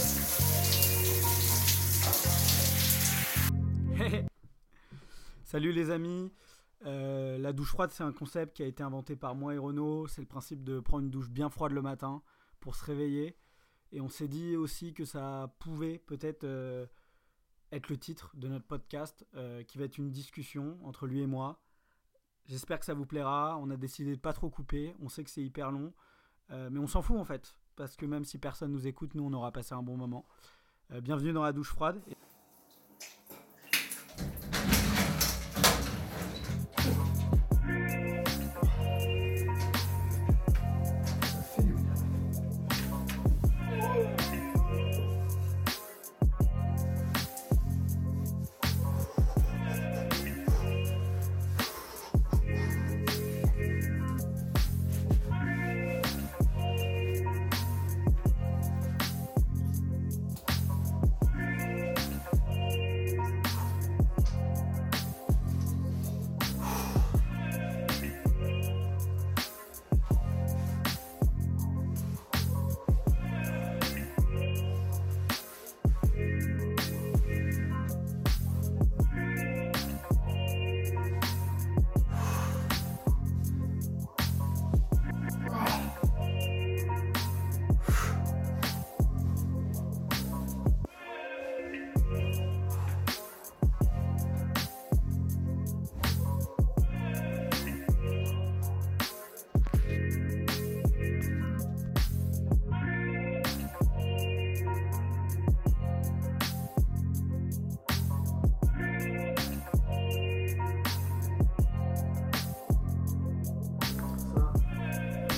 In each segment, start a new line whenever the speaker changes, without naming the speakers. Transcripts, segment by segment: Salut les amis. Euh, la douche froide, c'est un concept qui a été inventé par moi et Renaud. C'est le principe de prendre une douche bien froide le matin pour se réveiller. Et on s'est dit aussi que ça pouvait peut-être euh, être le titre de notre podcast, euh, qui va être une discussion entre lui et moi. J'espère que ça vous plaira. On a décidé de pas trop couper. On sait que c'est hyper long, Euh, mais on s'en fout en fait, parce que même si personne nous écoute, nous on aura passé un bon moment. Euh, bienvenue dans la douche froide.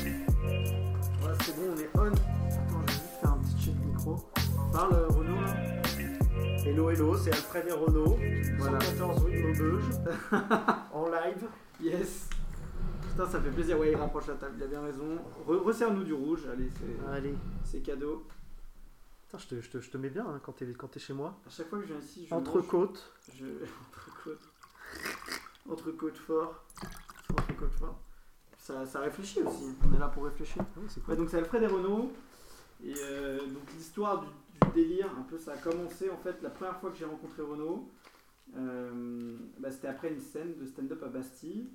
euh, c'est Alfred et Renaud.
Voilà.
114 rue de Maubeuge. en live.
Yes. Putain, ça fait plaisir. Ouais, il rapproche la table, il a bien raison. Re Resserre-nous du rouge. Allez, c'est,
Ah, Allez.
c'est cadeau.
Putain, je te, je te, je te mets bien hein, quand t'es quand es chez moi.
À chaque fois que je viens ici, je.
Entrecôte.
Mange, je... Entrecôte. Entrecôte fort. Entrecôte fort. Ça, ça réfléchit aussi. On est là pour réfléchir.
Ah Oui, c'est cool.
Ouais, donc c'est Alfred et Renaud. Et euh, donc l'histoire du, du, délire, un peu ça a commencé en fait la première fois que j'ai rencontré Renaud. Euh, bah, c'était après une scène de stand-up à Bastille.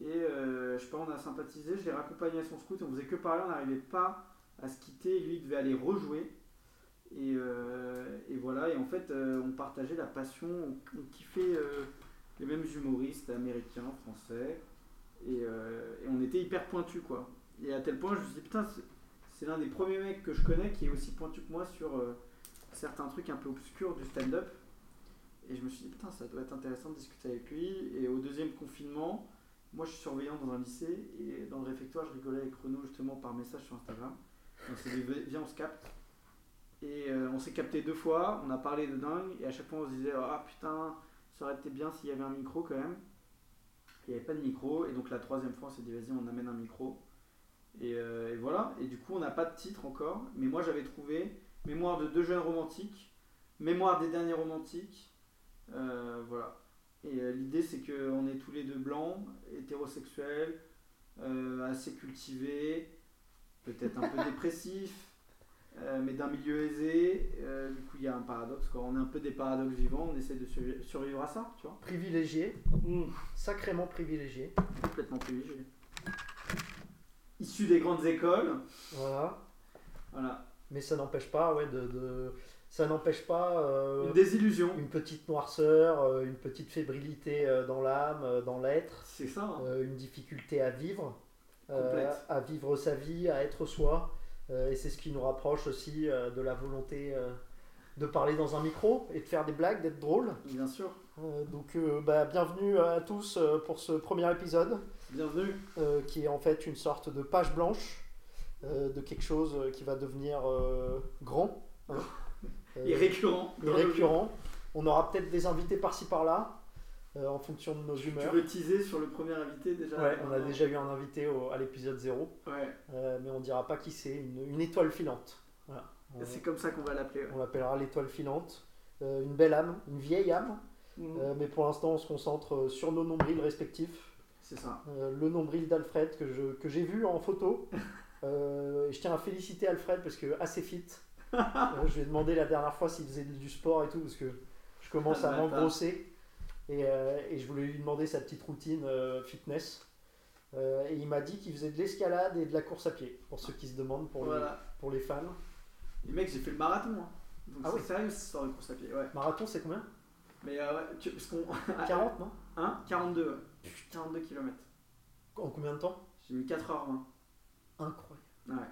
Et euh, je sais pas, on a sympathisé, je l'ai raccompagné à son scout, on faisait que parler, on n'arrivait pas à se quitter, lui il devait aller rejouer. Et, euh, et voilà, et en fait euh, on partageait la passion, on, on kiffait euh, les mêmes humoristes américains, français, et, euh, et on était hyper pointus quoi. Et à tel point je me suis dit putain, c'est l'un des premiers mecs que je connais qui est aussi pointu que moi sur euh, certains trucs un peu obscurs du stand-up. Et je me suis dit, putain, ça doit être intéressant de discuter avec lui. Et au deuxième confinement, moi je suis surveillant dans un lycée et dans le réfectoire, je rigolais avec Renaud justement par message sur Instagram. On s'est dit, viens, on se capte. Et euh, on s'est capté deux fois, on a parlé de dingue, et à chaque fois on se disait, ah putain, ça aurait été bien s'il y avait un micro quand même. Il n'y avait pas de micro, et donc la troisième fois on s'est dit, vas-y, on amène un micro. Et, euh, et, voilà. Et du coup, on n'a pas de titre encore. Mais moi, j'avais trouvé Mémoire de deux jeunes romantiques, Mémoire des derniers romantiques. Euh, voilà. Et euh, l'idée, c'est qu'on est tous les deux blancs, hétérosexuels, euh, assez cultivés, peut-être un peu dépressifs, euh, mais d'un milieu aisé. Euh, du coup, il y a un paradoxe. Quand on est un peu des paradoxes vivants, on essaie de survi survivre à ça, tu vois.
Privilégié, mmh. sacrément privilégié.
Complètement privilégié issus des grandes écoles.
Voilà.
Voilà.
Mais ça n'empêche pas, ouais, de, de ça n'empêche pas euh,
une désillusion,
une petite noirceur, euh, une petite fébrilité euh, dans l'âme, dans l'être.
C'est ça.
Hein. une difficulté à vivre, euh,
Complète.
à vivre sa vie, à être soi. euh, et c'est ce qui nous rapproche aussi euh, de la volonté euh, de parler dans un micro et de faire des blagues, d'être drôle.
Bien sûr.
Euh, donc, euh, bah, bienvenue à tous euh, pour ce premier épisode. euh,
Bienvenue.
qui est en fait une sorte de page blanche euh, de quelque chose qui va devenir euh, grand. Hein,
et récurrent.
Et récurrent. On aura peut-être des invités par-ci par-là. euh, en fonction de nos
Tu
humeurs.
veux teaser sur le premier invité déjà
Ouais, on a
Non.
déjà eu un invité au- à l'épisode 0,
Ouais,
euh, mais on dira pas qui c'est, une, une étoile filante. Voilà. On,
c'est comme ça qu'on va l'appeler. ouais.
on l'appellera l'étoile filante, Euh, une belle âme, une vieille âme,
Mhm.
Euh, mais pour l'instant on se concentre euh, sur nos nombrils respectifs.
C'est ça.
Euh, le nombril d'Alfred que je- que j'ai vu en photo. Euh, et je tiens à féliciter Alfred parce que assez fit. Euh, je lui ai demandé la dernière fois s'il faisait du sport et tout parce que je commence à
Ah, bâtard.
m'engrosser. Et, euh, et je voulais lui demander sa petite routine euh, fitness. Euh, et il m'a dit qu'il faisait de l'escalade et de la course à pied, pour ceux qui se demandent, pour,
voilà.
les, pour les fans.
Les mecs, j'ai fait le marathon. hein. Donc
Ah
c'est
ouais.
sérieux cette histoire de course à pied. Ouais.
Marathon, c'est combien
Mais euh, ouais, tu- parce qu'on.
40, non
Hein 42, ouais. 42 km.
En combien de temps
J'ai mis 4h20.
Incroyable.
Ah Ouais.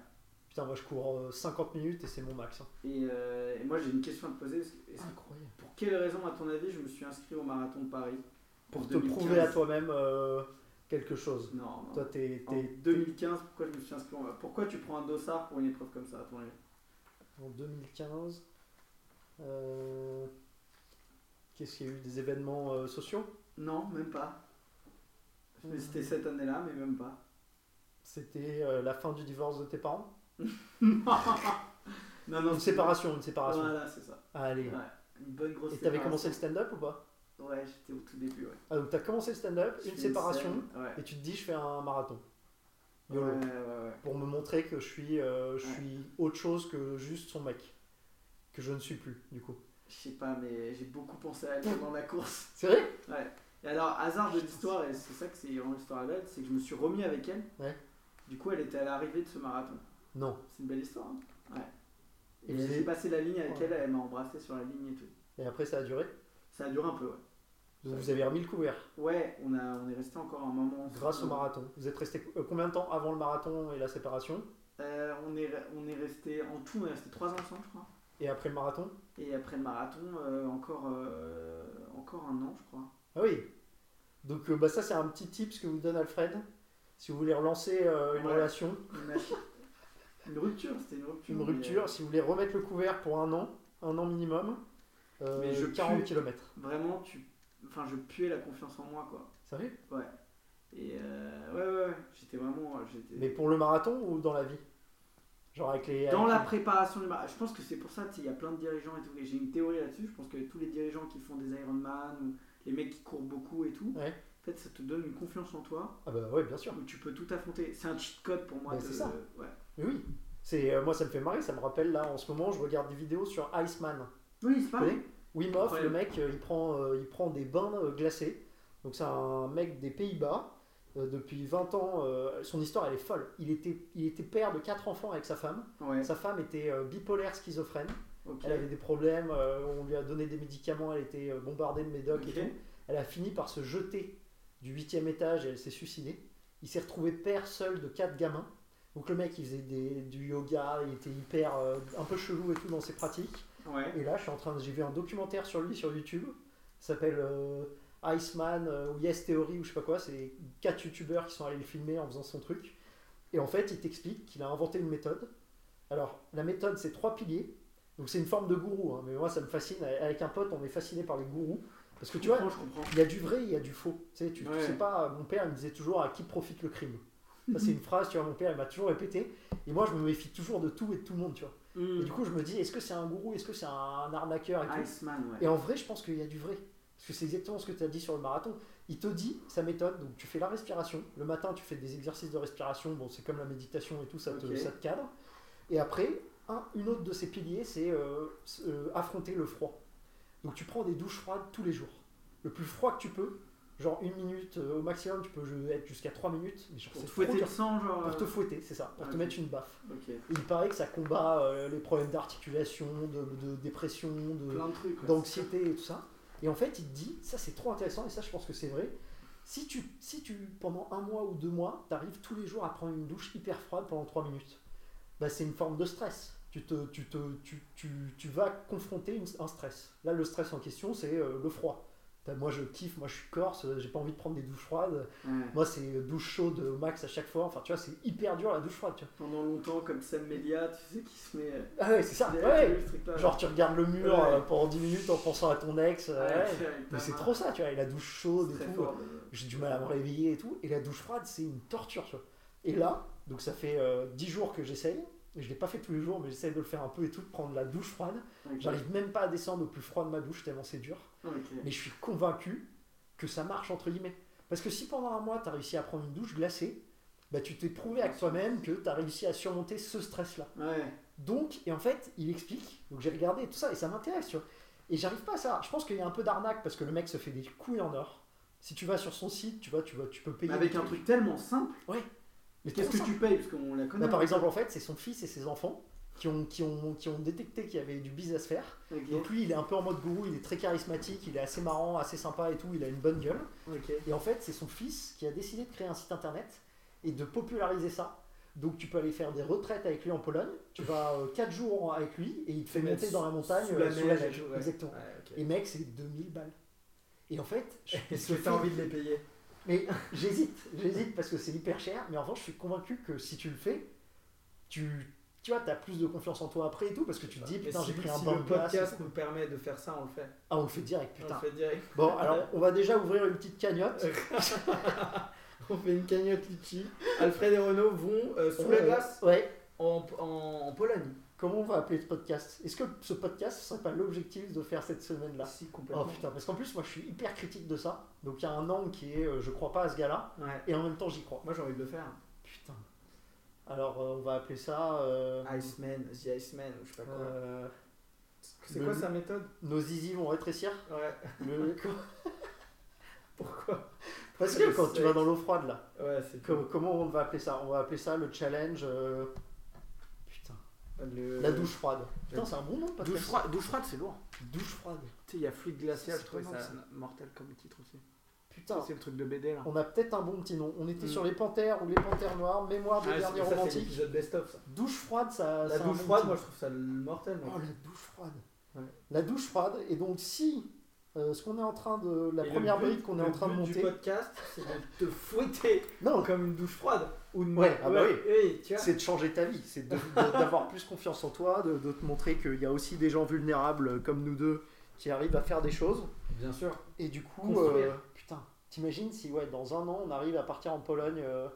Putain, moi je cours euh, 50 minutes et c'est mon max. hein.
Et, euh, et moi, j'ai une question à te poser. Est-ce que- est-ce que-
Incroyable.
pour quelle raison, à ton avis, je me suis inscrit au marathon de Paris
Pour
En
te prouver à
2015.
toi-même euh, quelque chose.
Non, non.
Toi, t'es.
En
t'es-
2015, pourquoi je me suis inscrit au- Pourquoi tu prends un dossard pour une épreuve comme ça, à ton avis
En 2015. euh, Qu'est-ce qu'il y a eu Des événements euh, sociaux
Non, même pas.
Mhm.
C'était cette année-là, mais même pas.
C'était euh, la fin du divorce de tes parents
Non,
Une séparation, une séparation. Ah,
Voilà, c'est ça.
Allez.
Ouais. Une bonne grosse
Et t'avais
séparation.
commencé le stand-up ou pas
Ouais, j'étais au tout début, ouais.
Ah, donc t'as commencé le stand-up,
Je
une
fais
séparation,
scène, Ouais.
et tu te dis je fais un marathon.
Ouais,
YOLO.
ouais, ouais.
Pour me montrer que je suis, euh, je
Ouais.
suis autre chose que juste son mec. Que je ne suis plus, du coup.
Je sais pas, mais j'ai beaucoup pensé à aller dans la course.
C'est vrai
Et alors, hasard de l'histoire, et c'est ça que c'est vraiment l'histoire belle, c'est que je me suis remis avec elle.
Ouais.
Du coup, elle était à l'arrivée de ce marathon.
Non.
C'est une belle histoire. hein. Ouais.
Et
Et
vous
j'ai
avez-
passé la ligne avec
Ouais.
elle, elle m'a embrassé sur la ligne et tout.
Et après, ça a duré
Ça a duré un peu, ouais.
Donc vous avez remis le couvert.
Ouais, on, a, on est resté encore un moment.
Grâce au
ensemble.
marathon. Vous êtes resté euh, combien de temps avant le marathon et la séparation
Euh, on, est, re- on est resté, en tout, on est resté 3 ans ensemble, je crois.
Et après le marathon
Et après le marathon, euh, encore, euh, encore un an, je crois.
Ah oui Donc euh, bah, ça c'est un petit tip que vous donne Alfred. Si vous voulez relancer euh, une
Ouais.
relation,
Une, ach- une rupture, c'était une rupture.
une
mais,
rupture,
euh,
si vous voulez remettre le couvert pour un an, un an minimum, euh,
Mais je
40
pue.
km.
vraiment, tu... enfin, je puais la confiance en moi, quoi.
Sérieux
Et euh, ouais, ouais, ouais, j'étais vraiment. euh, J'étais...
Mais pour le marathon ou dans la vie Genre avec les...
Dans
avec
la
les-
préparation du marathon, je pense que c'est pour ça, tu sais, il y a plein de dirigeants et tout. Et j'ai une théorie là-dessus. Je pense que tous les dirigeants qui font des Ironman ou les mecs qui courent beaucoup et tout,
Ouais.
en fait, ça te donne une confiance en toi
Ah bah ouais bien sûr.
où tu peux tout affronter. C'est un cheat code pour moi.
Mais
de-
c'est ça.
ouais.
Mais oui. C'est, euh, moi ça me fait marrer, ça me rappelle là en ce moment je regarde des vidéos sur Iceman.
Oui, c'est
Tu
pareil.
connais Wim Hof,
Ouais.
le mec, euh, il prend, euh, il prend des bains euh, glacés. Donc c'est un mec des Pays-Bas. Euh, depuis 20 ans, euh, son histoire elle est folle. Il était, il était père de quatre enfants avec sa femme.
Ouais,
Sa femme était euh, bipolaire schizophrène.
ok.
Elle avait des problèmes, euh, on lui a donné des médicaments, elle était euh, bombardée de médocs
Ok.
et tout. Elle a fini par se jeter du huitième étage et elle s'est suicidée. Il s'est retrouvé père seul de quatre gamins. Donc le mec il faisait des- du yoga, il était hyper euh, un peu chelou et tout dans ses pratiques.
Ouais.
Et là, je suis en train de, j'ai vu un documentaire sur lui sur YouTube. Ça s'appelle euh, Iceman euh, ou Yes Theory ou je sais pas quoi. C'est quatre youtubeurs qui sont allés le filmer en faisant son truc. Et en fait, il t'explique qu'il a inventé une méthode. Alors, la méthode, c'est trois piliers. Donc, c'est une forme de gourou. hein. Mais moi, ça me fascine. Avec un pote, on est fasciné par les gourous. Parce que tu vois,
comprends, je comprends.
il y a du vrai, il y a du faux. Tu sais, tu, tu
Ouais.
sais pas, euh, mon père il me disait toujours à qui profite le crime. Ça, c'est une phrase, tu vois, mon père il m'a toujours répété. Et moi, je me méfie toujours de tout et de tout le monde, tu vois. Et
Hmm.
du coup, je me dis, est-ce que c'est un gourou, est-ce que c'est un arnaqueur et
Ah,
tout
Iceman, ouais.
Et en vrai, je pense qu'il y a du vrai. Parce que c'est exactement ce que tu as dit sur le marathon. Il te dit sa méthode, donc tu fais la respiration. Le matin, tu fais des exercices de respiration. Bon, c'est comme la méditation et tout, ça, te,
Ok.
ça te cadre. Et après, un- une autre de ses piliers, c'est euh, s- euh, affronter le froid. Donc tu prends des douches froides tous les jours. Le plus froid que tu peux, genre une minute euh, au maximum, tu peux euh, être jusqu'à trois minutes. Mais genre,
Pour
c'est
te
trop
fouetter
dur.
le sang, genre.
Pour te
euh,
fouetter, c'est ça. Pour te
Ok.
mettre une baffe.
Ok.
Et Il paraît que ça combat euh, les problèmes d'articulation, de, de dépression, de-
Plein de trucs. ouais.
d'anxiété et tout ça. Et en fait, il te dit, ça c'est trop intéressant et ça je pense que c'est vrai. Si tu, si tu, pendant un mois ou deux mois, t'arrives tous les jours à prendre une douche hyper froide pendant trois minutes, bah, c'est une forme de stress. Tu, te, tu, te, tu, tu, tu vas confronter une- un stress. Là, le stress en question, c'est euh, le froid. T'as- Moi, je kiffe, moi, je suis corse, euh, j'ai pas envie de prendre des douches froides.
Ouais.
Moi, c'est douche chaude euh, au max à chaque fois. Enfin, tu vois, c'est hyper dur la douche froide, tu vois.
Pendant longtemps, comme Sam Melia, tu sais, qui se met. euh,
Ah ouais, c'est ça.
des-
Ouais.
des trucs là,
Genre, tu regardes le mur
Ouais.
euh, pendant 10 minutes en pensant à ton ex.
Ah,
euh,
là. Ouais,
ouais.
avec ta
Mais c'est
main.
trop ça, tu vois, et la douche
C'est
chaude et
très
tout. euh,
fort.
euh,
J'ai du mal à me réveiller et tout. Et la douche froide, c'est une torture, tu vois. Et là, donc ça fait euh, 10 jours que j'essaye. Je l'ai pas fait tous les jours, mais j'essaye de le faire un peu et tout, de prendre la douche froide.
Ok.
J'arrive même pas à descendre au plus froid de ma douche, tellement c'est dur.
Ok.
Mais je suis convaincu que ça marche, entre guillemets. Parce que si pendant un mois, tu as réussi à prendre une douche glacée, bah, tu t'es prouvé avec toi-même que tu as réussi à surmonter ce stress-là.
Ouais.
Donc, et en fait, il explique, donc j'ai regardé tout ça, et ça m'intéresse, tu vois. Et j'arrive pas à ça. Je pense qu'il y a un peu d'arnaque parce que le mec se fait des couilles en or. Si tu vas sur son site, tu vois, tu, vois, tu peux payer.
Mais avec
des
un
trucs.
truc tellement simple.
Mais
Qu'est-ce
trop
que
simple.
tu payes Parce qu'on la connaît.
Bah, par exemple, en fait, c'est son fils et ses enfants qui ont, qui ont, qui ont détecté qu'il y avait du bise à se faire.
Ok.
Donc lui, il est un peu en mode gourou, il est très charismatique, il est assez marrant, assez sympa et tout, il a une bonne gueule.
Ok.
Et en fait, c'est son fils qui a décidé de créer un site internet et de populariser ça. Donc tu peux aller faire des retraites avec lui en Pologne, tu vas 4 jours avec lui et il te fait
Mais
monter dans la montagne
sous la
euh, sous
neige
la
et
neige.
tout, ouais.
Exactement.
Ouais, ok.
Et mec, c'est 2000 balles. Et en fait, je- il
Est-ce
se
que
fait-
t'as envie de les payer
mais j'hésite, j'hésite parce que c'est hyper cher, mais en revanche, je suis convaincu que si tu le fais, tu, tu vois, t'as plus de confiance en toi après et tout parce que tu te dis,
Mais
putain,
si-
j'ai pris un
si
bon
le podcast nous permet de faire ça, on le fait.
Ah, on le fait direct,
On le
putain.
fait direct.
Bon, alors, on va déjà ouvrir une petite cagnotte.
On fait une cagnotte litchi. Alfred et Renaud vont euh, sous la
Euh,
glace
Ouais.
en, en- en Pologne.
Comment on va appeler ce podcast Est-ce que ce podcast, ce serait pas l'objectif de faire cette semaine-là
Si,
Oh
complètement.
putain, parce qu'en plus, moi je suis hyper critique de ça. Donc il y a un angle qui est euh, je crois pas à ce gars-là,
Ouais.
et en même temps j'y crois.
Moi j'ai envie de le faire.
Putain. Alors euh, on va appeler ça. euh,
Iceman, The Iceman, ou je sais pas quoi.
euh,
C'est
le-
quoi sa méthode
nos zizi vont rétrécir
Ouais.
Le-
Pourquoi
Parce que quand
Le
tu vas
sexe.
dans l'eau froide là,
Ouais, c'est
co- comment on va appeler ça On va appeler ça le challenge. euh, Putain.
Le-
La douche froide. Putain,
le-
c'est un bon nom de podcast.
Douche froide, douche froide, c'est lourd.
Douche froide.
Tu sais, il y a fluide glacial,
C'est
je trouvais
vraiment
ça
ça.
mortel comme titre aussi.
Putain.
C'est le truc de BD là.
On a peut-être un bon petit nom. On était
Mm.
sur les panthères ou les panthères noires, mémoire des
Ah,
derniers
c'est- ça, c'est
romantiques.
l'épisode best-of ça.
Douche froide, ça.
La
c'est un
douche
bon
froide,
petit
moi je trouve ça mortel. mec.
Oh, la douche froide.
Ouais.
La douche froide. Et donc, si euh, ce qu'on est en train de. La
Et le
première
but-
brique qu'on est en train de
Le but
monter.
du podcast, c'est de te fouetter
Non,
comme une douche froide. Ou de-
Ouais, ah bah
oui, tu vois.
c'est de changer ta vie. C'est de- de- d'avoir plus confiance en toi, de, de te montrer qu'il y a aussi des gens vulnérables euh, comme nous deux qui arrivent à faire des choses.
Bien sûr.
Et du coup.
Construire.
euh, putain, t'imagines si, ouais, dans un an, on arrive à partir en Pologne. euh,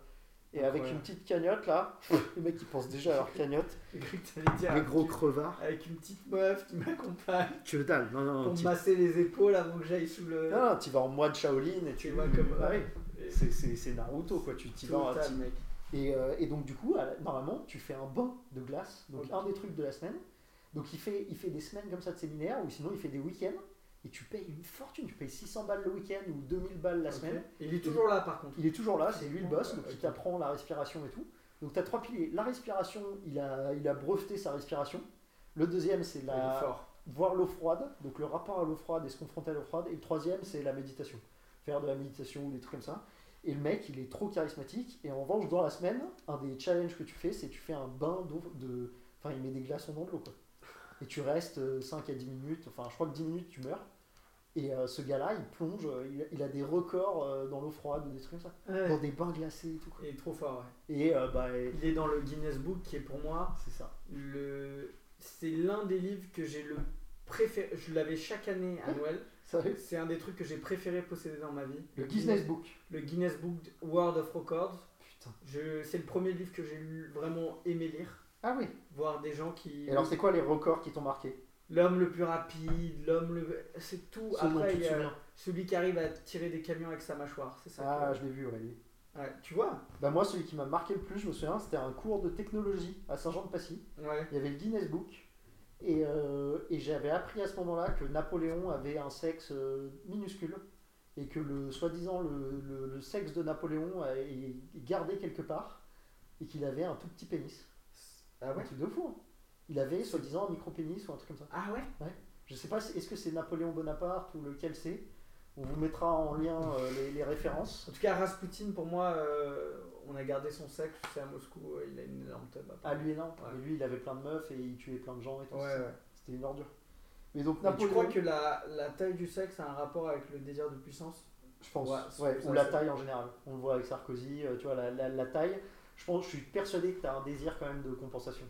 et avec
Incroyable.
une petite cagnotte là, les mecs ils pensent déjà à leur cagnotte.
J'ai cru que t'allais dire.
Les
avec
gros
une-
crevards.
Avec une petite meuf qui m'accompagne
Tu le dalle, non, non, non.
pour me
tu-
masser les épaules avant que j'aille sous le.
Non, non, t'y vas en mois de Shaolin et tu
Tu vois comme.
Ah oui,
Et-
c'est- c'est c'est Naruto quoi, tu t'y vas. en-
Total, mec.
Et, euh, et donc du coup, à la- normalement, tu fais un bain de glace, donc
Ok.
un des trucs de la semaine. Donc il fait, il fait des semaines comme ça de séminaire, ou sinon il fait des week-ends, et tu payes une fortune, tu payes 600 balles le week-end ou 2000 balles la
Ok.
semaine.
Il est toujours là par contre.
Il est toujours là, c'est lui le boss,
Ouais,
donc il
ok.
t'apprend la respiration et tout. Donc tu as trois piliers. La respiration, il a, il a breveté sa respiration. Le deuxième, c'est
Il est
la,
fort.
voir l'eau froide, donc le rapport à l'eau froide et se confronter à l'eau froide. Et le troisième, c'est la méditation. Faire de la méditation ou des trucs comme ça. Et le mec, il est trop charismatique. Et en revanche, dans la semaine, un des challenges que tu fais, c'est tu fais un bain d'eau de. Enfin, il met des glaçons dans de l'eau, quoi. Et tu restes euh, 5 à 10 minutes. Enfin, je crois que 10 minutes, tu meurs. Et euh, ce gars-là, il plonge, euh, il, il a des records euh, dans l'eau froide ou des trucs comme ça. Dans
Ouais.
des bains glacés et tout, quoi.
Il est trop fort, ouais.
Et euh, bah, et-
Il est dans le Guinness Book qui est pour moi
c'est ça.
le c'est l'un des livres que j'ai le préféré je l'avais chaque année à Noël
Ça,
c'est un des trucs que j'ai préféré posséder dans ma vie
le business book.
le Guinness Book World of Records
Putain.
je c'est le premier livre que j'ai lu- vraiment aimé lire
Ah oui.
voir des gens qui
Et alors, c'est quoi les records qui t'ont marqué
l'homme le plus rapide l'homme le c'est tout
Ceux dont
après
tu
il
te
y a
souviens.
celui qui arrive à tirer des camions avec sa mâchoire c'est ça
Ah,
que-
je l'ai vu, ouais. lui.
Ouais, tu vois
Bah, moi, celui qui m'a marqué le plus, je me souviens, c'était un cours de technologie à Saint-Jean-de-Passy.
ouais
Il y avait le Guinness Book. Et, euh, et j'avais appris à ce moment-là que Napoléon avait un sexe euh, minuscule. Et que le soi-disant le, le- le sexe de Napoléon a- est gardé quelque part. Et qu'il avait un tout petit pénis.
ah
Un
ouais
truc de fou. hein. Il avait soi-disant un micro-pénis ou un truc comme ça.
ah ouais
Je sais pas, si- est-ce que c'est Napoléon Bonaparte ou lequel c'est On vous mettra en lien euh, les- les références.
en tout cas Rasputin pour moi euh, on a gardé son sexe c'est à Moscou euh, il a une énorme teub à part.
Ah lui non,
Ouais.
mais lui il avait plein de meufs et il tuait plein de gens et tout
ouais
ça.
ouais
C'était une ordure. Mais donc
Mais tu
Napoléon,
crois que la, la taille du sexe a un rapport avec le désir de puissance
je pense,
Ouais,
ouais,
c'est-
ou
ça,
la
c'est-
taille en général. On le voit avec Sarkozy, euh, tu vois, la, la- la taille. Je pense, je suis persuadé que tu as un désir quand même de compensation.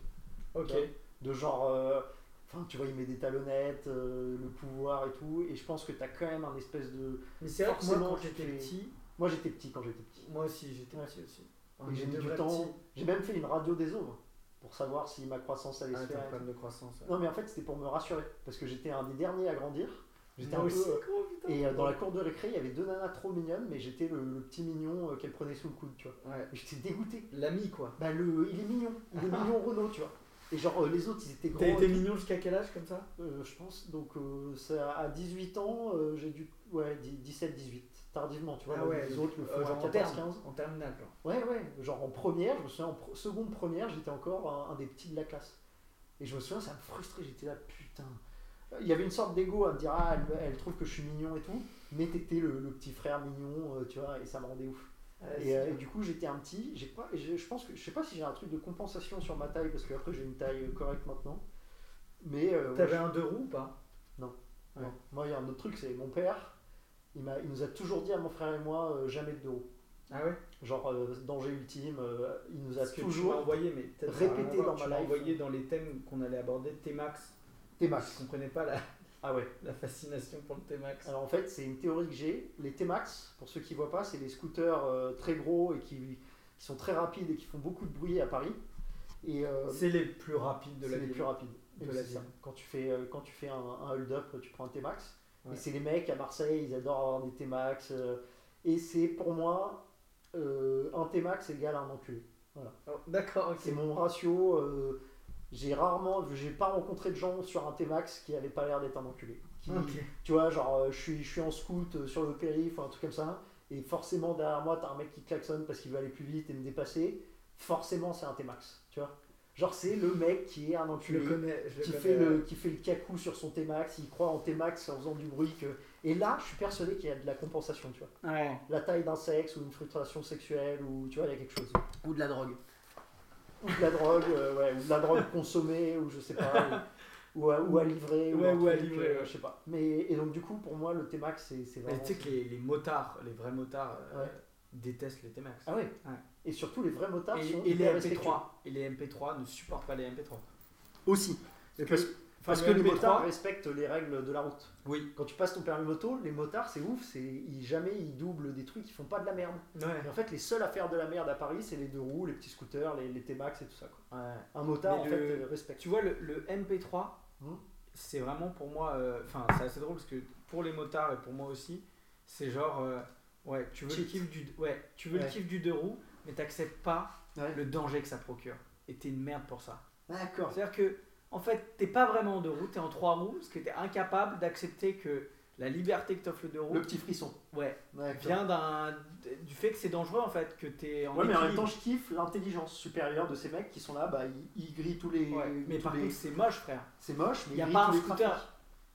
Ok.
Ouais. De genre, euh, enfin, tu vois, il met des talonnettes, euh, le pouvoir et tout. Et je pense que tu as quand même un espèce de.
Mais c'est vrai que moi,
Forcément,
quand
tu
j'étais
fais-
petit,
Moi, j'étais petit quand j'étais petit.
moi aussi, j'étais
Ouais.
petit aussi.
Et j'ai mis
deux
du
vrais
temps.
petits.
J'ai même fait une radio des ombres pour savoir si ma croissance allait
Ah,
se
t'as
faire.
un problème de croissance. ouais.
Non, mais en fait, c'était pour me rassurer parce que j'étais un des derniers à grandir. J'étais
Moi
un
aussi,
peu.
gros, putain.
Et euh, dans la cour de récré, il y avait deux nanas trop mignonnes, mais j'étais le, le petit mignon euh, qu'elle prenait sous le coude, tu vois.
Ouais.
Et J'étais dégoûté.
L'ami, quoi.
Bah, le, il est mignon, il est mignon Renault, tu vois. Et genre, euh, les autres, ils étaient grands.
T'as été
et tout.
mignon jusqu'à quel âge comme ça
Euh, je pense, donc euh, ça, à 18 ans, euh, j'ai dû. Ouais, 17-18, tardivement, tu vois.
Ah
là,
ouais,
les autres le font
Euh,
à
genre en
14-15.
terme- En terminale, genre.
Ouais, ouais, genre en première, je me souviens, en pro- seconde première, j'étais encore un, un des petits de la classe. Et je me souviens, ça me frustrait, j'étais là, putain. Euh, Il y avait une sorte d'ego à me dire, ah, elle, elle trouve que je suis mignon et tout, mais t'étais le, le petit frère mignon, euh, tu vois, et ça me rendait ouf.
Ouais,
et, euh,
c'est-
et du coup, j'étais un petit, j'ai pas, je, je pense que, je sais pas si j'ai un truc de compensation sur ma taille, parce que après j'ai une taille euh, correcte maintenant. Mais euh, ouais,
T'avais un deux roues ou pas
je- non. moi, il y a un autre truc, c'est mon père, il, m'a- il nous a toujours dit à mon frère et moi, euh, jamais de dos.
Ah ouais
Genre, euh, danger ultime, euh, il nous a
Parce que tu
toujours.
m'as envoyé, mais peut-être ça a
répété
rien à voir, tu
dans ma
m'as
life.
envoyé dans les thèmes qu'on allait aborder, T-Max. Je
T-Max.
comprenais pas la,
Ah ouais.
la fascination pour le T-Max.
Alors en fait, c'est une théorie que j'ai. Les T-Max, pour ceux qui voient pas, c'est les scooters euh, très gros et qui, qui sont très rapides et qui font beaucoup de bruit à Paris. Et euh,
C'est les plus rapides de
c'est
la
les
vie.
plus rapides.
De
Et
la
c'est
ville.
ça. Quand tu fais, euh, quand tu fais un, un hold-up, tu prends un T-Max.
Ouais.
Et c'est les mecs à Marseille, ils adorent avoir des T-Max. euh, et c'est pour moi, euh, un T-Max égale un enculé.
Oh, D'accord,
C'est
ok.
mon ratio. euh, j'ai rarement, j'ai pas rencontré de gens sur un T-Max qui avaient pas l'air d'être un enculé. Qui-
Ok.
Tu vois, genre, euh, je suis, je suis en scout euh, sur le périph', un truc comme ça, et forcément derrière moi, t'as un mec qui klaxonne parce qu'il veut aller plus vite et me dépasser. Forcément, c'est un T-Max, tu vois. Genre, c'est le mec qui est un
Je
enculé,
le connais. Je le
qui,
connais.
fait le, qui fait le cacou sur son T-Max, il croit en T-Max en faisant du bruit. Que... Et là, je suis persuadé qu'il y a de la compensation, tu vois.
Ouais.
La taille d'un sexe ou une frustration sexuelle, ou tu vois, il y a quelque chose.
Ou de la drogue.
Ou de la drogue, euh, ouais, ou de la drogue consommée, ou je sais pas, ou, ou à, ou à livrer,
Ouais,
un
ou à
truc,
livrer,
euh,
ouais.
je sais pas. Mais, et donc, du coup, pour moi, le T-Max, c'est c'est
Mais
vraiment.
tu sais que les, les motards, les vrais motards, euh,
Ouais.
détestent les T-Max.
Ah ouais.
Ouais.
Et surtout les vrais motards
et,
sont
et les
hyper respectueux.
MP3. Et les MP3 ne supportent pas les MP3. Enfin,
aussi.
Parce
parce,
que-
parce
le
que Ah, les
MP3
motards respectent les règles de la route.
Oui.
Quand tu passes ton permis moto, les motards c'est ouf, c'est ils, jamais ils doublent des trucs, ils font pas de la merde.
Ouais.
Et en fait les seuls à faire de la merde à Paris c'est les deux roues, les petits scooters, les, les T-Max et tout ça. quoi.
ouais.
Un motard
Mais
en
le-
fait euh, respecte.
Tu vois, le, le MP3,
Hmm.
c'est vraiment pour moi. euh, Enfin, c'est assez drôle parce que pour les motards et pour moi aussi, c'est genre. euh, ouais, tu veux, le
Cheat.
kiff, du, ouais, tu veux le
Ouais.
kiff du deux roues, mais t'acceptes pas
Ouais.
le danger que ça procure. Et t'es une merde pour ça.
D'accord.
C'est-à-dire que, en fait, t'es pas vraiment en deux roues, t'es en trois roues parce que t'es incapable d'accepter que la liberté que t'offre le deux roues
Le petit frisson.
ouais,
D'accord.
vient d'un, du fait que c'est dangereux en fait, que t'es en.
Ouais, mais en même
équilibre.
temps, je kiffe l'intelligence supérieure de ces mecs qui sont là, bah, ils, ils grillent tous les.
Ouais, mais
tous
par
les-
contre, c'est moche, frère.
c'est moche, mais
y
ils
a
grillent
pas un
tous les
scooter.
trafics.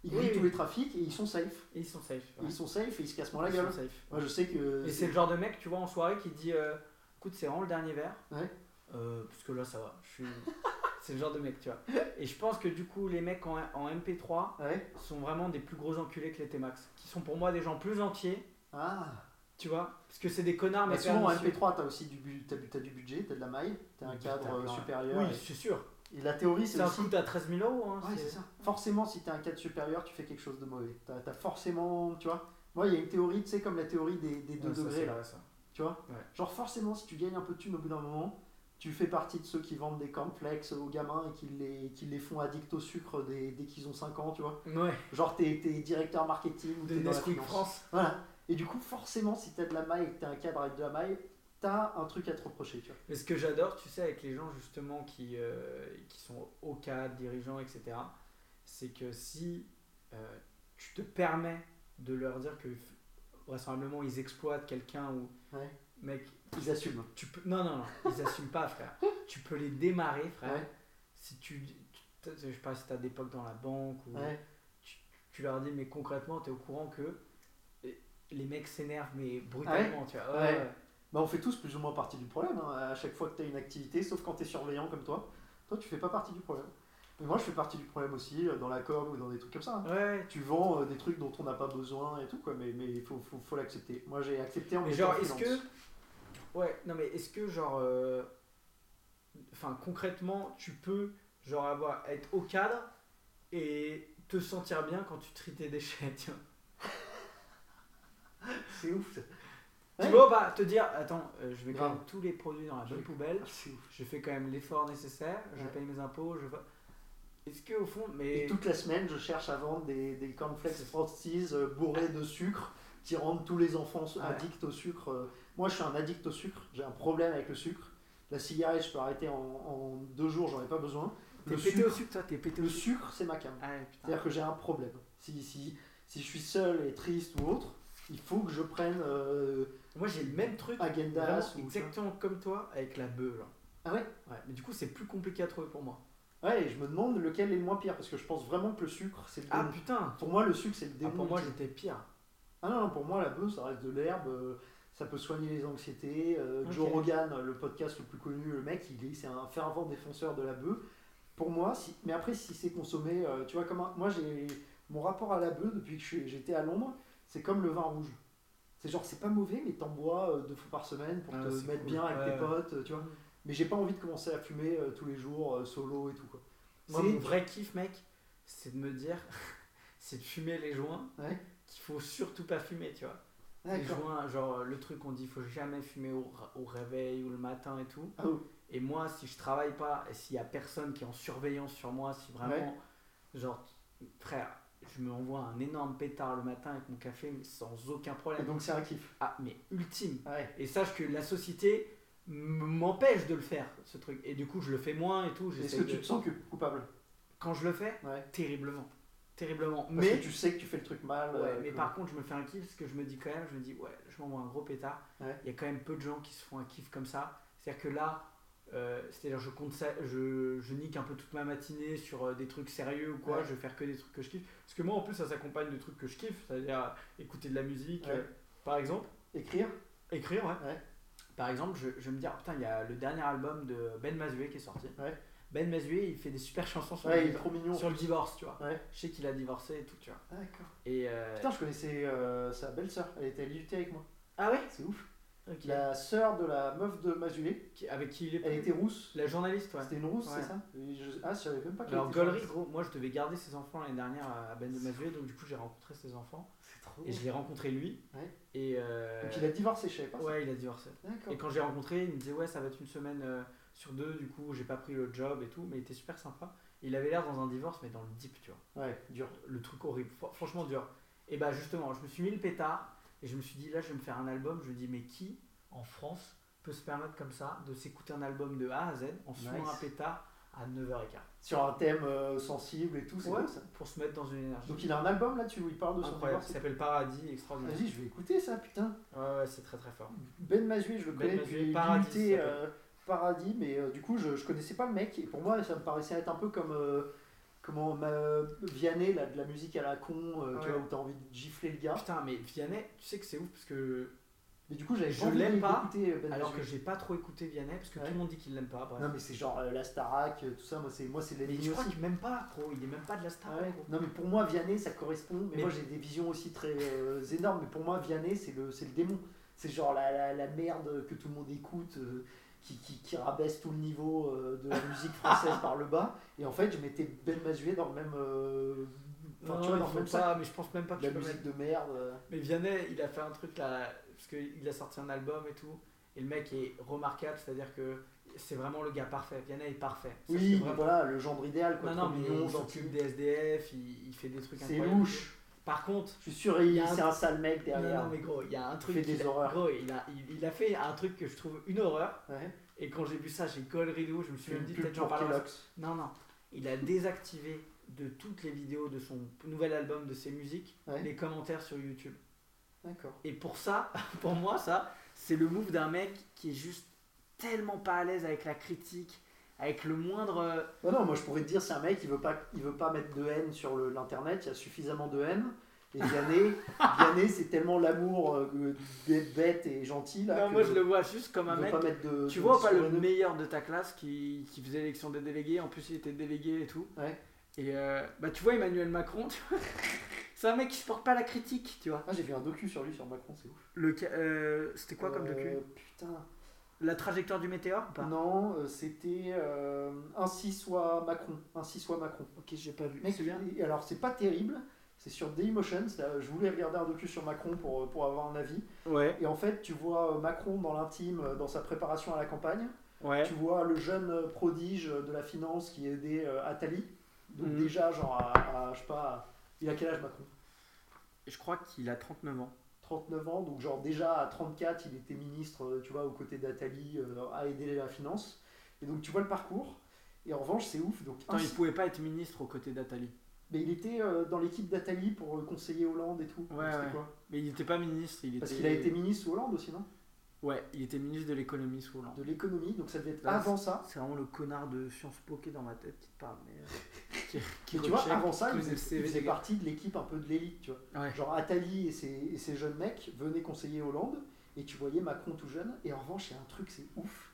Ils grillent
Oui,
tous
oui.
les trafics et ils sont safe.
Et ils sont safe. ouais.
Ils sont safe et ils se cassent moins la
Ils
gueule.
sont safe.
Moi, je sais que.
Et c'est le genre de mec, tu vois, en soirée qui dit euh, Écoute, c'est vraiment le dernier verre.
Ouais.
Euh, parce que là, ça va. Je suis... c'est le genre de mec, tu vois. Et je pense que du coup, les mecs en, en MP3
Ouais.
sont vraiment des plus gros enculés que les T-Max. Qui sont pour moi des gens plus entiers,
Ah.
tu vois. Parce que c'est des connards, Ah, mais
Mais Bah, souvent, en
pernicieux.
MP3, t'as aussi du, bu- t'as, t'as du budget, t'as de la maille, t'as un
Oui,
cadre
t'as
euh,
plein.
supérieur.
Oui, c'est sûr.
Et, et la théorie, c'est,
C'est un
aussi.
shoot à 13 000 euros. hein,
Ouais,
c'est-
c'est ça. Forcément, si t'as un cadre supérieur, tu fais quelque chose de mauvais. T'as, t'as forcément. Tu vois Moi, il y a une théorie, tu sais, comme la théorie des, des 2
Ouais, ça,
degrés,
c'est
là.
vrai, ça.
Tu vois
Ouais.
Genre, forcément, si tu gagnes un peu de thunes au bout d'un moment, tu fais partie de ceux qui vendent des cornflakes aux gamins et qui les, qui les font addicts au sucre dès, dès qu'ils ont 5 ans, tu vois
Ouais,
Genre, t'es, t'es directeur marketing ou
de
t'es dans la
Nesquik
finance.
France.
Voilà. Et du coup, forcément, si t'as de la maille et que t'as un cadre avec de la maille, t'as un truc à te reprocher, tu vois
Mais ce que j'adore, tu sais, avec les gens justement qui, euh, qui sont au cadre, dirigeants, etc., c'est que si euh, tu te permets de leur dire que vraisemblablement ils exploitent quelqu'un ou.
Ouais.
Mec,
Ils assument.
tu peux. Non, non, non, ils assument pas, frère. Tu peux les démarrer, frère.
Ouais.
Si tu. tu- Je sais pas si t'as des potes dans la banque ou.
Ouais.
Tu leur dis, mais concrètement, t'es au courant que. euh, Les mecs s'énervent, mais brutalement, tu vois.
Ouais. Bah, on fait tous plus ou moins partie du problème. hein. À chaque fois que tu as une activité, sauf quand tu es surveillant comme toi, toi tu fais pas partie du problème. Mais moi, je fais partie du problème aussi euh, dans la com ou dans des trucs comme ça. hein.
Ouais.
Tu vends euh, des trucs dont on n'a pas besoin et tout, quoi, mais il faut, faut, faut l'accepter. Moi, j'ai accepté en
Mais
étant
genre, est-ce que.
freelance.
Ouais, non, mais est-ce que, genre. euh, Enfin, concrètement, tu peux, genre, avoir, être au cadre et te sentir bien quand tu tries tes déchets, tiens.
C'est ouf, ça.
Tu
Ouais.
vois, bah, te dire, attends, euh, je mets quand
Grave.
même tous les produits dans la bonne
Oui.
poubelle,
C'est ouf.
je fais quand même l'effort nécessaire, je
Ouais.
paye mes impôts, je. va- Est-ce que, au fond,
Et
mais.
toute la semaine, je cherche à vendre des, des cornflakes Frosties euh, bourrés de sucre qui rendent tous les enfants
Ah Ouais.
addicts au sucre. Euh, Moi, je suis un addict au sucre. J'ai un problème avec le sucre. La cigarette, je peux arrêter en, en deux jours, j'en ai pas besoin.
T'es
Le
pété
sucre,
au sucre, toi, t'es pété au
le
sucre.
sucre, c'est ma cam.
Ah, ouais, putain.
C'est-à-dire que j'ai un problème. Si, si, si je suis seul et triste ou autre, il faut que je prenne euh,
Moi, j'ai le même truc.
Agendas
vraiment
ou.
exactement comme toi avec la beuh,
Ah ouais
Ouais, mais du coup, c'est plus compliqué à trouver pour moi.
Ouais, et je me demande lequel est le moins pire parce que je pense vraiment que le sucre, c'est le
Ah
démon.
putain
Pour moi, le sucre, c'est le
Ah,
démon.
Pour moi,
ultime.
j'étais pire.
Ah non, non, pour moi, la beuh, ça reste de l'herbe. euh, Ça peut soigner les anxiétés. euh,
Ok.
Joe Rogan, le podcast le plus connu, le mec, il est, c'est un fervent défenseur de la beuh. Pour moi, si, mais après, si c'est consommé, euh, tu vois, comme un- moi, j'ai mon rapport à la beuh depuis que je suis- j'étais à Londres, c'est comme le vin rouge. C'est genre, c'est pas mauvais, mais t'en bois euh, deux fois par semaine pour
Ah,
te
c'est
mettre
cool.
bien avec
Ouais,
tes
ouais.
potes, euh, tu vois. Mais j'ai pas envie de commencer à fumer euh, tous les jours euh, solo et tout quoi.
Moi,
C'est-
mon vrai kiff, mec, c'est de me dire, c'est de fumer les joints
Ouais.
qu'il faut surtout pas fumer, tu vois. Les
D'accord.
joints, genre euh, le truc qu'on dit, faut jamais fumer au, au réveil ou le matin et tout.
Ah oui.
Et moi, si je travaille pas et s'il y a personne qui est en surveillance sur moi, si vraiment, genre, frère, je me envoie un énorme pétard le matin avec mon café, mais sans aucun
Et
problème.
donc c'est un kiff.
Ah, mais ultime.
Ouais.
Et sache que la société m- m'empêche de le faire, ce truc. Et du coup, je le fais moins et tout.
Est-ce
j'essaie
que
de-
tu te sens que coupable
Quand je le fais,
Ouais.
terriblement. Terriblement.
Parce
mais
que tu sais que tu fais le truc mal.
Ouais,
euh,
mais
que-
par contre, je me fais un kiff parce que je me dis quand même, je me dis, ouais, je m'envoie un gros pétard. Il
Ouais.
y a quand même peu de gens qui se font un kiff comme ça. C'est-à-dire que là, euh, c'est-à-dire je compte ça, je, je nique un peu toute ma matinée sur euh, des trucs sérieux ou quoi,
Ouais.
je vais faire que des trucs que je kiffe. Parce que moi, en plus, ça s'accompagne de trucs que je kiffe, c'est-à-dire euh, écouter de la musique,
Ouais.
euh, par exemple.
Écrire
Écrire, ouais.
Ouais.
Par exemple, je, je me dis, ah, putain, il y a le dernier album de Ben Mazué qui est sorti.
Ouais.
Ben Mazué, il fait des super chansons sur,
Ouais,
le,
il est
div-
trop mignon.
sur le divorce, tu vois.
Ouais.
Je sais qu'il a divorcé et tout, tu vois.
D'accord.
Et euh,
Putain, je connaissais euh, sa belle-sœur. Elle était à l'IUT avec moi.
Ah ouais Bah,
C'est ouf.
Ok.
La sœur de la meuf de Mazulé,
Qui- avec qui il est
elle était rousse.
La journaliste, ouais.
C'était une rousse,
Ouais.
c'est ça Et je... Ah, je savais même pas qu'elle
Alors,
était
Gollery,
journaliste.
gros, moi je devais garder ses enfants l'année dernière à Ben de Mazué, donc du coup j'ai rencontré ses enfants
C'est trop
et je l'ai rencontré lui.
Ouais.
Et euh,
Donc il a divorcé, je savais pas. ça.
ouais, il a divorcé.
D'accord.
Et quand j'ai rencontré, il me disait ouais, ça va être une semaine euh, sur deux, du coup j'ai pas pris le job et tout, mais il était super sympa. Il avait l'air dans un divorce, mais dans le deep, tu vois.
Ouais, dur.
Le truc horrible, fr- franchement dur. Et bah justement, je me suis mis le pétard et je me suis dit là, je vais me faire un album. Je me dis, mais qui en France peut se permettre comme ça de s'écouter un album de A à Z en fumant
Nice.
un pétard à 9h15
Sur un thème euh, sensible et tout, c'est
Ouais.
beau, ça.
pour se mettre dans une énergie.
Donc il a un album là-dessus où il parle de son
Incroyable,
divorce.
ça s'appelle Paradis, extraordinaire.
Vas-y, je vais écouter ça, putain.
Ouais, ouais, c'est très très fort.
Ben Mazué, je le
Ben
connais
Mazué,
depuis
Paradis,
Paradis,
ça s'appelle.
Paradis, mais euh, du coup, je, je connaissais pas le mec. Et pour moi, ça me paraissait être un peu comme euh, comment ma- Vianney, là, de la musique à la con, euh, tu
Ouais.
vois, où t'as envie de gifler le gars.
Putain, mais Vianney, tu sais que c'est ouf parce que.
Mais du coup, j'avais
Je
pas envie
l'aime pas,
d'écouter Ben
Alors que
Mazué.
j'ai pas trop écouté Vianney parce que
Ouais.
tout le monde dit qu'il l'aime pas. bref.
Non, mais c'est genre euh, la Starac, euh, tout ça. Moi, c'est moi, c'est
mais
l'ennemi
je crois
aussi.
qu'il m'aime pas, gros. Il est même pas de la star.
Ah Ouais.
gros.
Non, mais pour moi, Vianney, ça correspond. Mais,
Mais-
moi, j'ai des visions aussi très euh, énormes. Mais pour moi, Vianney, c'est le, c'est le démon. C'est genre la, la, la merde que tout le monde écoute, euh, qui, qui, qui rabaisse tout le niveau euh, de la musique française par le bas. Et en fait, je mettais Ben Mazué dans le même. euh, enfin,
Non,
tu vois,
il
dans le
faut
même sac.
pas, mais je pense même pas que
La
tu peux
musique
mettre-
de merde. euh.
Mais Vianney, il a fait un truc là. Parce qu'il a sorti un album et tout. Et le mec est remarquable, c'est-à-dire que c'est vraiment le gars parfait. Vianney est parfait. Ça, c'est
Oui, mais
vraiment-
voilà, le genre idéal. Quoi,
Non, non,
trop
mais
mignon,
il
gentil.
s'occupe des SDF, il, il fait des trucs
C'est
incroyables.
louche.
Par contre,
Je suis sûr,
Il y
il-
a un-
c'est un sale mec derrière.
Non, non, mais gros, il y a un truc.
fait des
qu'il a-
horreurs.
Gros, il a, il, il a fait un truc que je trouve une horreur.
Ouais.
Et quand j'ai vu ça, j'ai colleré de ouf, Je me suis
Tu
même dit,
une pub
peut-être j'en
pour
parlerai.
Kellogg's.
Non, non. Il a désactivé de toutes les vidéos de son nouvel album, de ses musiques,
Ouais.
les commentaires sur YouTube.
D'accord.
Et pour ça, pour moi, ça, c'est le move d'un mec qui est juste tellement pas à l'aise avec la critique, avec le moindre. euh,
Non, non, moi je pourrais te dire, c'est un mec, il veut pas, il veut pas mettre de haine sur le- l'internet, il y a suffisamment de haine. Et Vianney, Vianney c'est tellement l'amour euh, des bêtes et gentil. Là,
Non,
que
moi je le vois juste comme
il
un
veut
mec.
pas mettre de,
Tu
de
vois pas le
surnom.
meilleur de ta classe qui, qui faisait l'élection des délégués, en plus il était délégué et tout.
Ouais.
Et euh, bah tu vois Emmanuel Macron, tu vois, c'est un mec qui supporte pas la critique, tu vois.
Ah, j'ai vu un docu sur lui, sur Macron, c'est ouf.
Le ca- euh, c'était quoi comme docu
Euh, Putain.
La trajectoire du météore ou pas
Non, euh, c'était euh, Ainsi soit Macron. Ainsi soit Macron.
Ok, j'ai pas vu.
Mec,
c'est bien.
et alors c'est pas terrible, c'est sur Dailymotion, c'est, euh, je voulais regarder un docu sur Macron pour, euh, pour avoir un avis.
Ouais,
Et en fait, tu vois euh, Macron dans l'intime, euh, dans sa préparation à la campagne,
ouais.
tu vois le jeune euh, prodige euh, de la finance qui aidait euh, Attali, donc
Mhm.
déjà genre à, à, je sais pas, à- il a quel âge Macron
Je crois qu'il a 39 ans.
39 ans, donc genre déjà à 34, il était ministre, euh, tu vois, aux côtés d'Attali, euh, à aider la finance. Et donc tu vois le parcours, et en revanche c'est ouf, donc
Attends,
ainsi-
il pouvait pas être ministre aux côtés d'Atali.
mais il était euh, dans l'équipe d'Attali pour euh, conseiller Hollande et tout.
Ouais,
C'était
ouais.
quoi
Mais il était pas ministre, il était. euh,
Parce qu'il a été ministre sous Hollande aussi, non
Ouais, il était ministre de l'économie sous Hollande.
De l'économie, donc ça devait être
Ah,
avant ça.
C'est vraiment le connard de Sciences Po qui est dans ma tête qui te parle, mais. euh, qui, qui
Mais tu vois,
recheck,
avant ça,
qui
il
faisait
faisait,
le CV
il faisait
des gars.
partie de l'équipe un peu de l'élite, tu vois.
Ouais.
Genre Attali et ses, et ses jeunes mecs venaient conseiller Hollande, et tu voyais Macron tout jeune, et en revanche, il y a un truc, c'est ouf.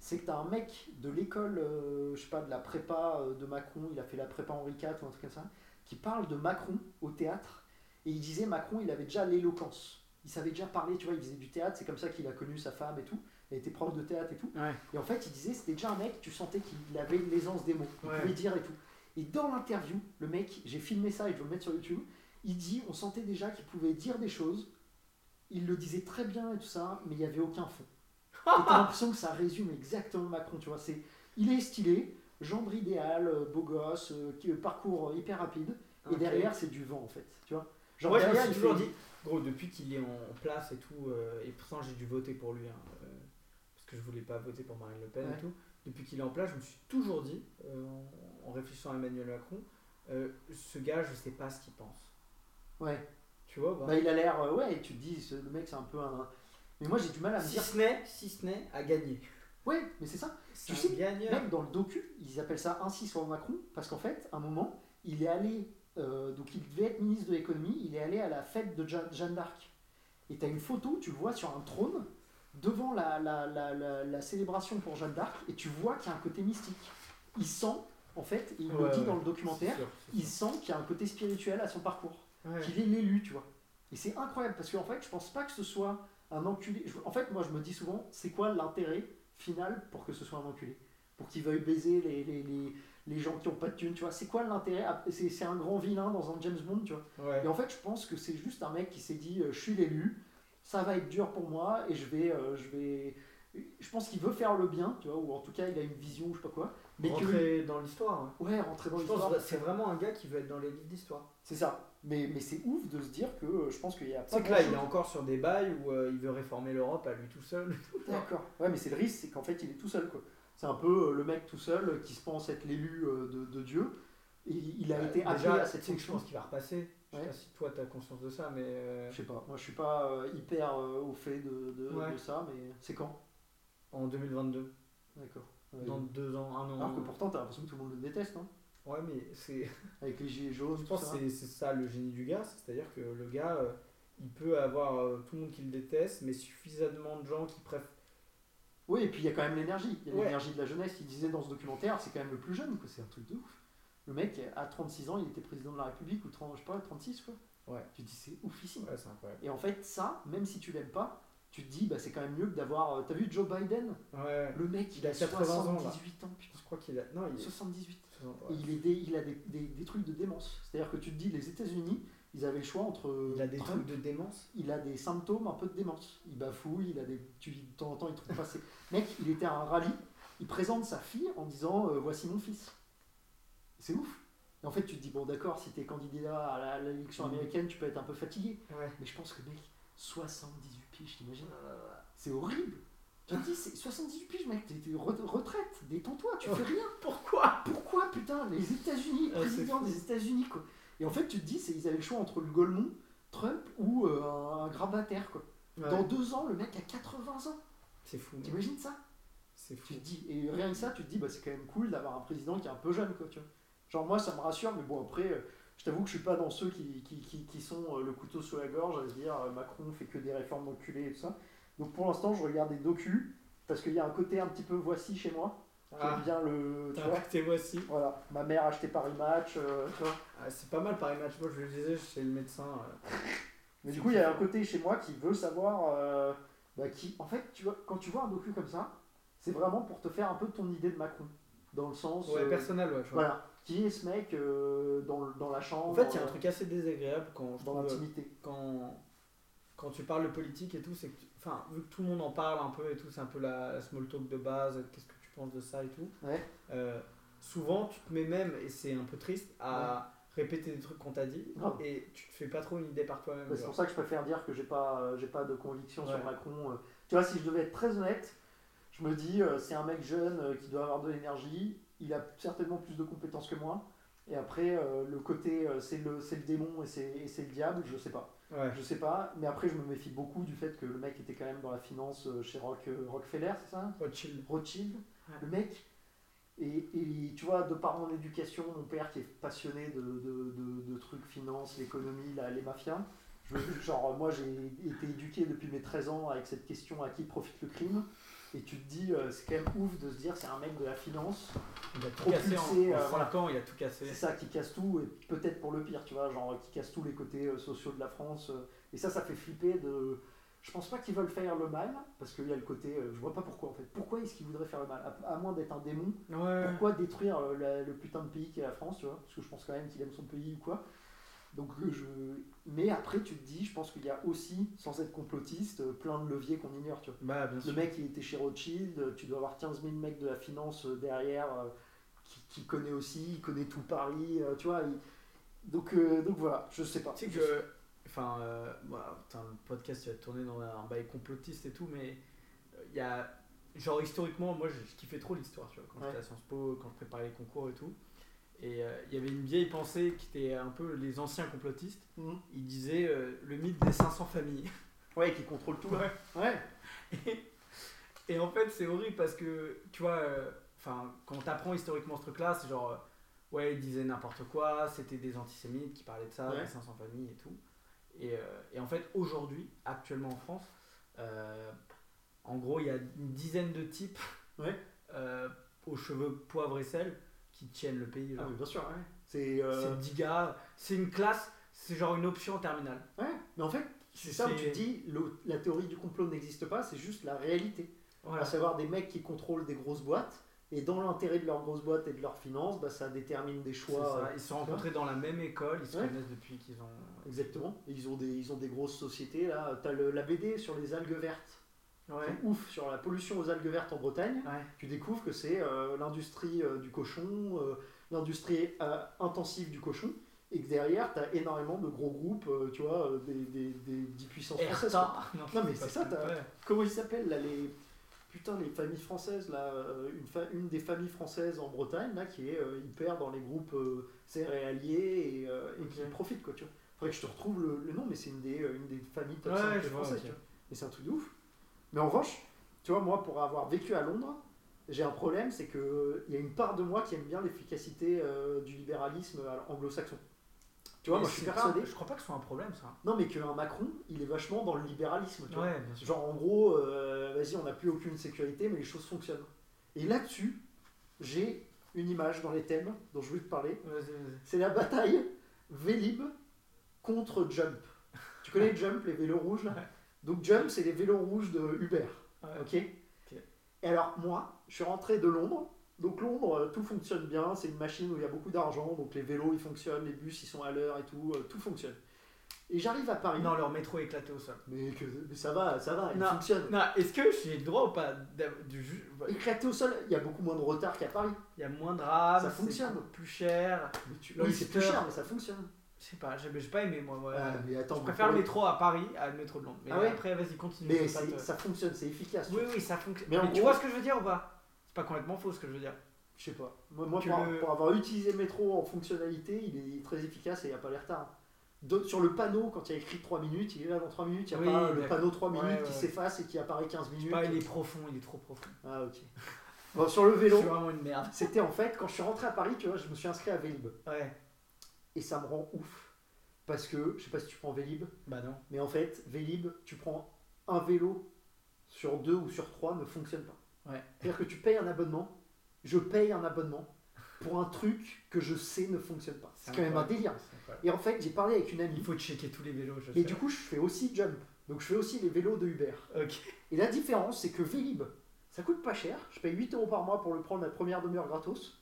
C'est que t'as un mec de l'école, euh, je sais pas, de la prépa euh, de Macron, il a fait la prépa Henri IV ou un truc comme ça, qui parle de Macron au théâtre, et il disait Macron, il avait déjà l'éloquence. Il savait déjà parler, tu vois, il faisait du théâtre, c'est comme ça qu'il a connu sa femme et tout, il était prof de théâtre et tout.
Ouais.
Et en fait, il disait, c'était déjà un mec, tu sentais qu'il avait une aisance des mots, il
Ouais.
pouvait dire et tout. Et dans l'interview, le mec, j'ai filmé ça et je vais le mettre sur YouTube, il dit, on sentait déjà qu'il pouvait dire des choses, il le disait très bien et tout ça, mais il n'y avait aucun fond. Et t'as l'impression que ça résume exactement Macron, tu vois. C'est, il est stylé, jambe idéale, euh, beau gosse, euh, qui- parcours hyper rapide, et
Ok.
derrière, c'est du vent, en fait, tu vois. Genre,
Moi, je me
derrière,
suis
il
toujours
fait-
dit, gros, depuis qu'il est en place et tout, euh, et pourtant j'ai dû voter pour lui, hein, euh, parce que je voulais pas voter pour Marine Le Pen
Ouais.
et tout. Depuis qu'il est en place, je me suis toujours dit, euh, en- en réfléchissant à Emmanuel Macron, euh, ce gars, je sais pas ce qu'il pense.
Ouais.
Tu vois bah,
Bah, il a l'air, euh, ouais, tu te dis, ce- le mec, c'est un peu un. Mais moi, j'ai du mal à me
Si
dire.
ce n'est, si ce n'est, à gagner.
Ouais, mais c'est ça.
C'est
Tu
un
sais,
gagneur.
Même dans le docu, ils appellent ça ainsi soit Macron, parce qu'en fait, à un moment, il est allé, euh, donc il devait être ministre de l'économie, il est allé à la fête de Jeanne, Jeanne d'Arc. Et tu as une photo, tu le vois sur un trône, devant la, la- la- la- la célébration pour Jeanne d'Arc, et tu vois qu'il y a un côté mystique. Il sent, en fait, et il
Ouais,
le dit
ouais.
dans le
C'est
documentaire,
sûr, c'est
il
sûr.
sent qu'il y a un côté spirituel à son parcours
Ouais.
qu'il est l'élu, tu vois. Et c'est incroyable parce qu'en fait, je pense pas que ce soit un enculé. Je- En fait, moi, je me dis souvent, c'est quoi l'intérêt final pour que ce soit un enculé Pour qu'il veuille baiser les, les, les, les gens qui ont pas de thunes, tu vois. C'est quoi l'intérêt à- C'est c'est un grand vilain dans un James Bond, tu vois.
Ouais.
Et en fait, je pense que c'est juste un mec qui s'est dit, euh, je suis l'élu, ça va être dur pour moi et je vais. euh, je vais... Je pense qu'il veut faire le bien, tu vois, ou en tout cas, il a une vision, je sais pas quoi. Mais que-
Rentrer dans l'histoire. hein.
Ouais, rentrer dans
Je pense
l'histoire.
que c'est vraiment un gars qui veut être dans les livres d'histoire.
C'est ça. Mais, mais c'est ouf de se dire que euh, je pense qu'il y a pas
C'est que là, il
grand-chose
est encore sur des bails où euh, il veut réformer l'Europe à lui tout seul.
D'accord. Ouais, mais c'est le risque, c'est qu'en fait, il est tout seul, quoi. C'est un peu euh, le mec tout seul euh, qui se pense être l'élu euh, de, de Dieu. Et il a
Bah,
été appelé
déjà,
à cette
tu sais que Je
fonction.
pense qu'il va repasser. Je sais
Ouais.
pas si toi, t'as conscience de ça, mais. euh,
Je sais pas. Moi, je suis pas euh, hyper euh, au fait de, de,
Ouais.
de ça, mais c'est quand
En 2022.
D'accord. Ouais.
Dans deux ans, un an.
Alors que pourtant, t'as l'impression que tout le monde le déteste, non
Ouais, mais c'est.
Avec les gilets jaunes,
Je
tout
pense que
ça.
c'est c'est ça le génie du gars. C'est-à-dire que le gars, euh, il peut avoir euh, tout le monde qui le déteste, mais suffisamment de gens qui préfèrent.
Oui, et puis il y a quand même l'énergie. Il y a
Ouais.
l'énergie de la jeunesse. Il disait dans ce documentaire, c'est quand même le plus jeune, quoi. C'est un truc de ouf. Le mec, à 36 ans, il était président de la République, ou 30, je sais pas, 36, quoi.
Ouais.
Tu te dis, c'est oufissime.
Ouais, c'est incroyable.
Et en fait, ça, même si tu l'aimes pas, tu te dis, bah, c'est quand même mieux que d'avoir. euh, T'as vu Joe Biden
Ouais.
Le mec, il,
Il a
a
80 ans, là.
78 ans, putain.
Je crois qu'il a. Non, il est.
78. Et
Ouais.
il, est dé- il a des, des- des trucs de démence. C'est-à-dire que tu te dis, les États-Unis, ils avaient le choix entre.
Il a des
Trump,
trucs de démence.
Il a des symptômes un peu de démence. Il bafouille, il a des. Tu, de temps en temps, il trouve pas ses. Mec, il était à un rallye, il présente sa fille en disant euh, Voici mon fils. C'est ouf. Et en fait, tu te dis, bon, d'accord, si t'es candidat à la- à l'élection
Mhm.
américaine, tu peux être un peu fatigué.
Ouais.
Mais je pense que, mec, 78 piges, t'imagines C'est horrible. Tu te dis, c'est 78 piges, mec, t'es t'es re- retraite, détends-toi, tu fais rien.
Pourquoi
Pourquoi, putain, les États-Unis,
Ah, c'est
président
fou.
des États-Unis, quoi. Et en fait, tu te dis, c'est- ils avaient le choix entre le Golemont, Trump ou euh, un grabataire, quoi. Dans deux ans, le mec a 80 ans.
C'est fou. mec.
T'imagines ça
C'est fou.
Tu te dis, et rien que ça, tu te dis, bah, c'est quand même cool d'avoir un président qui est un peu jeune, quoi, tu vois. Genre, moi, ça me rassure, mais bon, après, euh, Je t'avoue que je suis pas dans ceux qui, qui, qui, qui sont euh, le couteau sous la gorge à se dire euh, Macron fait que des réformes d'enculés et tout ça. Donc pour l'instant, je regarde des docus parce qu'il y a un côté un petit peu voici chez moi. J'aime
Ah,
bien le. Tu
t'as
vois
impacté voici.
voilà, ma mère a acheté Paris Match, euh, tu vois.
Ah, c'est pas mal pareil match. Moi, je le disais chez le médecin. euh,
Mais du coup, il y a un côté chez moi qui veut savoir. euh, bah, qui... En fait, tu vois, quand tu vois un docu comme ça, c'est vraiment pour te faire un peu ton idée de Macron. Dans le sens.
ouais,
euh,
personnel, ouais. je vois.
Voilà. Qui est ce mec euh, dans, le- dans la chambre
En fait, il y a un
euh,
truc assez désagréable quand je
Dans
trouve, euh,
l'intimité.
quand, quand tu parles de politique et tout, c'est que, tu- enfin, vu que tout le monde en parle un peu et tout, c'est un peu la, la small talk de base, euh, qu'est-ce que tu penses de ça et tout.
Ouais.
Euh, souvent, tu te mets même, et c'est un peu triste, à répéter des trucs qu'on t'a dit
Grave.
et tu te fais pas trop une idée par toi-même.
Bah, c'est
genre.
pour ça que je préfère dire que j'ai pas, euh, j'ai pas de conviction
Ouais.
sur Macron. euh. Tu vois, si je devais être très honnête, je me dis, euh, c'est un mec jeune euh, qui doit avoir de l'énergie, il a certainement plus de compétences que moi. Et après, euh, le côté, euh, c'est le, c'est le démon et c'est et c'est le diable, je sais pas.
Ouais.
Je sais pas, mais après, je me méfie beaucoup du fait que le mec était quand même dans la finance euh, chez Rock, euh, Rockefeller, c'est ça
Ouais, Oh, chill.
Rothschild,
Ouais.
le mec. Et, et tu vois, de par mon éducation, mon père qui est passionné de, de- de- de trucs finance, l'économie, la- les mafias, je, genre moi j'ai été éduqué depuis mes 13 ans avec cette question à qui profite le crime. Et tu te dis, euh, c'est quand même ouf de se dire, c'est un mec de la finance
Il a tout
Trop
cassé en,
pulsé,
en
euh,
cinq
voilà.
ans, il a tout cassé.
c'est ça qui casse tout, et peut-être pour le pire, tu vois, genre qui casse tous les côtés euh, sociaux de la France. euh, et ça, ça fait flipper de. Je pense pas qu'ils veulent faire le mal, parce qu'il y a le côté. euh, je vois pas pourquoi en fait. Pourquoi est-ce qu'ils voudraient faire le mal à, à moins d'être un démon,
Ouais, ouais.
pourquoi détruire euh, la- le putain de pays qu'est la France, tu vois Parce que je pense quand même qu'il aime son pays ou quoi. Donc euh, je. Mais après, tu te dis, je pense qu'il y a aussi, sans être complotiste, euh, plein de leviers qu'on ignore, tu vois.
Bah, bien
Le
sûr.
mec, il était chez Rothschild, euh, tu dois avoir 15 000 mecs de la finance euh, derrière euh, qui, qui connaît aussi, il connaît tout Paris, euh, tu vois. il- Donc, euh, donc voilà, je sais pas.
Tu sais que. Enfin, euh, bah, putain, le podcast il va tourner dans un bail complotiste et tout, mais euh, il y a. Genre, historiquement, moi je, je kiffais trop l'histoire, tu vois, quand
Ouais.
j'étais à Sciences Po, quand je préparais les concours et tout. Et euh, il y avait une vieille pensée qui était un peu les anciens complotistes.
Mhm.
Ils disaient euh, le mythe des 500 familles.
Ouais, qui contrôle tout.
Ouais.
Ouais.
Et en fait, c'est horrible parce que, tu vois, euh, enfin, quand t'apprends historiquement ce truc-là, c'est genre, euh, ouais, ils disaient n'importe quoi, c'était des antisémites qui parlaient de ça,
Ouais.
des 500 familles et tout. Et, euh, et en fait, aujourd'hui, actuellement en France, euh, en gros, il y a une dizaine de types
Ouais.
euh, aux cheveux poivre et sel qui tiennent le pays.
Ah
genre.
oui, bien sûr, ouais. C'est. euh,
C'est 10 gars, c'est une classe, c'est genre une option en terminale.
ouais. Mais en fait, c'est ça où tu te dis, le- la théorie du complot n'existe pas, c'est juste la réalité.
Voilà.
à savoir des mecs qui contrôlent des grosses boîtes. Et dans l'intérêt de leurs grosses boîtes et de leurs finances, bah, ça détermine des
C'est
choix. euh,
ça. Ils se sont rencontrés dans la même école, ils se
Ouais.
connaissent depuis qu'ils ont.
Exactement. Et ils ont des, ils ont des grosses sociétés là. T'as le- la BD sur les algues vertes.
Ouais.
C'est Ouf sur la pollution aux algues vertes en Bretagne.
Ouais.
Tu découvres que c'est euh, l'industrie euh, du cochon, euh, l'industrie euh, intensive du cochon, et que derrière t'as énormément de gros groupes, euh, tu vois, euh, des, des, des, dix puissances françaises. quoi.
Erta.
Non, mais c'est ça, t'as-
Ouais.
Comment ils s'appellent là les putain les familles françaises là euh, une, fa- une des familles françaises en Bretagne là qui est euh, hyper dans les groupes euh, céréaliers et, euh, et qui
Ok.
profite quoi tu vois. Faudrait que je te retrouve le, le nom mais c'est une des euh, une des familles top
Ouais,
5
je vois,
françaises
ok.
tu vois. Mais c'est un truc de ouf. Mais en revanche, tu vois moi pour avoir vécu à Londres, j'ai un problème c'est que euh, il y a une part de moi qui aime bien l'efficacité euh, du libéralisme à- anglo-saxon. Tu vois,
Mais
moi je suis
c'est pas-
persuadé.
je crois pas que ce soit un problème ça.
Non, mais qu'un Macron, il est vachement dans le libéralisme. Tu vois.
Ouais, bien sûr.
Genre en gros, euh, vas-y, on n'a plus aucune sécurité, mais les choses fonctionnent. Et là-dessus, j'ai une image dans les thèmes dont je voulais te parler.
Vas-y, vas-y.
C'est la bataille Vélib contre Jump. Tu connais Jump, les vélos rouges là
Ouais.
Donc Jump, c'est les vélos rouges de Uber.
Ouais.
Ok Et alors moi, je suis rentré de Londres. Donc Londres, euh, tout fonctionne bien. C'est une machine où il y a beaucoup d'argent. Donc les vélos, ils fonctionnent, les bus, ils sont à l'heure et tout. euh, tout fonctionne. Et j'arrive à Paris.
Non, leur métro est éclaté au sol.
Mais, que- mais ça va, ça va, il
Non.
fonctionne.
Non, est-ce que j'ai le droit ou pas d'av- du ju-
Éclaté au sol, il y a beaucoup moins de retard qu'à Paris.
Il y a moins de rames,
Ça
c'est
fonctionne.
plus cher.
Mais tu-
Le
Oui, c'est plus
Lister.
cher, mais ça fonctionne.
Je sais pas, j'ai j'ai pas aimé moi. ouais.
Ah, mais attends,
je
mais
préfère le
pour-
métro à Paris à le métro de Londres. Mais
Ah ouais
après, vas-y, continue. je
Mais
vais pas
c'est-
te-
ça fonctionne, c'est efficace.
Oui, oui, ça fonctionne.
Mais
Mais,
en
tu
gros-
vois ce que je veux dire ou pas C'est pas complètement faux ce que je veux dire.
Je sais pas. Moi, moi,
Tu
pour,
le-
pour avoir utilisé métro en fonctionnalité, il est très efficace et il n'y a pas les retards. D'autres- sur le panneau, quand il y a écrit 3 minutes, il est là dans 3 minutes, il n'y a
Oui,
pas le
d'accord.
panneau 3
Ouais,
minutes qui
ouais.
s'efface et qui apparaît 15
Je sais
minutes.
pas, il est profond, il est trop profond.
Ah, ok. Bon, sur le
Je
vélo,
suis vraiment une merde.
c'était en fait, quand je suis rentré à Paris, tu vois, je me suis inscrit à Vélib.
Ouais.
et ça me rend ouf. Parce que, je sais pas si tu prends Vélib,
Bah non.
mais en fait, Vélib, tu prends un vélo sur deux ou sur trois ne fonctionne pas.
Ouais.
C'est-à-dire que tu payes un abonnement, je paye un abonnement pour un truc que je sais ne fonctionne pas. C'est quand même un délire.
C'est incroyable.
Et en fait, j'ai parlé avec une amie,
Il faut checker tous les vélos, je
mais
sais.
du coup, je fais aussi Jump. Donc, je fais aussi les vélos de Uber.
Ok.
Et la différence, c'est que Vélib, ça coûte pas cher. Je paye 8 euros par mois pour le prendre la première demi-heure gratos.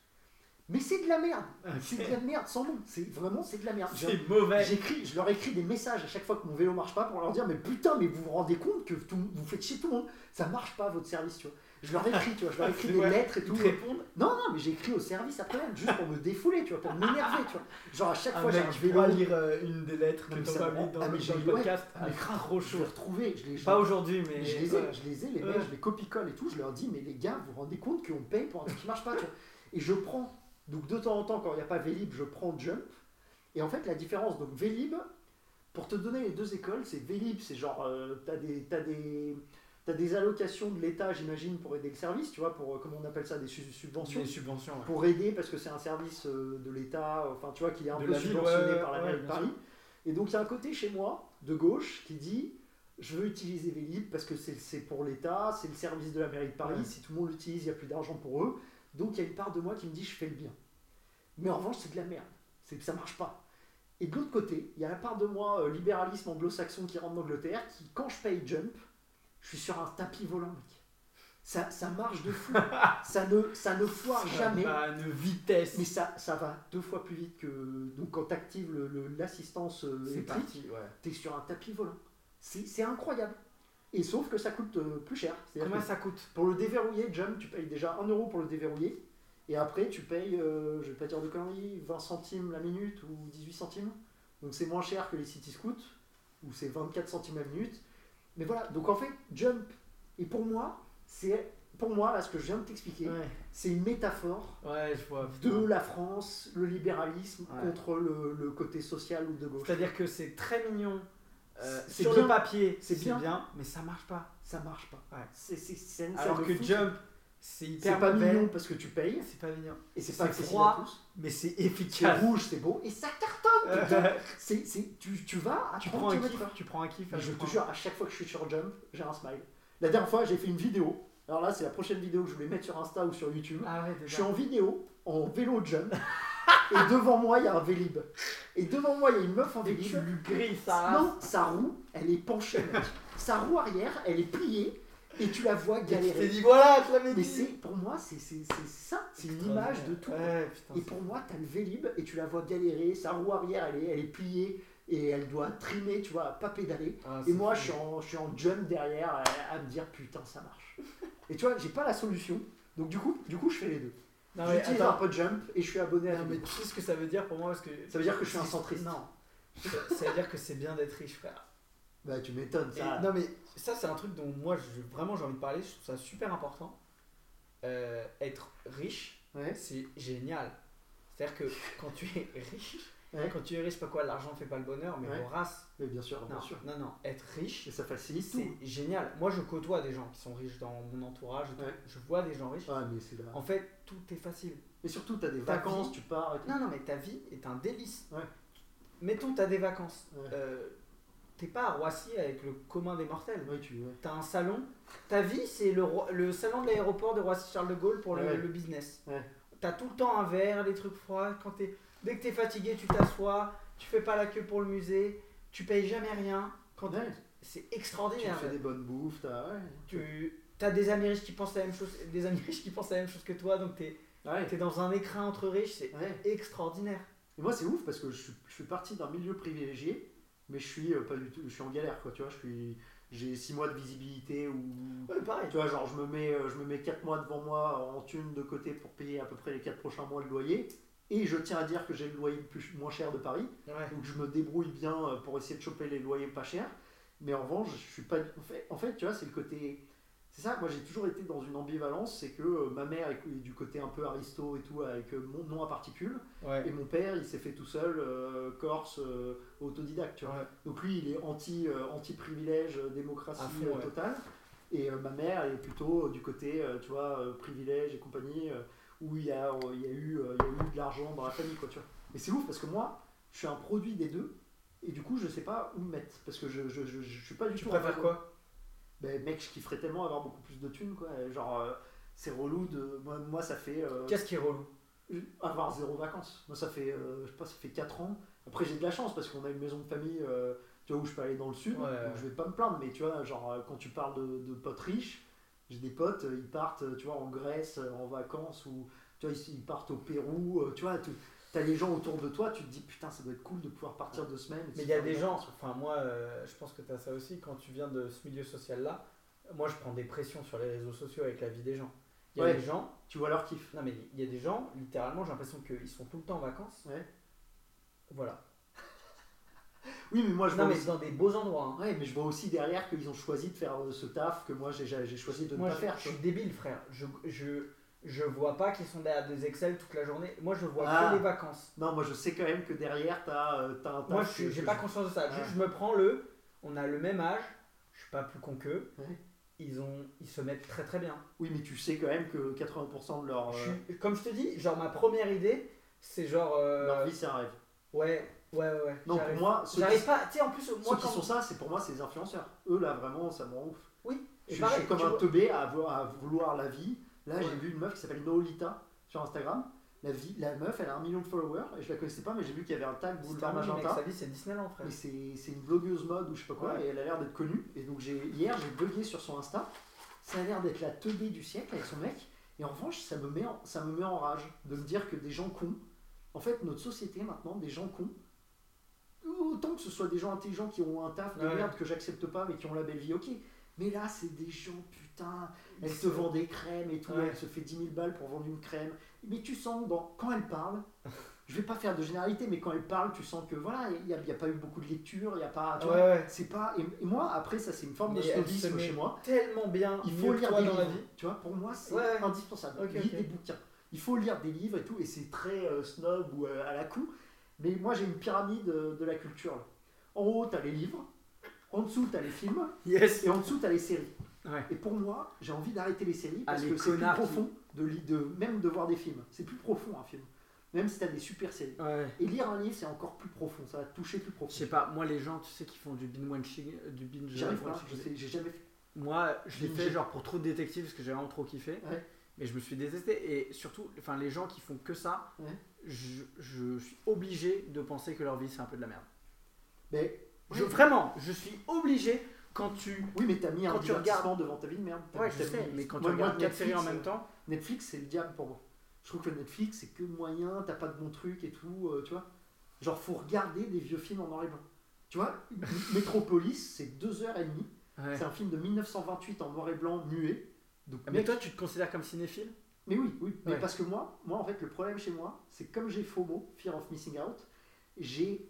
Mais c'est de la merde. C'est de la merde sans nom. C'est vraiment c'est de la merde. J'ai-
Ah, C'est mauvais.
J'écris, je leur écris des messages à chaque fois que mon vélo marche pas pour leur dire mais putain mais vous vous rendez compte que tout, vous faites chier tout le monde. Ça marche pas votre service tu vois. Je leur écris tu vois, je leur écris
C'est
des
vrai.
lettres et
Ils
tout.
te répondent.
Non non mais j'écris au service après même juste pour me défouler tu vois, pour m'énerver tu vois. Genre à chaque
Un
fois j'ai
mec,
un
tu pourras
vélo.
lire euh, une des lettres
Non,
que
mais
t'as
ça
pas
me rend-
mis dans
Ah,
le
mais
dans
j'ai-
le
ouais.
podcast.
Ah, mais grave,
trop
Je les retrouvé, je les je
Pas
les-
aujourd'hui, mais. euh,
mais je les ai,
ouais.
je les ai, les
Ouais.
mecs, je les copie-colle et tout. Je leur dis, mais les gars, vous vous rendez compte qu'on paye pour un truc qui marche pas tu vois. Et je prends, donc de temps en temps, quand il n'y a pas Vélib, je prends Jump. Et en fait, la différence, donc Vélib, pour te donner les deux écoles, c'est Vélib, c'est genre, euh, t'as des. T'as des T'as des allocations de l'État, j'imagine, pour aider le service, tu vois, pour, euh, comment on appelle ça, des su- subventions.
Des subventions, ouais.
Pour aider, parce que c'est un service euh, de l'État, enfin, tu vois, qui est un
De
peu
la ville,
subventionné
ouais, ouais,
par la
ouais,
mairie de
bien
Paris. Et donc, il y a un côté chez moi, de gauche, qui dit je veux utiliser Vélib parce que c'est c'est pour l'État, c'est le service de la mairie de Paris.
Ouais.
Si tout le monde l'utilise, il n'y a plus d'argent pour eux. Donc, il y a une part de moi qui me dit je fais le bien. Mais en revanche, c'est de la merde. C'est que ça marche pas. Et de l'autre côté, il y a la part de moi, euh, libéralisme anglo-saxon qui rentre d'Angleterre, qui, quand je paye Jump, je suis sur un tapis volant, mec. Ça, ça marche de fou. ça, ne, ça ne foire
Ça
jamais.
va à une vitesse.
Mais ça, ça va deux fois plus vite que. Donc quand tu actives l'assistance euh,
C'est
électrique,
parti, ouais.
t'es sur un tapis volant. C'est c'est incroyable. Et sauf que ça coûte euh, plus cher. C'est-à-dire
Combien
que
ça coûte
pour le déverrouiller, Jump, tu payes déjà 1 euro pour le déverrouiller. Et après, tu payes, euh, je vais pas dire de conneries, 20 centimes la minute ou 18 centimes. Donc c'est moins cher que les City Scouts, où c'est 24 centimes la minute. Mais voilà, donc en fait, Jump, et pour moi, c'est. Pour moi, là, ce que je viens de t'expliquer,
Ouais.
c'est une métaphore
Ouais, je vois. putain.
de la France, le libéralisme
Ouais.
contre le, le côté social ou de gauche.
C'est-à-dire que c'est très mignon. euh,
C'est
sur
bien.
le papier,
C'est
c'est
bien.
bien. mais ça marche pas.
Ça marche pas.
Ouais.
C'est, c'est, c'est- ça
Alors
me
que
fout.
Jump, c'est
c'est
hyper
pas
mauvais.
mignon parce que tu payes
C'est pas mignon.
et c'est pas
C'est
accessible
froid.
à tous.
Mais c'est
C'est
efficace.
rouge, c'est beau et ça cartonne. putain. c'est, c'est, tu, tu vas
Ah, oh,
à
Tu
30
prends un
kilomètres
kiff, tu prends un kiff.
Mais je
tu
te
prends-
jure, à chaque fois que je suis sur Jump, j'ai un smile. La dernière fois, j'ai fait une vidéo. Alors là, c'est la prochaine vidéo que je voulais mettre sur Insta ou sur YouTube.
Ah ouais,
Je
déjà.
suis en vidéo, en vélo Jump, et devant moi, il y a un Vélib. Et devant moi, il y a une meuf en
Et
Vélib.
tu lui grilles ça.
Non, sa roue, elle est penchée, mec. sa roue arrière, elle est pliée et tu la vois
Et tu t'es
galérer.
dit, voilà, je l'avais
Mais
dit.
c'est, pour moi, c'est c'est- c'est ça, c'est une
Putain,
image
ouais.
de tout.
Ouais, putain,
Et
c'est-
pour moi, t'as le Vélib et tu la vois galérer, sa roue arrière, elle est, elle est pliée et elle doit trimer, tu vois, pas pédaler.
Ah,
Et
c'est
moi,
fou.
je suis, en, je suis en jump derrière euh, à, à me dire putain, ça marche. Et tu vois, j'ai pas la solution. Donc du coup, du coup, je fais les deux.
Non, mais
J'utilise un
Ah attends.
peu de jump et je suis abonné à
Non, mais
Vélib.
tu sais ce que ça veut dire pour moi parce que.
Ça veut dire que je suis un centriste.
Non. Ça veut dire que c'est bien d'être riche, frère.
Bah, tu m'étonnes,
Et-
ça.
non mais ça c'est un truc dont moi je, vraiment j'ai envie de parler, je trouve ça super important. Euh, être riche,
Ouais.
c'est génial. C'est-à-dire que quand tu es riche,
Ouais.
quand tu es riche, pas quoi, l'argent fait pas le bonheur, mais
Ouais.
Horace,
Mais bien sûr,
non,
bien sûr.
non, non, être riche,
Et ça facilite
c'est
tout.
génial. Moi je côtoie des gens qui sont riches dans mon entourage, et tout.
Ouais.
je vois des gens riches.
Ah, mais c'est là.
En fait, tout est facile.
Mais surtout, t'as des
Ta
vacances,
vie-
tu pars et tout.
Non, non, mais ta vie est un délice.
Ouais.
Mettons, t'as des vacances.
Ouais.
Euh, T'es pas à Roissy avec le commun des mortels.
Ouais, tu ouais.
T'as un salon. Ta vie, c'est le, roi- le salon de l'aéroport de Roissy-Charles de Gaulle pour le,
Ouais.
le business.
Ouais.
T'as tout le temps un verre, des trucs froids. Quand t'es- dès que t'es fatigué, tu t'assois. Tu fais pas la queue pour le musée. Tu payes jamais rien. Quand
Ouais,
C'est
tu te
extraordinaire.
fais des bonnes bouffes, t'as. Ouais.
Tu as des amis riches qui pensent la même chose, des amis riches qui pensent la même chose que toi. Donc t'es
Ouais.
es dans un écrin entre riches. C'est
ouais.
extraordinaire.
Et moi, c'est ouf parce que je suis, je suis parti d'un milieu privilégié, mais je suis euh, pas du tout. Je suis en galère, quoi. Tu vois, je suis. J'ai 6 mois de visibilité ou.
Ouais, pareil.
Tu vois, genre, je me mets, euh, je me mets 4 mois devant moi en thune de côté pour payer à peu près les 4 prochains mois de loyer. Et je tiens à dire que j'ai le loyer le plus, moins cher de Paris.
Ouais.
Donc je me débrouille bien euh, pour essayer de choper les loyers pas chers. Mais en revanche, je suis pas. En fait, en fait, tu vois, c'est le côté. C'est ça, moi j'ai toujours été dans une ambivalence, c'est que euh, ma mère est du côté un peu aristo et tout, avec euh, mon nom à particules,
Ouais.
et mon père il s'est fait tout seul, euh, corse, euh, autodidacte, tu vois. Donc lui il est anti, euh, anti-privilège, euh, démocratie
À fond,
euh,
ouais.
totale, et euh, ma mère elle est plutôt euh, du côté, euh, tu vois, euh, privilège et compagnie, euh, où il y, a, euh, il y, a eu, euh, il y a eu de l'argent dans la famille, quoi, tu vois. Mais c'est ouf parce que moi, je suis un produit des deux, et du coup, je sais pas où me mettre, parce que je, je, je, je suis pas du
Tu
tout.
préfères
un-
quoi
Ben, mec, je kifferais tellement avoir beaucoup plus de thunes, quoi. Genre, euh, c'est relou de. Moi, moi, ça fait. euh,
Qu'est-ce qui est relou
avoir zéro vacances. Moi, ça fait, euh, je sais pas, ça fait 4 ans. Après, j'ai de la chance parce qu'on a une maison de famille euh, tu vois, où je peux aller dans le sud.
Ouais.
Donc, je vais pas me plaindre. Mais tu vois, genre, euh, quand tu parles de, de potes riches, j'ai des potes, euh, ils partent, euh, tu vois, en Grèce, euh, en vacances, ou tu vois, ils, ils partent au Pérou. euh, tu vois, tu as les gens autour de toi, tu te dis, putain, ça doit être cool de pouvoir partir deux semaines.
Mais il y a des gens, enfin moi euh, je pense que tu as ça aussi, quand tu viens de ce milieu social là, moi je prends des pressions sur les réseaux sociaux avec la vie des gens. Il y a
Ouais.
des gens,
Tu vois leur kiff.
non mais il y a des gens, littéralement j'ai l'impression qu'ils sont tout le temps en vacances.
Ouais.
Voilà.
Oui, mais moi, je
non
vois
mais
aussi...
dans des beaux endroits. hein.
Ouais, mais je vois aussi derrière qu'ils ont choisi de faire euh, ce taf que moi, j'ai j'ai choisi de ne
Moi
pas
je,
faire.
je
tu vois.
suis débile frère, je, je, je vois pas qu'ils sont derrière des Excel toute la journée, moi je vois
Ah.
que les vacances.
Non, moi je sais quand même que derrière, t'as euh, t'as un
Moi,
taf
je suis-
que-
j'ai
que
pas
je- Ah.
conscience de ça.
Ouais.
Juste, je me prends le. On a le même âge. Je suis pas plus con qu'eux.
Ouais.
Ils, ont, ils se mettent très très bien.
Oui, mais tu sais quand même que 80% de leur,
Je
euh,
suis- comme je te dis, genre ma première idée, c'est genre. euh,
leur vie, c'est un rêve.
ouais, ouais, ouais, ouais.
Non, pour
J'arrive-
moi, ceux, qui,
J'arrive pas. Tu sais, en plus,
ceux
moi,
qui
quand-
sont ça, c'est pour moi, c'est les influenceurs. Eux, là, vraiment, ça me rend ouf.
Oui,
je,
et
suis- je
pareil,
suis comme
tu
un
vois.
teubé à, avoir- à vouloir la vie. Là, j'ai
Ouais.
vu une meuf qui s'appelle Noolita sur Instagram. La, vie, la meuf, elle a un million de followers et je la connaissais pas, mais j'ai vu qu'il y avait un tag
C'est
boulevard
terminé, mec,
magenta.
Sa vie, c'est Disneyland, frère.
Mais c'est c'est une blogueuse mode ou je sais pas quoi,
Ouais.
et elle a l'air d'être connue. Et donc j'ai hier, j'ai bugué sur son Insta. Ça a l'air d'être la teubée du siècle avec son mec. Et en revanche, ça me met en, ça me met en rage de me dire que des gens cons. En fait, notre société maintenant, des gens cons. Autant que ce soit des gens intelligents qui ont un taf de
Ouais.
merde que j'accepte pas mais qui ont la belle vie, ok. Mais là, c'est des gens, putain, elle te
C'est-
vend des crèmes et tout,
Ouais.
elle se fait 10 000 balles pour vendre une crème. Mais tu sens, dans, quand elle parle, je vais pas faire de généralité, mais quand elle parle, tu sens que voilà, il n'y a, il y a pas eu beaucoup de lecture, il n'y a pas. tu
Ouais,
vois,
ouais.
C'est pas. Et, et moi, après, ça, c'est une forme
Mais
de
elle se
snobisme
met
chez moi.
Tellement bien.
Il
mieux
faut
que
lire
toi
des
dans la
livres,
vie.
Tu vois, pour moi, c'est
Ouais, ouais.
indispensable.
Ok,
Lis
ok.
des bouquins. Il faut lire des livres et tout, et c'est très euh, snob ou euh, à la coup. Mais moi, j'ai une pyramide euh, de la culture. là. En haut, t'as les livres. En dessous, t'as les films.
Yes.
Et en dessous, t'as les séries.
Ouais.
Et pour moi, j'ai envie d'arrêter les séries
Ah,
parce
les
que c'est plus
connards qui-
profond de, li- de même de voir des films. C'est plus profond un film, même si t'as des super séries.
Ouais.
Et lire un livre, c'est encore plus profond. Ça va te toucher plus profond.
Je sais pas, moi, les gens, tu sais, qui font du binge-watching. Du binge
J'arrive pas. Je sais, j'ai jamais fait.
Moi, je l'ai
Binge.
fait genre pour trop de détectives parce que j'ai vraiment trop kiffé.
Ouais.
Mais je me suis détesté et surtout, enfin les gens qui font que ça,
Ouais.
je, je suis obligé de penser que leur vie c'est un peu de la merde.
Mais
Je,
Ouais.
vraiment, je suis obligé quand tu,
oui, mais t'as mis un
Quand tu regardes-
divertissement devant ta vie de merde. T'as-
ouais, je
t'as
sais,
mis-
mais quand
Moi,
tu
moi,
regardes quatre séries en
Netflix,
même temps,
euh, Netflix, c'est le diable pour moi. Je trouve que Netflix, c'est que moyen. T'as pas de bon truc et tout. euh, tu vois. Genre, faut regarder des vieux films en noir et blanc. Tu vois, Metropolis, c'est deux heures et demie.
Ouais.
C'est un film de 1928 en noir et blanc muet. Donc,
Ah, mais
mec,
toi tu te considères comme cinéphile
Mais oui, oui. Mais
Ouais.
parce que moi, moi, en fait, le problème chez moi, c'est que comme j'ai FOMO, Fear of Missing Out, j'ai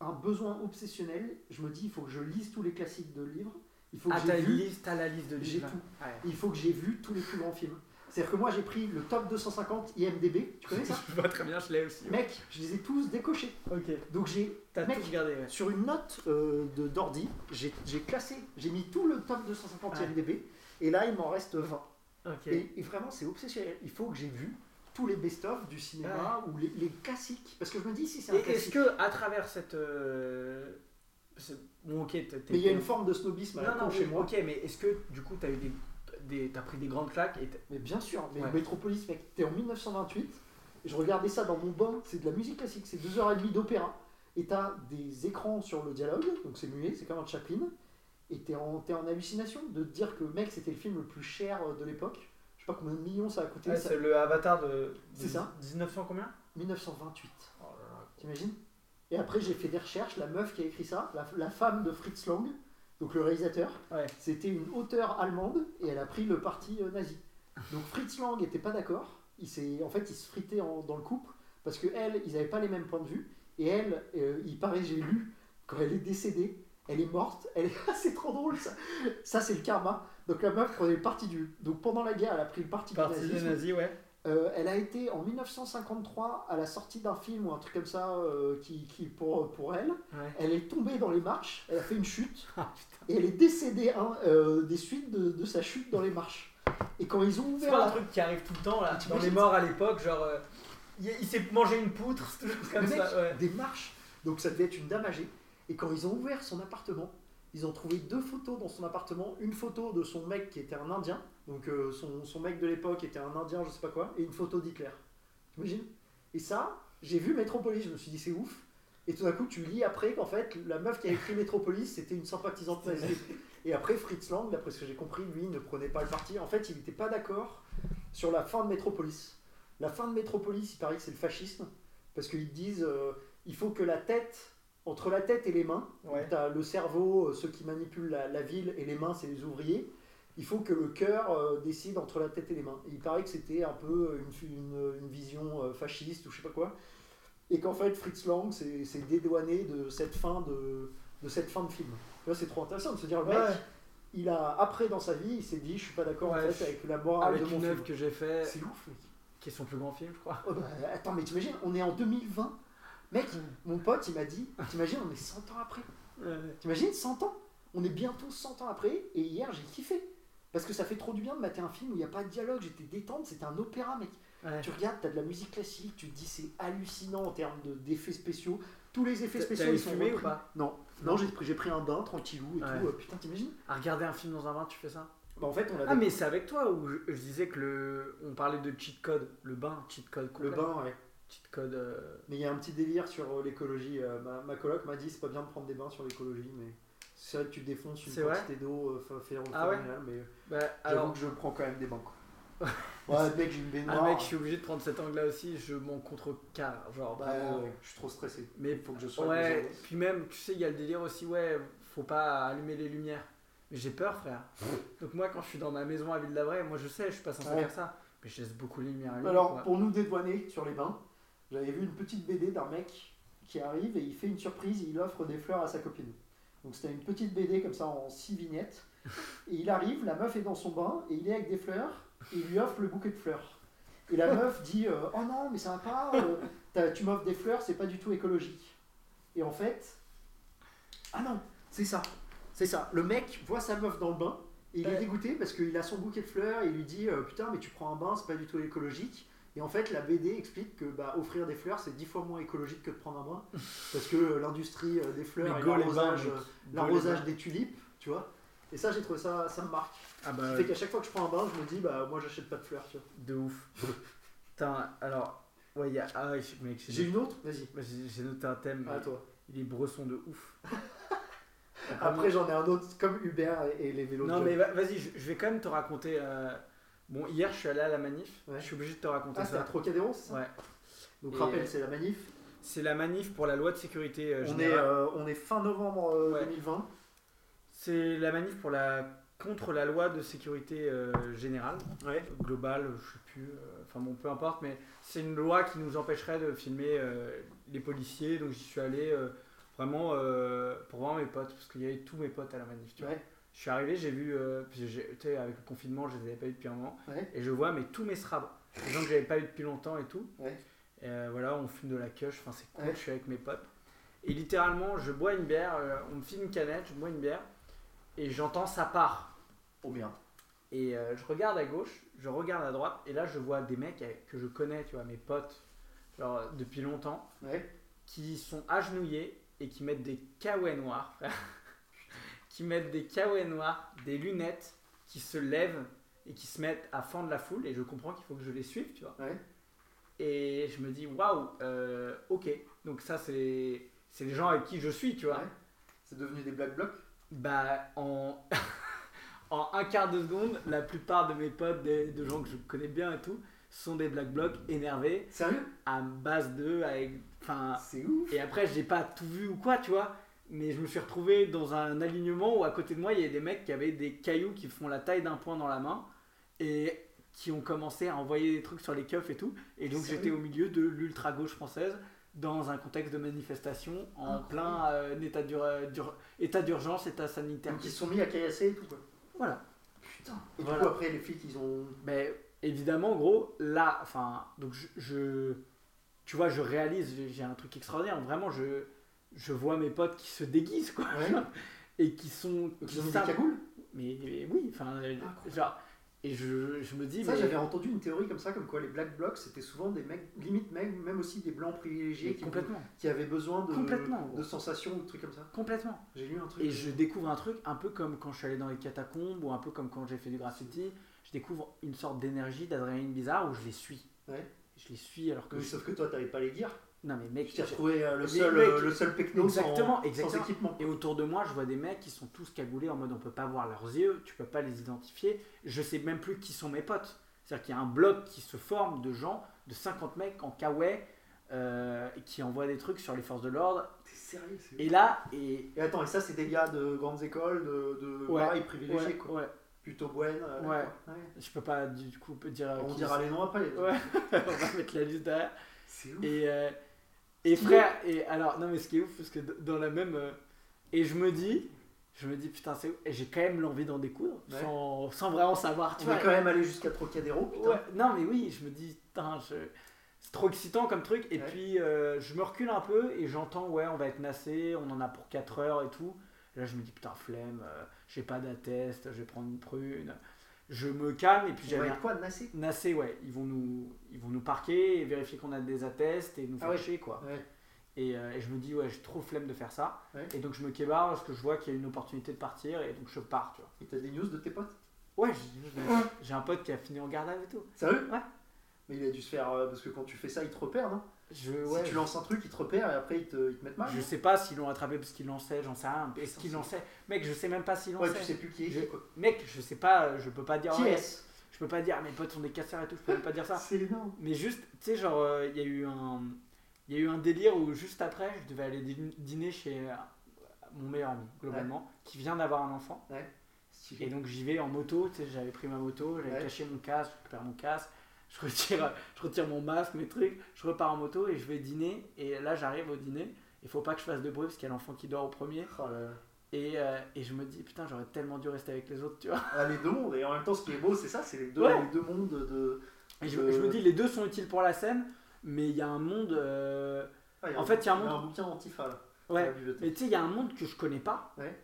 un besoin obsessionnel. Je me dis, il faut que je lise tous les classiques de livres. Il faut que
Ah t'as
j'ai
une
vu,
liste, t'as la liste de
j'ai
livres.
tout.
là. Ouais.
Il faut que j'ai vu tous les plus grands films. C'est-à-dire que moi, j'ai pris le top 250 IMDb. Tu connais ça
je vois très bien, je l'ai aussi. ouais.
Mec, je les ai tous décochés.
Ok,
Donc j'ai,
t'as
Mec.
tout regardé. Ouais.
sur une note euh, de d'ordi, j'ai j'ai classé, j'ai mis tout le top 250
Ouais.
IMDb. Et là, il m'en reste 20.
Ok.
Et, et vraiment, c'est obsessionnel. Il faut que j'ai vu tous les best-of du cinéma ou les, les classiques. Parce que je me dis, si c'est un
Ah Et est-ce
classique.
que à travers cette, euh, ce- bon ok, t'es- t'es-
Mais il y a une forme de snobisme à la
Non,
con
non,
chez
oui,
moi.
ok, mais est-ce que du coup t'as eu des, des t'as pris des grandes claques et t'as-
Mais bien sûr, mais
Ouais.
Metropolis, mec, t'es en 1928. Je regardais ça dans mon bain, c'est de la musique classique, c'est 2h30 d'opéra. Et t'as des écrans sur le dialogue, donc c'est muet, c'est comme un Chaplin. Et t'es en, t'es en hallucination de te dire que, mec, c'était le film le plus cher euh, de l'époque. Je sais pas combien de millions ça a coûté.
Ouais,
ça-
c'est le avatar de,
C'est
de
ça.
1900 combien
1928.
oh là là.
T'imagines Et après, j'ai fait des recherches. La meuf qui a écrit ça, la, la femme de Fritz Lang, donc le réalisateur,
Ouais.
c'était une auteure allemande et elle a pris le parti euh, nazi. Donc Fritz Lang n'était pas d'accord. Il s'est, en fait, il se fritait en- dans le couple parce que elle, ils n'avaient pas les mêmes points de vue. Et elle, euh, il paraît, j'ai lu, quand elle est décédée, elle est morte. Elle est- c'est trop drôle ça. Ça, c'est le karma. Donc la meuf prenait le parti du. Donc pendant la guerre, elle a pris le parti du
Parti des
nazisme.
nazis, ouais.
Euh, elle a été en 1953 à la sortie d'un film ou un truc comme ça euh, qui, qui pour, pour elle.
Ouais.
Elle est tombée dans les marches, elle a fait une chute
Ah, putain.
et elle est décédée hein, euh, des suites de, de sa chute dans les marches. Et quand ils ont
C'est
ouvert
pas un
la-
truc qui arrive tout le temps là.
Tu
Dans les
imagines
morts à l'époque, genre euh, il, il s'est mangé une poutre, c'est toujours comme
Le mec,
ça. Ouais.
des marches, Donc ça devait être une dame âgée. Et quand ils ont ouvert son appartement, ils ont trouvé deux photos dans son appartement. Une photo de son mec qui était un Indien, donc euh, son, son mec de l'époque était un Indien, je sais pas quoi, et une photo d'Hitler. T'imagines Et ça, j'ai vu Métropolis, je me suis dit c'est ouf. Et tout d'un coup, tu lis après qu'en fait, la meuf qui a écrit Métropolis, c'était une sympathisante nazie. Et après, Fritz Lang, d'après ce que j'ai compris, lui, ne prenait pas le parti. En fait, il n'était pas d'accord sur la fin de Métropolis. La fin de Métropolis, il paraît que c'est le fascisme, parce qu'ils disent euh, il faut que la tête, entre la tête et les mains,
Ouais.
T'as le cerveau, euh, ceux qui manipulent la, la ville, et les mains, c'est les ouvriers. Il faut que le cœur euh, décide entre la tête et les mains. Et il paraît que c'était un peu une, une- une vision euh, fasciste ou je sais pas quoi. Et qu'en fait, Fritz Lang s'est s'est dédouané de cette fin de, de cette fin de film. Tu vois, c'est trop intéressant de se dire, le mec,
Ouais.
il a, après dans sa vie, il s'est dit, je suis pas d'accord en
Ouais,
fait, avec la morale
Avec
de mon
une œuvre
film.
que j'ai fait,
C'est ouf, mec.
qui est son plus grand film, je crois.
Oh, bah, attends, mais t'imagines, on est en 2020. Mec, mon pote, il m'a dit, t'imagines, on est 100 ans après. T'imagines 100 ans On est bientôt 100 ans après et hier j'ai kiffé. Parce que ça fait trop du bien de mater un film où il n'y a pas de dialogue, j'étais détente, c'était un opéra mec.
Ouais.
Tu regardes, t'as de la musique classique, tu te dis c'est hallucinant en termes de- d'effets spéciaux. Tous les effets
T'as-
spéciaux
t'as
ils sont
fumé ou
repris.
pas
Non, non j'ai pris, j'ai pris un bain tranquillou et
Ouais.
tout. euh, putain t'imagines
À regarder un film dans un bain, tu fais ça
Bah en fait on
Ah,
l'avait
mais c'est avec toi où je, je disais que le. On parlait de cheat code, le bain, cheat code
le
complet.
bain ouais.
Cheat code. euh,
Mais il y a un petit délire sur euh, l'écologie. euh, ma, ma coloc m'a dit c'est pas bien de prendre des bains sur l'écologie mais c'est vrai que tu défonces une
C'est vrai
quantité d'eau euh, fa- phénoménale
Ah ouais
mais
Bah,
j'avoue
alors.
que je prends quand même des bains quoi. ouais mec j'ai une
Ah,
baignoire.
mec, je suis obligé de prendre cet angle là aussi, je m'en contrecarre. Genre,
Bah,
vraiment.
ouais, je suis trop stressé.
Mais
il faut que je sois.
Ah. Ouais,
désolé.
puis même, tu sais, il y a le délire aussi, ouais, faut pas allumer les lumières. Mais j'ai peur, frère. Donc moi, quand je suis dans ma maison à Ville-d'Avray, moi je sais, je suis pas censé
Ouais.
faire ça. Mais je laisse beaucoup les lumières allumées.
Alors,
quoi.
pour nous dédouaner sur les bains, j'avais vu une petite BD d'un mec qui arrive et il fait une surprise et il offre des fleurs à sa copine. Donc, c'était une petite BD comme ça en six vignettes. Et il arrive, la meuf est dans son bain et il est avec des fleurs et il lui offre le bouquet de fleurs. Et la meuf dit euh, Oh non, mais sympa, euh, t'as- tu m'offres des fleurs, c'est pas du tout écologique. Et en fait, ah non, c'est ça. C'est ça. Le mec voit sa meuf dans le bain et il est
Ouais.
dégoûté parce qu'il a son bouquet de fleurs et il lui dit euh, Putain, mais tu prends un bain, c'est pas du tout écologique. Et en fait, la BD explique que bah, offrir des fleurs, c'est dix fois moins écologique que de prendre un bain. Parce que euh, l'industrie euh, des
Mais
fleurs et
go les bains,
l'arrosage,
mec.
euh,
Go les
l'arrosage
bains.
des tulipes, tu vois. Et ça, j'ai trouvé ça, ça me marque.
Ah bah,
Ça fait qu'à chaque fois que je prends un bain, je me dis, bah moi j'achète pas de fleurs. tu vois.
de ouf. Putain, alors, ouais, il y a. Ah ouais, je- mec,
J'ai
j'ai
une autre Vas-y,
Moi, j'ai- j'ai noté un thème,
à
mais
toi.
il est bresson de ouf.
Après, j'en ai un autre, comme Uber et, et les vélos. de
Non,
job.
mais va- vas-y, je, je vais quand même te raconter. euh, Bon, hier, je suis allé à la manif.
Ouais.
Je suis obligé de te raconter
Ah, c'était à
ça.
Trocadéro, c'est ça
Ouais.
Donc
Et,
rappel,
euh,
c'est la manif.
C'est la manif pour la loi de sécurité euh,
On est,
générale.
euh, on est fin novembre euh,
Ouais.
2020.
C'est la manif pour la contre la loi de sécurité euh, générale, globale, je sais plus, euh, enfin bon, peu importe, mais c'est une loi qui nous empêcherait de filmer euh, les policiers, donc j'y suis allé euh, vraiment euh, pour voir mes potes, parce qu'il y avait tous mes potes à la manif, tu vois.
Ouais.
Je suis arrivé, j'ai vu, euh, parce que j'ai- tu sais, avec le confinement, je les avais pas eu depuis un moment,
Ouais.
et je vois mais tous mes strabs, des gens que j'avais pas eu depuis longtemps et tout.
Ouais.
Et, euh, voilà, on fume de la queuche, enfin c'est cool,
Ouais.
je suis avec mes potes. Et littéralement, je bois une bière, euh, on me file une canette, je bois une bière, et j'entends ça part.
Oh merde.
Et euh, je regarde à gauche, je regarde à droite, et là je vois des mecs avec- que je connais, tu vois, mes potes, genre euh, depuis longtemps,
Ouais.
qui sont agenouillés et qui mettent des kawaii noirs, frère. qui mettent des kawaii noirs, des lunettes, qui se lèvent et qui se mettent à fendre la foule, et je comprends qu'il faut que je les suive, tu vois.
Ouais.
Et je me dis, waouh, euh, ok, donc ça c'est c'est les gens avec qui je suis, tu vois.
Ouais. C'est devenu des black blocs.
Bah, en... en un quart de seconde, la plupart de mes potes, des- de gens que je connais bien et tout, sont des black blocs énervés
Sérieux
à base de. Avec... Enfin,
C'est ouf.
et après, j'ai pas tout vu ou quoi, tu vois. Mais je me suis retrouvé dans un alignement où à côté de moi, il y avait des mecs qui avaient des cailloux qui font la taille d'un point dans la main et qui ont commencé à envoyer des trucs sur les keufs et tout. Et donc,
Sérieux
j'étais au milieu de l'ultra-gauche française dans un contexte de manifestation en plein euh, état d'ur- d'ur- état d'urgence, état sanitaire.
Donc ils se sont mis à caillasser et tout quoi.
Voilà.
Putain. Et
Voilà.
du coup après les flics ils ont.
Mais évidemment, gros, là, enfin, donc je, je- tu vois, je réalise, j'ai- j'ai un truc extraordinaire. Vraiment, je, je vois mes potes qui se déguisent, quoi,
Ouais.
et qui sont,
Donc,
qui
ils ont mis des
savent-
cagoules.
mais, mais oui, enfin, euh,
Incroyable.
genre, Et je, je me dis,
Ça,
mais-
j'avais entendu une théorie comme ça, comme quoi les black blocs, c'était souvent des mecs, limite même, même aussi des blancs privilégiés qui,
complètement,
qui avaient besoin de,
Complètement, gros.
de sensations ou de trucs comme ça.
complètement.
J'ai lu un truc.
Et je découvre un truc un peu comme quand je suis allé dans les catacombes ou un peu comme quand j'ai fait du graffiti. Je découvre une sorte d'énergie, d'adrénaline bizarre où je les suis.
Ouais.
Je les suis alors que.
Oui,
je-
sauf que toi, t'arrives pas à les dire.
Non mais
Et
mec,
tu t'es
j'ai-
retrouvé euh, le
Mais
seul,
mec,
euh, le seul pecno sans-
exactement,
sans,
exactement.
équipement.
Et autour de moi, je vois des mecs qui sont tous cagoulés en mode on peut pas voir leurs yeux, tu peux pas les identifier. Je sais même plus qui sont mes potes. C'est-à-dire qu'il y a un bloc qui se forme de gens, de 50 mecs en kawaii, euh, qui envoient des trucs sur les forces de l'ordre.
T'es sérieux c'est ouf.
Et là, et.
Et attends, et ça, c'est des gars de grandes écoles, de, de
Ouais.
pareil, privilégiés,
Ouais,
quoi.
ouais.
Plutôt Bohème. euh,
Ouais.
d'accord. Ouais.
Je peux pas du coup dire. euh,
On
qui-
dira les noms après. les-
Ouais, on va mettre la liste derrière.
C'est ouf.
Et, euh, et frère, et alors, non mais ce qui est ouf, parce que d- dans la même. euh, et je me dis, je me dis, putain, c'est ouf. Et j'ai quand même l'envie d'en découdre,
Ouais.
sans, sans vraiment savoir,
On
tu
va
vois. euh,
quand même aller jusqu'à Trocadéro, putain.
Ouais, non mais oui, je me dis, putain, je- c'est trop excitant comme truc. Et
Ouais.
puis, euh, je me recule un peu et j'entends, ouais, on va être nassé, on en a pour 4 heures et tout. Et là, je me dis, putain, flemme, euh, j'ai pas d'attest, je vais prendre une prune. Je me calme et puis
On va
j'avais
être quoi, Nassé
Nassé, ouais, ils vont nous, ils vont nous parquer et vérifier qu'on a des attests et nous
Ah
faire
ouais.
chier, quoi.
Ouais.
Et, euh, et je me dis, ouais, j'ai trop flemme de faire ça.
Ouais.
Et donc je me kébarre parce que je vois qu'il y a une opportunité de partir et donc je pars, tu
Et t'as des news de tes potes
vois. Ouais, j'ai- j'ai- j'ai un pote qui a fini en garde à vue et tout.
Sérieux
Ouais.
Mais il a dû se faire. euh, parce que quand tu fais ça, ils te repèrent, non
Je, ouais,
Si tu lances un truc, ils te repèrent et après, ils te, ils te mettent mal.
je sais pas s'ils l'ont attrapé parce qu'il lançait, j'en sais rien. Est-ce qu'il
c'est-
lançait Mec, je sais même pas s'il
ouais,
lançait.
tu sais plus qui est.
Je-
qui, quoi.
Mec, je sais pas, je peux pas dire.
Qui
ouais,
est-ce
Je peux pas dire, mes potes sont des casseurs et tout, je peux même pas dire ça.
C'est énorme.
Mais juste, tu sais, genre, euh, il y a eu un. Il y a eu un délire où juste après, je devais aller dî- dîner chez euh, mon meilleur ami, globalement, qui vient d'avoir un enfant. Et
Stylé.
donc j'y vais en moto, tu sais, j'avais pris ma moto, j'avais
Ouais.
caché mon casque, je récupère mon casque, je retire, je retire mon masque, mes trucs, je repars en moto et je vais dîner. Et là, j'arrive au dîner, il faut pas que je fasse de bruit parce qu'il y a l'enfant qui dort au premier.
Oh là là.
Et, euh, et je me dis, putain, j'aurais tellement dû rester avec les autres, tu vois.
Ah, les deux mondes. Et en même temps, ce qui est beau, c'est ça c'est les, deux-
Ouais.
les deux mondes de.
Et je,
Euh.
je me dis, les deux sont utiles pour la scène, mais il y a un monde. euh,
Ah,
En fait, il y a un
il
monde-
un bouquin antifa là.
Ouais.
à la bibliothèque.
Mais tu sais, il y a un monde que je connais pas,
Euh, Ouais.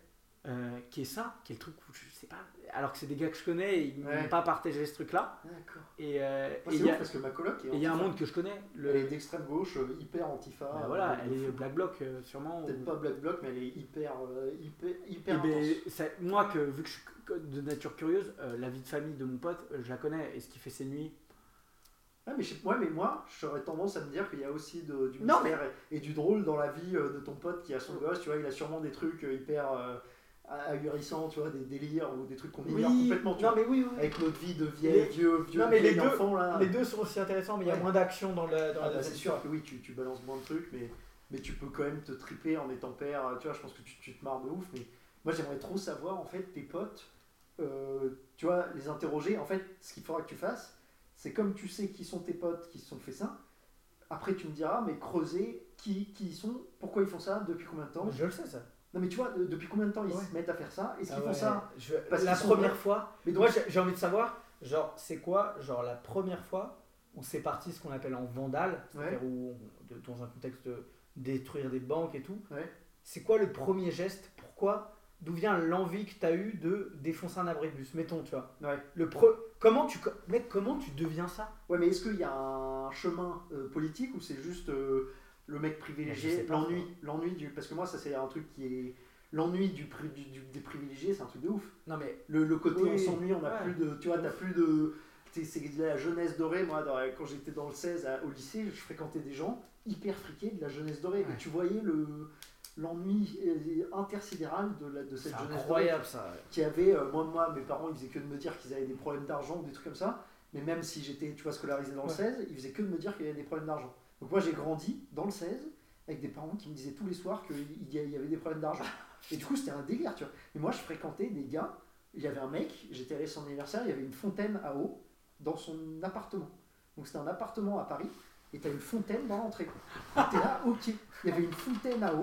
euh, qui est ça, qui est le truc où je sais pas. Alors que c'est des gars que je connais, et ils n'ont
Ouais.
pas partagé ce truc-là.
D'accord.
Et euh,
Moi,
et
C'est
il y
ouf
a-
parce que ma coloc est.
et il y a un
antifa.
monde que je connais. Le,
Elle est d'extrême gauche, euh, hyper antifa.
Bah
euh,
voilà,
de
elle est
fou.
Black Bloc, euh, sûrement.
Peut-être
ou-
pas Black Bloc, mais elle est hyper, euh, hyper,
Eh
hyper intense.
ben, ça- moi, que, vu que je suis que- de nature curieuse, euh, la vie de famille de mon pote, euh, je la connais. Et ce qu'il fait ses nuits.
Ouais, mais, je sais- ouais, mais moi, j'aurais tendance à me dire qu'il y a aussi de- du
Non,
mystère et, et du drôle dans la vie euh, de ton pote qui a son gosse. Tu vois, il a sûrement des trucs euh, hyper euh, ahurissants, tu vois, des délires ou des trucs qu'on ignore complètement. Tu
non,
vois,
mais oui, oui.
avec notre vie de vieil,
Les-
vieux, vieux,
Non, mais les
vieil
deux-
enfant là.
Les deux sont aussi intéressants, mais il y a
Ouais.
moins d'action dans la. Dans
Ah,
la
bah, c'est sûr que oui, tu, tu balances moins de trucs, mais, mais tu peux quand même te triper en étant père. euh, Tu vois, je pense que tu, tu te marres de ouf. Mais moi, j'aimerais trop savoir, en fait, tes potes, euh, tu vois, les interroger. En fait, ce qu'il faudra que tu fasses, c'est comme tu sais qui sont tes potes qui se sont fait ça, après tu me diras, mais creuser qui, qui ils sont, pourquoi ils font ça, depuis combien de temps.
Je le sais ça.
Non, mais tu vois, de- depuis combien de temps ils
Ouais.
se mettent à faire ça Est-ce qu'ils
Ah
font
ouais,
ça
je-
parce
La
qu'ils sont
première fois.
Mais donc,
Moi j'ai- j'ai envie de savoir, genre c'est quoi, genre la première fois où c'est parti ce qu'on appelle en vandale, c'est-à-dire où on- de- dans un contexte de détruire des banques et tout.
Ouais.
C'est quoi le premier geste Pourquoi D'où vient l'envie que tu as eu de défoncer un abri de bus Mettons, tu vois.
Ouais.
Le pre- comment tu co- mec, comment tu deviens ça
Ouais, mais est-ce qu'il y a un chemin euh, politique ou c'est juste euh, le mec
Je
privilégié,
sais pas,
l'ennui, l'ennui du, parce que moi ça c'est un truc qui est l'ennui du, pri- du- du- des privilégiés, c'est un truc de ouf.
Non mais
Le, le côté
Oui,
on s'ennuie, on n'a
ouais.
plus de, tu vois, t'as plus de, t'es- c'est de la jeunesse dorée. Moi, dans- quand j'étais dans le 16 à- au lycée, je fréquentais des gens hyper friqués de la jeunesse dorée.
Ouais.
Et tu voyais le l'ennui euh, intersidéral de, la, de
c'est
cette jeunesse dorée
incroyable ça. ouais.
qui avait, euh, moi, moi, mes parents, ils faisaient que de me dire qu'ils avaient des problèmes d'argent ou des trucs comme ça. Mais même si j'étais, tu vois, scolarisé dans le
Ouais.
16, ils faisaient que de me dire qu'il y avait des problèmes d'argent. Donc moi, j'ai grandi dans le 16 avec des parents qui me disaient tous les soirs qu'il y a- il y avait des problèmes d'argent. Et du coup, c'était un délire, tu vois. Mais moi, je fréquentais des gars. Il y avait un mec, j'étais allé à son anniversaire, il y avait une fontaine à eau dans son appartement. Donc c'était un appartement à Paris et t'as une fontaine dans l'entrée. quoi. T'es là, ok. Il y avait une fontaine à eau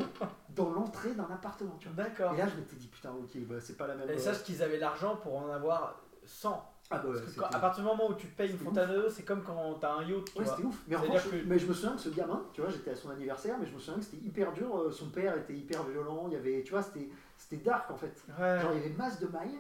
dans l'entrée d'un appartement, tu vois.
D'accord.
Et là, je m'étais dit, putain, ok, bah, c'est pas la même.
Et sache qu'ils avaient l'argent pour en avoir 100.
Ah bah ouais,
Parce que
c'était-
quand- à partir du moment où tu payes une
C'était
fontaine d'eau, c'est comme quand t'as un yacht. tu
Ouais,
vois.
c'était ouf. Mais, en
C'est-à-dire
revanche,
que-
mais je me souviens que ce gamin, tu vois, j'étais à son anniversaire, mais je me souviens que c'était hyper dur. euh, Son père était hyper violent. Il y avait, tu vois, c'était, c'était dark en fait.
Ouais.
Genre, il y avait masse de mailles.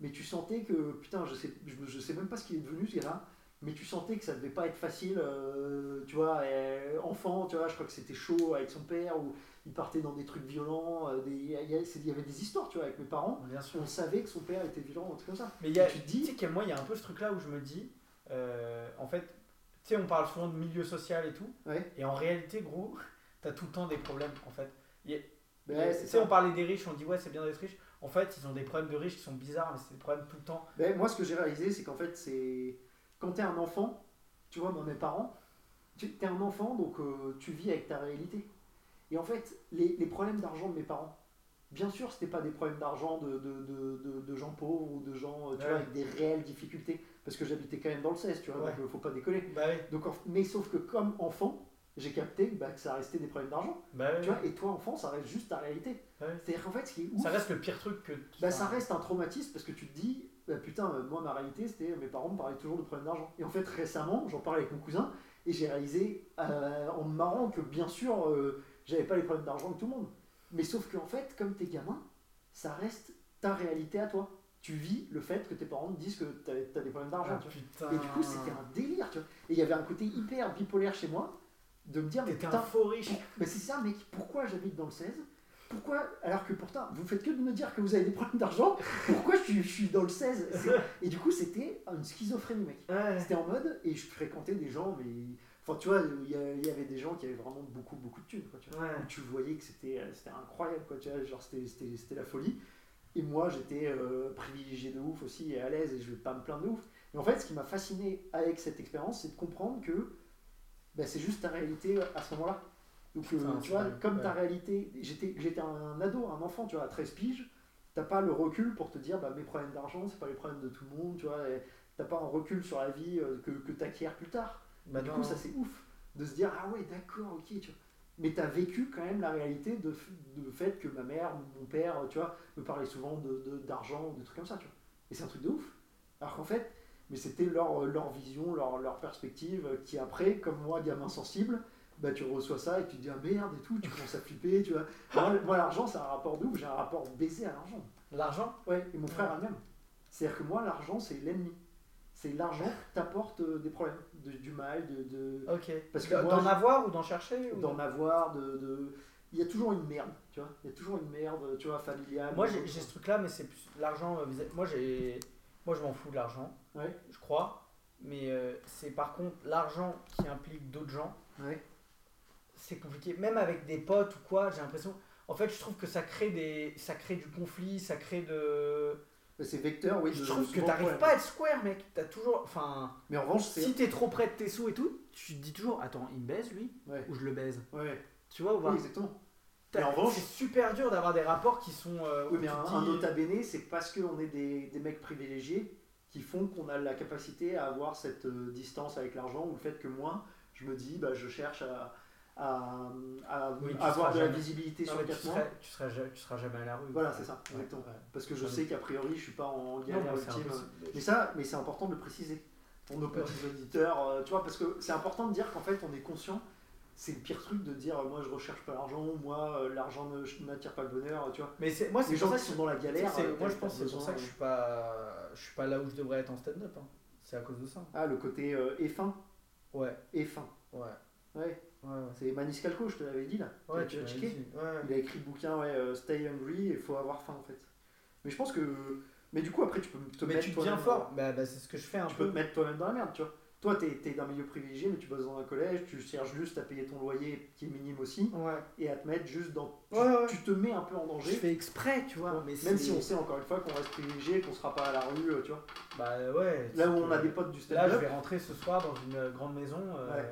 mais tu sentais que, putain, je sais, je, je sais même pas ce qu'il est devenu ce gars-là, mais tu sentais que ça devait pas être facile, euh, tu vois, euh, enfant, tu vois, je crois que c'était chaud avec son père, ou il partait dans des trucs violents, euh, des- il y, a- il y avait des histoires, tu vois, avec mes parents,
Bien sûr.
on savait que son père était violent, un truc comme ça.
Mais il y a,
Et tu te dis-
tu sais que moi, il y a un peu ce truc-là où je me dis, euh, en fait, tu sais, on parle souvent de milieu social et tout,
Ouais.
et en réalité, gros, t'as tout le temps des problèmes, en fait.
Ben
Tu
ouais, c'est
sais,
ça.
on parlait des riches, on dit, ouais, c'est bien d'être riche. En fait, ils ont des problèmes de riches qui sont bizarres, mais c'est des problèmes tout le temps.
Ben, moi, ce que j'ai réalisé, c'est qu'en fait, c'est quand t'es un enfant, tu vois, moi, mes parents, tu t'es un enfant, donc euh, tu vis avec ta réalité. Et en fait, les, les problèmes d'argent de mes parents, bien sûr, c'était pas des problèmes d'argent de, de, de, de- de gens pauvres ou de gens, euh, tu
Ouais.
vois, avec des réelles difficultés, parce que j'habitais quand même dans le 16, tu vois,
Ouais.
donc euh, faut pas déconner.
Bah oui,
Donc, en- mais sauf que comme enfant, j'ai capté bah, que ça restait des problèmes d'argent,
bah oui.
tu vois, et toi, enfant, ça reste juste ta réalité.
Ouais.
C'est-à-dire qu'en fait, ce qui est ouf,
Ça reste le pire truc que.
bah, ça reste un traumatisme parce que tu te dis, bah, putain, euh, moi ma réalité c'était euh, mes parents me parlaient toujours de problèmes d'argent. Et en fait, récemment, j'en parlais avec mon cousin et j'ai réalisé euh, en me marrant que bien sûr, euh, j'avais pas les problèmes d'argent que tout le monde. Mais sauf qu'en fait, comme t'es gamin, ça reste ta réalité à toi. Tu vis le fait que tes parents te disent que t'as as des problèmes d'argent.
Ah,
tu vois.
putain.
et du coup, c'était un délire. Tu vois. Et il y avait un côté hyper bipolaire chez moi de me dire, mais
T'étais
putain,
un faux riche.
mais Bah, c'est ça, mec, pourquoi j'habite dans le 16 Pourquoi, alors que pourtant, vous faites que de me dire que vous avez des problèmes d'argent, pourquoi je suis, je suis dans le 16 C'est- Et du coup, c'était une schizophrénie, mec.
Ouais.
C'était en mode, et je fréquentais des gens, mais. Enfin, tu vois, il y, a- il y avait des gens qui avaient vraiment beaucoup, beaucoup de thunes, quoi, tu vois.
Ouais.
Où tu voyais que c'était euh, c'était incroyable, quoi, tu vois, genre c'était- c'était c'était la folie. Et moi, j'étais euh, privilégié de ouf aussi, et à l'aise, et je vais pas me plaindre de ouf. Mais en fait, ce qui m'a fasciné avec cette expérience, c'est de comprendre que bah, c'est juste ta réalité à ce moment-là. Donc, euh,
Putain,
tu vois,
ouais,
comme ta
ouais.
réalité, j'étais j'étais un ado, un enfant, tu vois, à 13 piges, t'as pas le recul pour te dire, bah, mes problèmes d'argent, c'est pas les problèmes de tout le monde, tu vois, et t'as pas un recul sur la vie euh, que, que t'acquiers plus tard.
Bah,
Du
non.
coup, ça c'est ouf de se dire ah ouais, d'accord, ok, tu vois. Mais t'as vécu quand même la réalité de, f- de fait que ma mère ou mon père, tu vois, me parlaient souvent de- de- d'argent ou de trucs comme ça, tu vois. Et c'est un truc de ouf. Alors qu'en fait, mais c'était leur, euh, leur vision, leur, leur perspective euh, qui après, comme moi, gamin sensible, bah tu reçois ça et tu te dis ah merde et tout, tu commences à flipper, tu vois. Moi, le- moi, l'argent, c'est un rapport de ouf, j'ai un rapport baisé à l'argent.
L'argent
Ouais, et mon frère a le même. C'est-à-dire que moi, l'argent, c'est l'ennemi. C'est l'argent qui t'apporte euh, des problèmes, de- du mal, de- de,
Ok.
Parce que moi,
D'en
je-
avoir ou d'en chercher ou-
d'en avoir, de, de- Il y a toujours une merde, tu vois. Il y a toujours une merde, tu vois, familiale.
Moi j'ai j'ai ce truc là, mais c'est plus l'argent. euh, vis- Moi j'ai, moi je m'en fous de l'argent.
Ouais.
Je crois, mais euh, c'est par contre l'argent qui implique d'autres gens.
Ouais.
C'est compliqué. Même avec des potes ou quoi, j'ai l'impression. En fait, je trouve que ça crée des, ça crée du conflit, ça crée de.
Mais C'est vecteur, oui.
je
de-
trouve que
souvent,
t'arrives
ouais.
pas à être square, mec. T'as toujours, enfin,
Mais en revanche, c'est.
Si t'es trop près de tes sous et tout, tu te dis toujours Attends, il me baise lui
Ouais.
Ou je le baise
Ouais,
Tu vois ou pas
oui, exactement.
t'as-
Mais en revanche-
c'est super dur d'avoir des rapports qui sont. euh, où
Oui, mais
tu
un,
te
un
dis-
nota bene, c'est parce qu'on est des, des mecs privilégiés qui font qu'on a la capacité à avoir cette euh, distance avec l'argent ou le fait que moi, je me dis, bah, je cherche à, à, à
Oui, tu seras
avoir de la
jamais-
visibilité
Non,
sur
mais tu,
quatre mois.
seras, tu, seras, ja- tu seras jamais à la rue. Euh,
Voilà, c'est ça,
Ouais,
exactement.
ouais.
Parce que je
Ouais.
sais qu'a priori, je suis pas
Non,
en galère
mais c'est
ultime.
impossible.
Mais ça, mais c'est important de le préciser pour nos petits auditeurs, euh, tu vois, parce que c'est important de dire qu'en fait on est conscient. C'est le pire truc de dire euh, moi je recherche pas l'argent, moi euh, l'argent ne- je- n'attire pas le bonheur, tu vois.
Mais c'est- moi, c'est
Les
pour
gens
ça
qui
que
sont dans la galère.
c'est-
euh,
moi, je
t'as
pense que c'est pour
besoin,
ça que
euh,
je suis pas, je suis pas là où je devrais être en stand-up. hein. C'est à cause de ça.
Ah le côté euh, F1,
Ouais,
F1.
ouais,
Ouais,
ouais. ouais.
c'est Manis Calco, je te l'avais dit là.
Ouais,
tu
tu
l'as
m'as
checké.
dit, ouais.
Il a écrit le bouquin ouais, euh, Stay Hungry et faut avoir faim en fait. Mais je pense que mais du coup après tu peux te
Mais
mettre
tu deviens
toi-même, hein.
fort. Bah, bah, c'est ce que je fais un
tu peux
peu.
te mettre toi-même dans la merde, tu vois. Toi, t'es t'es d'un milieu privilégié, mais tu bosses dans un collège, tu cherches juste à payer ton loyer qui est minime aussi,
Ouais.
et à te mettre juste dans. Tu,
Ouais, ouais.
tu te mets un peu en
Je
danger,
fais exprès, tu vois. Mais
même
c'est-
si on sait encore une fois qu'on reste privilégié, qu'on sera pas à la rue, euh, tu vois.
Bah ouais.
Là
c'est
où on
que-
a des potes du
Là, je
stand-up,
vais rentrer ce soir dans une euh, grande maison. euh,
Ouais.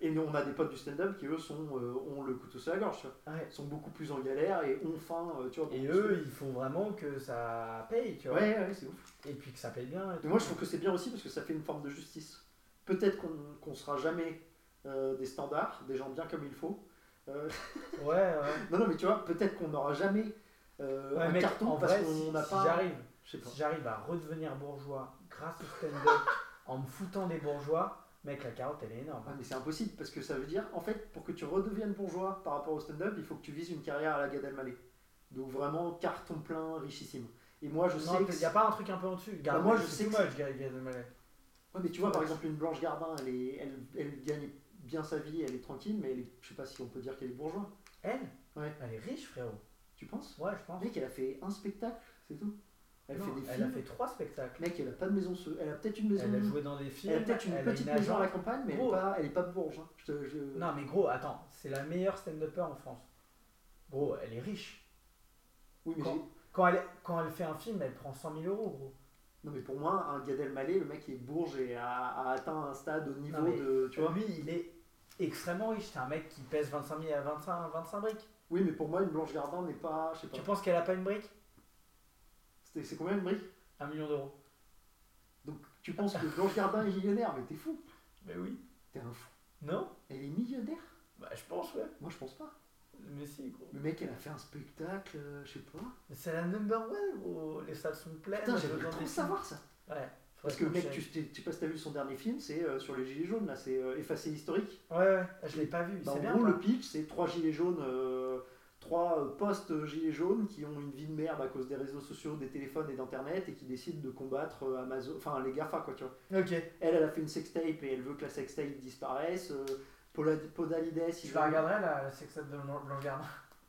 et nous on a des potes du stand-up qui eux sont, euh, ont le couteau sur la gorge, tu vois.
Ouais.
sont beaucoup plus en galère et ont faim, euh, tu vois.
Et
beaucoup
eux, il faut vraiment que ça paye, tu
plus.
vois.
Ouais, ouais, c'est ouf.
Et puis que ça paye bien. et tout.
Mais moi, je trouve que c'est bien aussi parce que ça fait une forme de justice. Peut-être qu'on qu'on sera jamais euh, des standards, des gens bien comme il faut. Euh,
Ouais, ouais.
Non, non, mais tu vois, peut-être qu'on n'aura jamais euh,
Ouais,
un
mec,
carton
en
parce
vrai,
qu'on
si,
n'a
si
pas.
j'arrive,
Je sais pas.
si j'arrive à redevenir bourgeois grâce au stand-up en me foutant des bourgeois, mec, la carotte, elle est énorme.
Ah, mais c'est impossible parce que ça veut dire, en fait, pour que tu redeviennes bourgeois par rapport au stand-up, il faut que tu vises une carrière à la Gad Elmaleh. Donc vraiment carton plein, richissime. Et moi, je sais que. Bah,
Il n'y a pas un truc un peu en dessus. Gardner,
moi, je
c'est
sais
too
que
much, Gary Gardner.
Ouais, mais tu vois, par exemple, une Blanche Gardin, elle, est- elle, elle gagne bien sa vie, elle est tranquille, mais elle est- je sais pas si on peut dire qu'elle est bourgeois.
Elle
Ouais.
Elle est riche, frérot.
Tu penses
Ouais, je pense.
Mec, elle a fait un spectacle, c'est tout. Elle
Non,
fait des
elle a
films.
fait trois spectacles.
Mec, elle a pas de maison. se- Elle a peut-être une maison.
Elle a joué dans des films.
elle a peut-être une
elle a
petite maison à la
agence.
campagne, mais elle est
Gros.
pas, elle est pas bourge. hein. Je te- je-
Non, mais gros, attends, c'est la meilleure stand-upper en France. Gros, elle est riche.
Oui, mais
quand-
j'ai-
Quand elle, quand elle fait un film, elle prend 100 000 euros, gros.
non, mais pour moi, un Gad Elmaleh, le mec il est bourge et a, a atteint un stade au niveau
Non, mais-
de. Tu
Tu
vois.
vois, lui, il est extrêmement riche. C'est un mec qui pèse 25 000 à 25, 25 briques.
Oui, mais pour moi, une Blanche Gardin n'est pas. Je sais pas.
Tu penses qu'elle a pas une brique
C'était- C'est combien une brique
Un million d'euros.
Donc tu penses que Blanche Gardin est millionnaire, mais t'es fou.
Mais oui.
T'es un fou.
Non
Elle est millionnaire
Bah, je pense, ouais.
Moi, je pense pas.
Mais si, gros.
Le mec, elle a fait un spectacle, euh, je sais pas.
Mais C'est la number one, gros. Les salles sont pleines.
Putain,
elle
j'aimerais
veut dans
trop
des
savoir ça.
films. Ouais.
Parce que, mec, tu tu- tu sais pas si t'as vu son dernier film, c'est euh, sur les gilets jaunes, là, c'est euh, effacé historique.
Ouais, ouais, Ah, je l'ai pas vu.
Bah, en
c'est bien.
gros,
ou pas
le pitch, c'est trois gilets jaunes, euh, trois euh, postes gilets jaunes qui ont une vie de merde à cause des réseaux sociaux, des téléphones et d'internet et qui décident de combattre euh, Amazon, enfin les GAFA, quoi, tu vois.
Ok.
Elle, elle a fait une sextape et elle veut que la sextape disparaisse. euh, Paula- Podalides, il
Tu
veut-
la regarderais, la sextape de Blanc- Blanche Gardin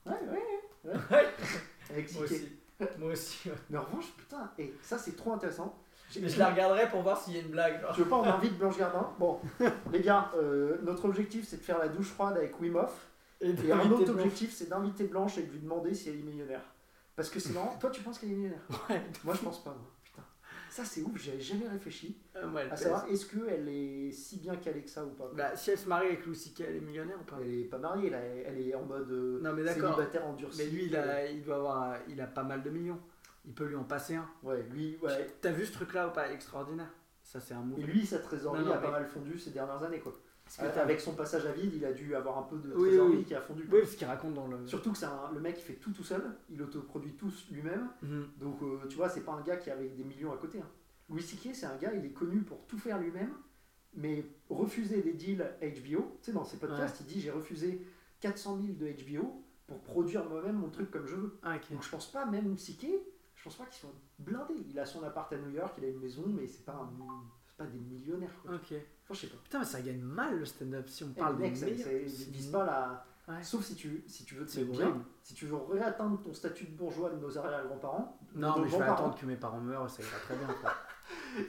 Ouais, ouais, ouais. Avec
Moi
Ziquet.
aussi. Moi aussi, ouais.
Mais en revanche, putain, et ça, c'est trop intéressant. J'ai-
Mais je la regarderais pour voir s'il y a une blague.
Tu veux pas, on invite Blanche Gardin Bon, les gars, euh, notre objectif c'est de faire la douche froide avec Wim Hof. Et un autre objectif c'est d'inviter Blanche et de lui demander si elle est millionnaire. Parce que c'est marrant, toi tu penses qu'elle est millionnaire Moi je pense pas, moi. Putain. Ça c'est ouf, j'avais jamais réfléchi
Ah,
à savoir est-ce qu'elle est si bien calée que ça ou pas.
Bah, si elle se marie avec Louis C.K., elle est millionnaire ou pas
Elle est pas mariée, là, elle est en mode euh,
Non, mais d'accord.
célibataire endurci.
Mais lui, il, a, il doit avoir, euh, il a pas mal de millions. Il peut lui en passer un.
Ouais, lui, ouais.
T'as vu ce truc-là ou pas Extraordinaire. Ça, c'est un
Et
move.
lui, sa trésorerie
Non, non,
a pas
mais-
mal fondu ces dernières années quoi.
Parce que
Euh,
t'as-
Avec son passage à vide, il a dû avoir un peu de
Oui,
trésorerie
oui.
qui a fondu. quoi.
Oui, ce qu'il raconte dans le.
Surtout que c'est un- le mec il fait tout tout seul, il autoproduit tout lui-même,
Mmh.
Mhm.
donc euh, tu vois c'est pas un gars qui avait des millions à côté. hein. Louis C.K. c'est un gars il est connu pour tout faire lui-même, mais refuser des deals HBO, tu sais dans ses podcasts il dit j'ai refusé 400 000 de HBO pour produire moi-même mon truc comme je veux.
Ah, ok.
Donc je pense pas même C.K. je pense pas qu'il soit blindé. Il a son appart à New York, il a une maison mais c'est pas un- c'est pas des millionnaires quoi.
Ok.
Enfin, je sais pas.
Putain, mais ça gagne mal le stand-up si on
Eh, le
parle
mec,
des
ça,
meilleurs.
ça- ils visent pas la.
Ouais.
Sauf si tu, si tu veux te
C'est
mettre bien,
horrible.
si tu veux réatteindre ton statut de bourgeois de nos arrière-grands-parents,
Non,
de
mais
nos
je vais
grands-parents,
attendre que mes parents meurent, ça ira très bien. quoi.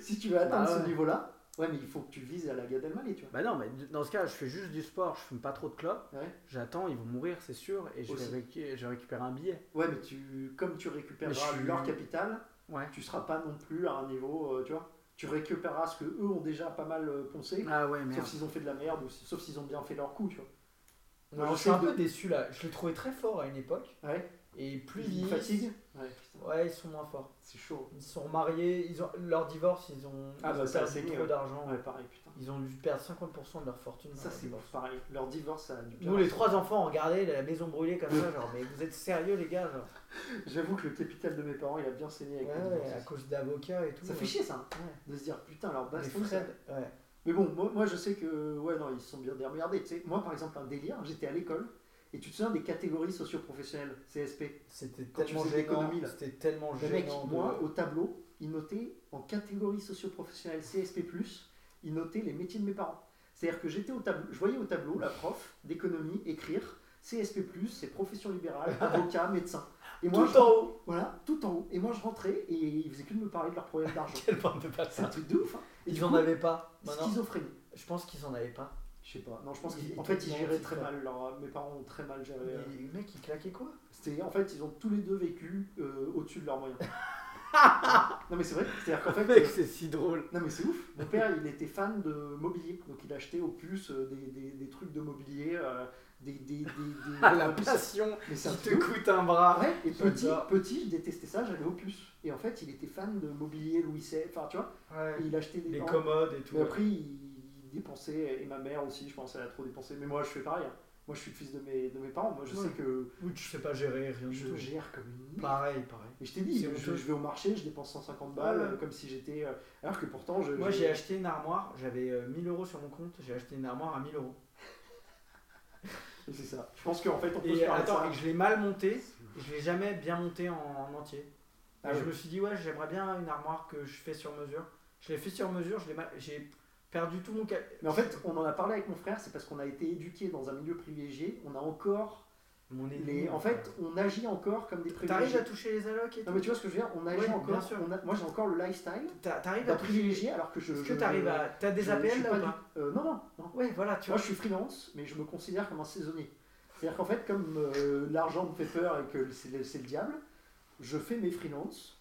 si tu veux atteindre
Bah
ce
ouais.
niveau-là, ouais, mais il faut que tu vises à la Gad Elmaleh, tu vois.
bah non, mais dans ce cas, je fais juste du sport, je fume pas trop de clopes.
Ouais.
J'attends, ils vont mourir, c'est sûr, et je vais,
Aussi.
récu- je vais récupérer un billet.
Ouais, mais tu, comme tu récupéreras
Mais je suis-
leur capital,
Ouais.
tu seras pas non plus à un niveau, euh, tu vois. Tu récupéreras ce que eux ont déjà pas mal euh, poncé,
Ah ouais, merde.
sauf s'ils ont fait de la merde ou si- sauf s'ils ont bien fait leur coup, tu vois.
Non,
Moi,
je
je
suis un
sais
peu déçu là. Je le trouvais très fort à une époque.
Ouais.
Et plus
Ils
ils
fatiguent. Ouais, putain,
Ouais, ils sont moins forts.
c'est chaud.
Ils sont mariés, ils ont leur divorce, ils ont,
Ah,
ils
bah,
ont
ça,
perdu
c'est
trop
mieux, ouais.
d'argent.
Ouais, pareil, putain.
Ils ont dû perdre 50% de leur fortune.
Ça,
dans leur
c'est
divorce.
pareil. Leur divorce, ça a du
Nous, les trois enfants, on regardait la maison brûlée comme ça, genre, mais vous êtes sérieux, les gars genre
J'avoue que le capital de mes parents, il a bien saigné avec
Ouais,
le divorce.
ouais, à cause d'avocats et tout.
Ça fait
ouais.
chier ça, hein,
Ouais.
de se dire putain alors
Mais
baston. ça-
Fred, ouais.
Mais bon, moi, moi, je sais que ouais non ils se sont bien démerdés. Tu sais, moi par exemple un délire, j'étais à l'école et tu te souviens des catégories socio-professionnelles CSP.
C'était
Quand tu
tellement
faisais de
gênant.
l'économie, là.
C'était tellement
Le mec,
gênant. de-
moi au tableau, il notait en catégorie socio-professionnelle CSP+, il notait les métiers de mes parents. C'est-à-dire que j'étais au tableau, je voyais au tableau la prof d'économie écrire CSP+, c'est profession libérale, avocat, médecin. Et moi,
Tout
je-
en haut.
voilà, tout en haut. Et moi je rentrais et ils faisaient que de me parler de leurs problèmes d'argent.
Quelle bande de
C'est un
bâtards.
truc de ouf. hein. Et du
Ils en
coup,
avaient pas. Maintenant,
schizophrénie.
je pense qu'ils en avaient pas.
Je sais pas. Non, je pense
Ils-
qu'en
ils
fait,
te
ils géraient
mentent,
très
quoi.
mal. leur- euh, Mes parents ont très mal géré. euh,
Mais le mec, il claquait quoi
C'était, en fait, ils ont tous les deux vécu euh, au-dessus de leurs moyens. non, mais c'est vrai. C'est-à-dire qu'en fait,
Mec,
euh,
c'est si drôle.
non mais c'est ouf. Mon père, il était fan de mobilier, donc il achetait aux puces euh, des, des- des trucs de mobilier, euh, des des des, des-
Ah, la
mais c'est-
passion
Mais c'est un
qui
truc de
te
ouf.
coûte un bras.
Ouais, et petit,
J'adore.
petit, je détestais ça, j'allais aux puces. Et en fait, il était fan de mobilier Louis XVI, enfin tu vois, et il achetait des
Les
en-
commodes et tout.
Mais après, il il dépensait, et ma mère aussi, je pense, elle a trop dépensé. Mais moi, je fais pareil. hein. Moi, je suis le fils de mes, de mes parents. Moi, je
Ouais.
sais que
Oui, tu sais pas gérer rien du
je
tout.
gère comme une.
Bah,
merde.
Pareil, pareil.
Mais je t'ai dit,
C'est
je,
honteux.
je vais au marché, je dépense 150 balles,
Ouais, ouais.
euh, comme si j'étais. euh, Alors que pourtant, je.
Moi,
je-
j'ai acheté une armoire, j'avais euh, 1000 euros sur mon compte, j'ai acheté une armoire à 1000 euros.
Et C'est ça. Je pense qu'en fait, on peut se
Et
parler de
attends,
ça.
et que je l'ai mal montée, et je l'ai jamais bien montée en, en entier.
Ah
Et je me suis dit, ouais, j'aimerais bien une armoire que je fais sur mesure. Je l'ai fait sur mesure, je l'ai ma- j'ai perdu tout mon. ca-
Mais en fait, on en a parlé avec mon frère, c'est parce qu'on a été éduqués dans un milieu privilégié. On a encore.
Mon
Les... En fait, on agit encore comme des
T'arrives
privilégiés.
à toucher les allocs et
Non,
tout.
mais tu vois ce que je veux dire On agit
Ouais, bien
encore.
sûr.
on a- Moi, j'ai encore le lifestyle
T'a- T'arrives à
d'un
toucher.
privilégié alors que Bah, je.
Est-ce que
je-
t'arrives à. T'as des
je- je suis
APL là
pas
ou
du-
pas
Euh, non, non, non.
Ouais, voilà, tu vois.
Moi, je suis freelance, mais je me considère comme un saisonnier. C'est-à-dire qu'en fait, comme euh, l'argent me fait peur et que c'est le, c'est le diable, je fais mes freelances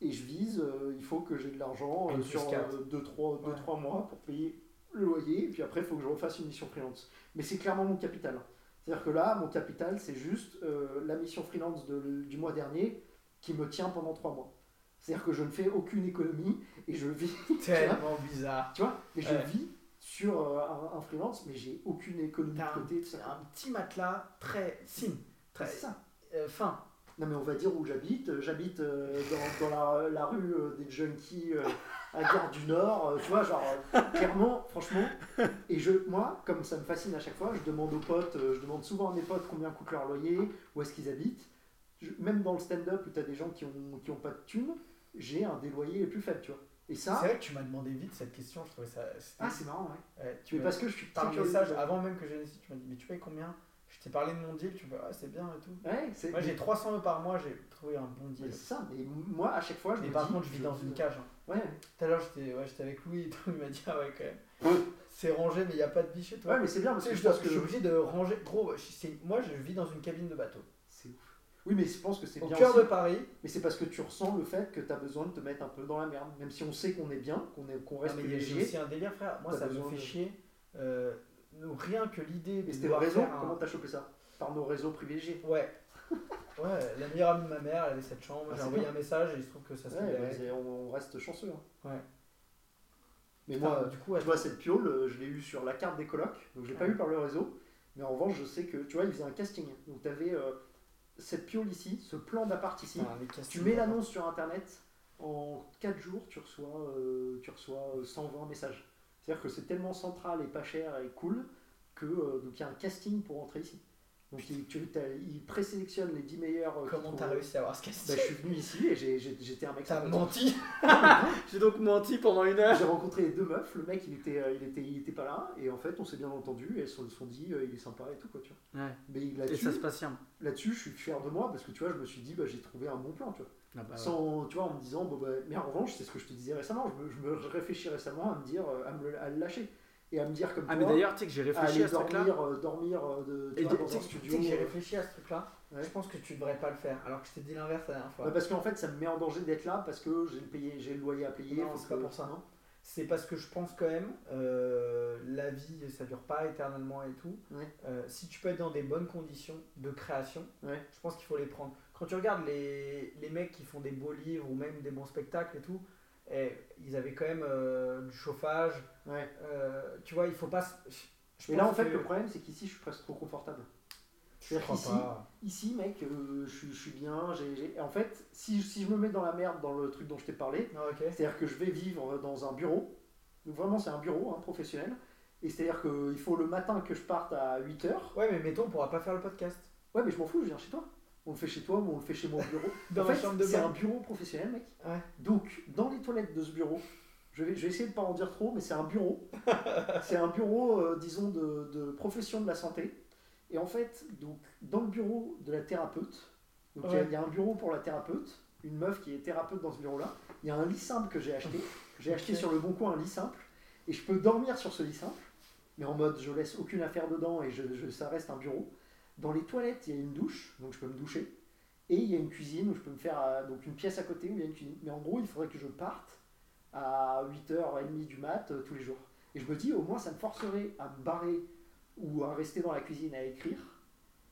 et je vise, euh, il faut que j'ai de l'argent euh,
N plus
sur
quatre.
2-3
Ouais.
mois pour payer le loyer, et puis après, il faut que je refasse une mission freelance. Mais c'est clairement mon capital. C'est-à-dire que là, mon capital, c'est juste euh, la mission freelance de- du mois dernier qui me tient pendant 3 mois. C'est-à-dire que je ne fais aucune économie et je vis
Tellement bizarre.
tu vois Mais je
Ouais.
vis sur euh, un, un freelance, mais j'ai aucune économie
T'as
de côté. tout
C'est
ça.
un petit matelas très. Sim.
Ah,
Très.
c'est ça.
euh, fin.
Non, mais on va dire où j'habite. Euh, J'habite euh, dans, dans la, la rue euh, des junkies euh, à Gare du Nord. euh, tu vois, genre, euh, clairement, franchement. Et je, moi, comme ça me fascine à chaque fois, je demande aux potes, euh, je demande souvent à mes potes combien coûte leur loyer, où est-ce qu'ils habitent. Je- même dans le stand-up où tu as des gens qui ont, qui ont pas de thunes, j'ai un des loyers les plus faibles, tu vois. Et ça,
C'est vrai que tu m'as demandé vite cette question, je trouvais ça. c'était-
ah, c'est marrant, ouais.
Ouais, tu
Mais
m'as-
parce que je suis
par
très curieux.
message, avant même que j'aie ici, tu m'as dit, mais tu payes combien Je t'ai parlé de mon deal, tu me dis, ah, c'est bien et tout.
Ouais, c'est-
Moi, j'ai 300 euros par mois, j'ai trouvé un bon
Mais
deal.
c'est ça, mais moi à chaque fois je
Mais
me
par
dis,
contre, je vis dans une cage. hein.
Ouais, ouais.
Tout à l'heure, j'étais ouais, j'étais avec Louis et tout, il m'a dit, ah ouais, quand même. C'est rangé, mais il n'y a pas de biche et tout.
Ouais, mais c'est bien
Tu
parce
sais,
que
je
je
dois-
pense
je
que.
suis obligé de ranger. Gros, je- c'est- moi, je vis dans une cabine de bateau.
C'est ouf. Oui, mais je pense que c'est
Au
bien.
cœur
aussi.
de Paris.
Mais c'est parce que tu ressens le fait que t'as besoin de te mettre un peu dans la merde. Même si on sait qu'on est bien, qu'on est, qu'on
Non,
reste
mais il y a- j'ai
privilégié.
aussi un délire, frère. Moi,
T'as
ça me
besoin
fait
de-
chier. Euh, nous, rien que l'idée
Mais
de
c'était le réseau,
faire un-
comment t'as chopé ça Par nos réseaux privilégiés.
Ouais. Ouais, la meilleure amie de ma mère, elle avait cette chambre.
Ah,
J'ai
c'est
envoyé
bien.
un message et il se trouve que ça se
Ouais,
libérait.
mais on, on reste chanceux. hein.
Ouais.
Mais
Putain,
moi,
du coup, ouais,
tu vois, cette piole, euh, je l'ai eu sur la carte des colocs, donc je l'ai pas
Ouais.
eu par le réseau. Mais en revanche, je sais que, tu vois, ils faisaient un casting. Donc t'avais euh, cette piole ici, ce plan d'appart ici.
putain, les castings,
Tu mets
quoi.
l'annonce sur internet, en 4 jours, tu reçois, euh, tu reçois euh, 120 messages. C'est-à-dire que c'est tellement central et pas cher et cool que euh, donc il y a un casting pour entrer ici. Donc il, tu, t'as- il présélectionne les 10 meilleurs. euh, qui
Comment t'as
trouvent-
réussi à avoir ce
Bah,
casting
Je suis venu ici et j'ai- j'ai- j'étais un mec.
T'as
sympa.
menti
J'ai donc menti pendant une heure.
J'ai rencontré les deux meufs, le mec il était, euh, il était, il était pas là et en fait on s'est bien entendu et elles se sont- se sont dit euh, il est sympa et tout quoi tu vois.
Ouais.
Mais
Et
là-dessus,
ça se passe bien.
là-dessus, je suis fier de moi parce que tu vois je me suis dit bah, j'ai trouvé un bon plan tu vois.
Ah bah ouais.
sans tu vois en me disant bon, bah, mais en revanche c'est ce que je te disais récemment je me, je me réfléchis récemment à me dire euh, à me le, à le lâcher et à me dire comme
Ah,
toi
mais d'ailleurs, tu sais que j'ai
à
réfléchi
aller
à ce truc-là.
dormir euh, dormir euh, de, tu
Et
vois,
Ah, tu
dans
sais
un
que- tu sais
studio
que j'ai
euh,
réfléchi à ce truc-là.
Ouais.
Je pense que tu devrais pas le faire. Alors que je t'ai dit l'inverse la dernière fois.
bah, parce qu'en fait ça me met en danger d'être là parce que j'ai le payé j'ai le loyer à payer
Non,
faut
c'est
que-
pas pour ça. C'est parce que je pense quand même, euh, la vie ça dure pas éternellement et tout.
Ouais.
Euh, si tu peux être dans des bonnes conditions de création,
Ouais.
je pense qu'il faut les prendre. Quand tu regardes les, les mecs qui font des beaux livres ou même des bons spectacles et tout, eh, ils avaient quand même euh, du chauffage.
Ouais.
Euh, tu vois, il faut pas. se- Je
mais là en
pense
fait
que-
le problème c'est qu'ici je suis presque trop confortable
je
c'est-à-dire
crois
qu'ici,
pas.
ici mec euh, je, suis- je suis bien j'ai- j'ai- en fait si, si je me mets dans la merde dans le truc dont je t'ai parlé
Non, ok.
C'est-à-dire que je vais vivre dans un bureau. Donc vraiment, c'est un bureau hein, professionnel. Et c'est-à-dire qu'il faut le matin que je parte à 8h.
Ouais, mais mettons, on pourra pas faire le podcast.
Ouais, mais je m'en fous, je viens chez toi. On le fait chez toi ou on le fait chez moi au bureau.
Dans
en
la
fait,
chambre de
c'est
bain.
un bureau professionnel, mec.
Ouais.
Donc, dans les toilettes de ce bureau, je vais, je vais essayer de pas en dire trop, mais c'est un bureau. c'est un bureau, euh, disons, de, de profession de la santé. Et en fait, donc, dans le bureau de la thérapeute, donc il y a-
Ouais.
il y, a un bureau pour la thérapeute, une meuf qui est thérapeute dans ce bureau-là. Il y a un lit simple que j'ai acheté. J'ai acheté
Ok.
sur le bon coin un lit simple. Et je peux dormir sur ce lit simple, mais en mode je laisse aucune affaire dedans et je, je- ça reste un bureau. Dans les toilettes, il y a une douche, donc je peux me doucher. Et il y a une cuisine où je peux me faire euh, donc une pièce à côté où il y a une cuisine. Mais en gros, il faudrait que je parte à 8h30 du mat euh, tous les jours. Et je me dis, au moins, ça me forcerait à me barrer ou à rester dans la cuisine à écrire.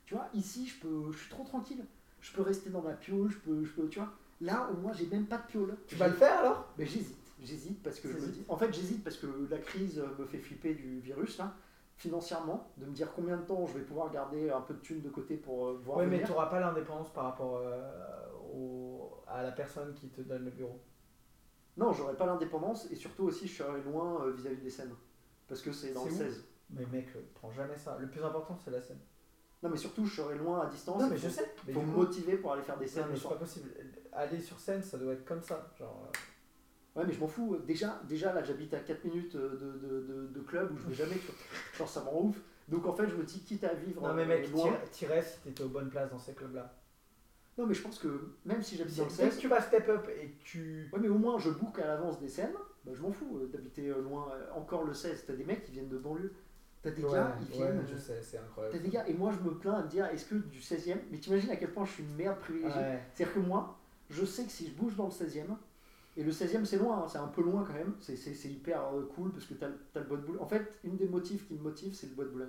Tu vois, ici, je, peux, je suis trop tranquille. Je peux rester dans ma piole, je peux, je peux, tu vois. Là, au moins, j'ai même pas de piole.
Tu vas le faire alors
Mais j'hésite, j'hésite parce que je me
T'hésites.
dis- En fait, j'hésite parce que la crise me fait flipper du virus là, financièrement, de me dire combien de temps je vais pouvoir garder un peu de thunes de côté pour euh, voir
Ouais, mais
venir.
tu n'auras pas l'indépendance par rapport euh, au- à la personne qui te donne le bureau.
Non, j'aurais pas l'indépendance et surtout aussi je serais loin euh, vis-à-vis des scènes parce que c'est dans
C'est
le
où
16.
Mais mec, euh, prends jamais ça. Le plus important, c'est la scène.
Non, mais surtout, je serais loin à distance.
Non,
il
mais
faut,
je sais. Mais
faut
du
me
coup-
motiver pour aller faire des
Non,
scènes.
mais
le
c'est
soir.
pas possible. Aller sur scène, ça doit être comme ça. Genre, euh,
Ouais, mais je m'en fous. Déjà, déjà là, j'habite à 4 minutes euh, de, de, de, de club où je vais jamais. tu vois. Genre, ça m'en ouf. Donc, en fait, je me dis, quitte à vivre.
Non, mais
euh,
mec,
loin.
t'irais- t'irais si t'étais aux bonnes places dans ces clubs-là.
Non, mais je pense que même si j'habite dans le
Dès
16,
que tu vas step up et que tu.
Ouais, mais au moins je book à l'avance des scènes, bah, je m'en fous euh, d'habiter euh, loin. euh, Encore le 16, t'as des mecs qui viennent de banlieue, t'as des gars, ils viennent. euh,
je sais, c'est
T'as
incroyable.
des gars, et moi je me plains à me dire est-ce que du 16e, mais t'imagines à quel point je suis une merde privilégiée
Ouais.
C'est-à-dire que moi, je sais que si je bouge dans le 16e, et le 16e c'est loin, hein, c'est un peu loin quand même, c'est, c'est- c'est hyper euh, cool parce que t'as, le- t'as le bois de boulogne. En fait, une des motifs qui me motive, c'est le bois de boulogne.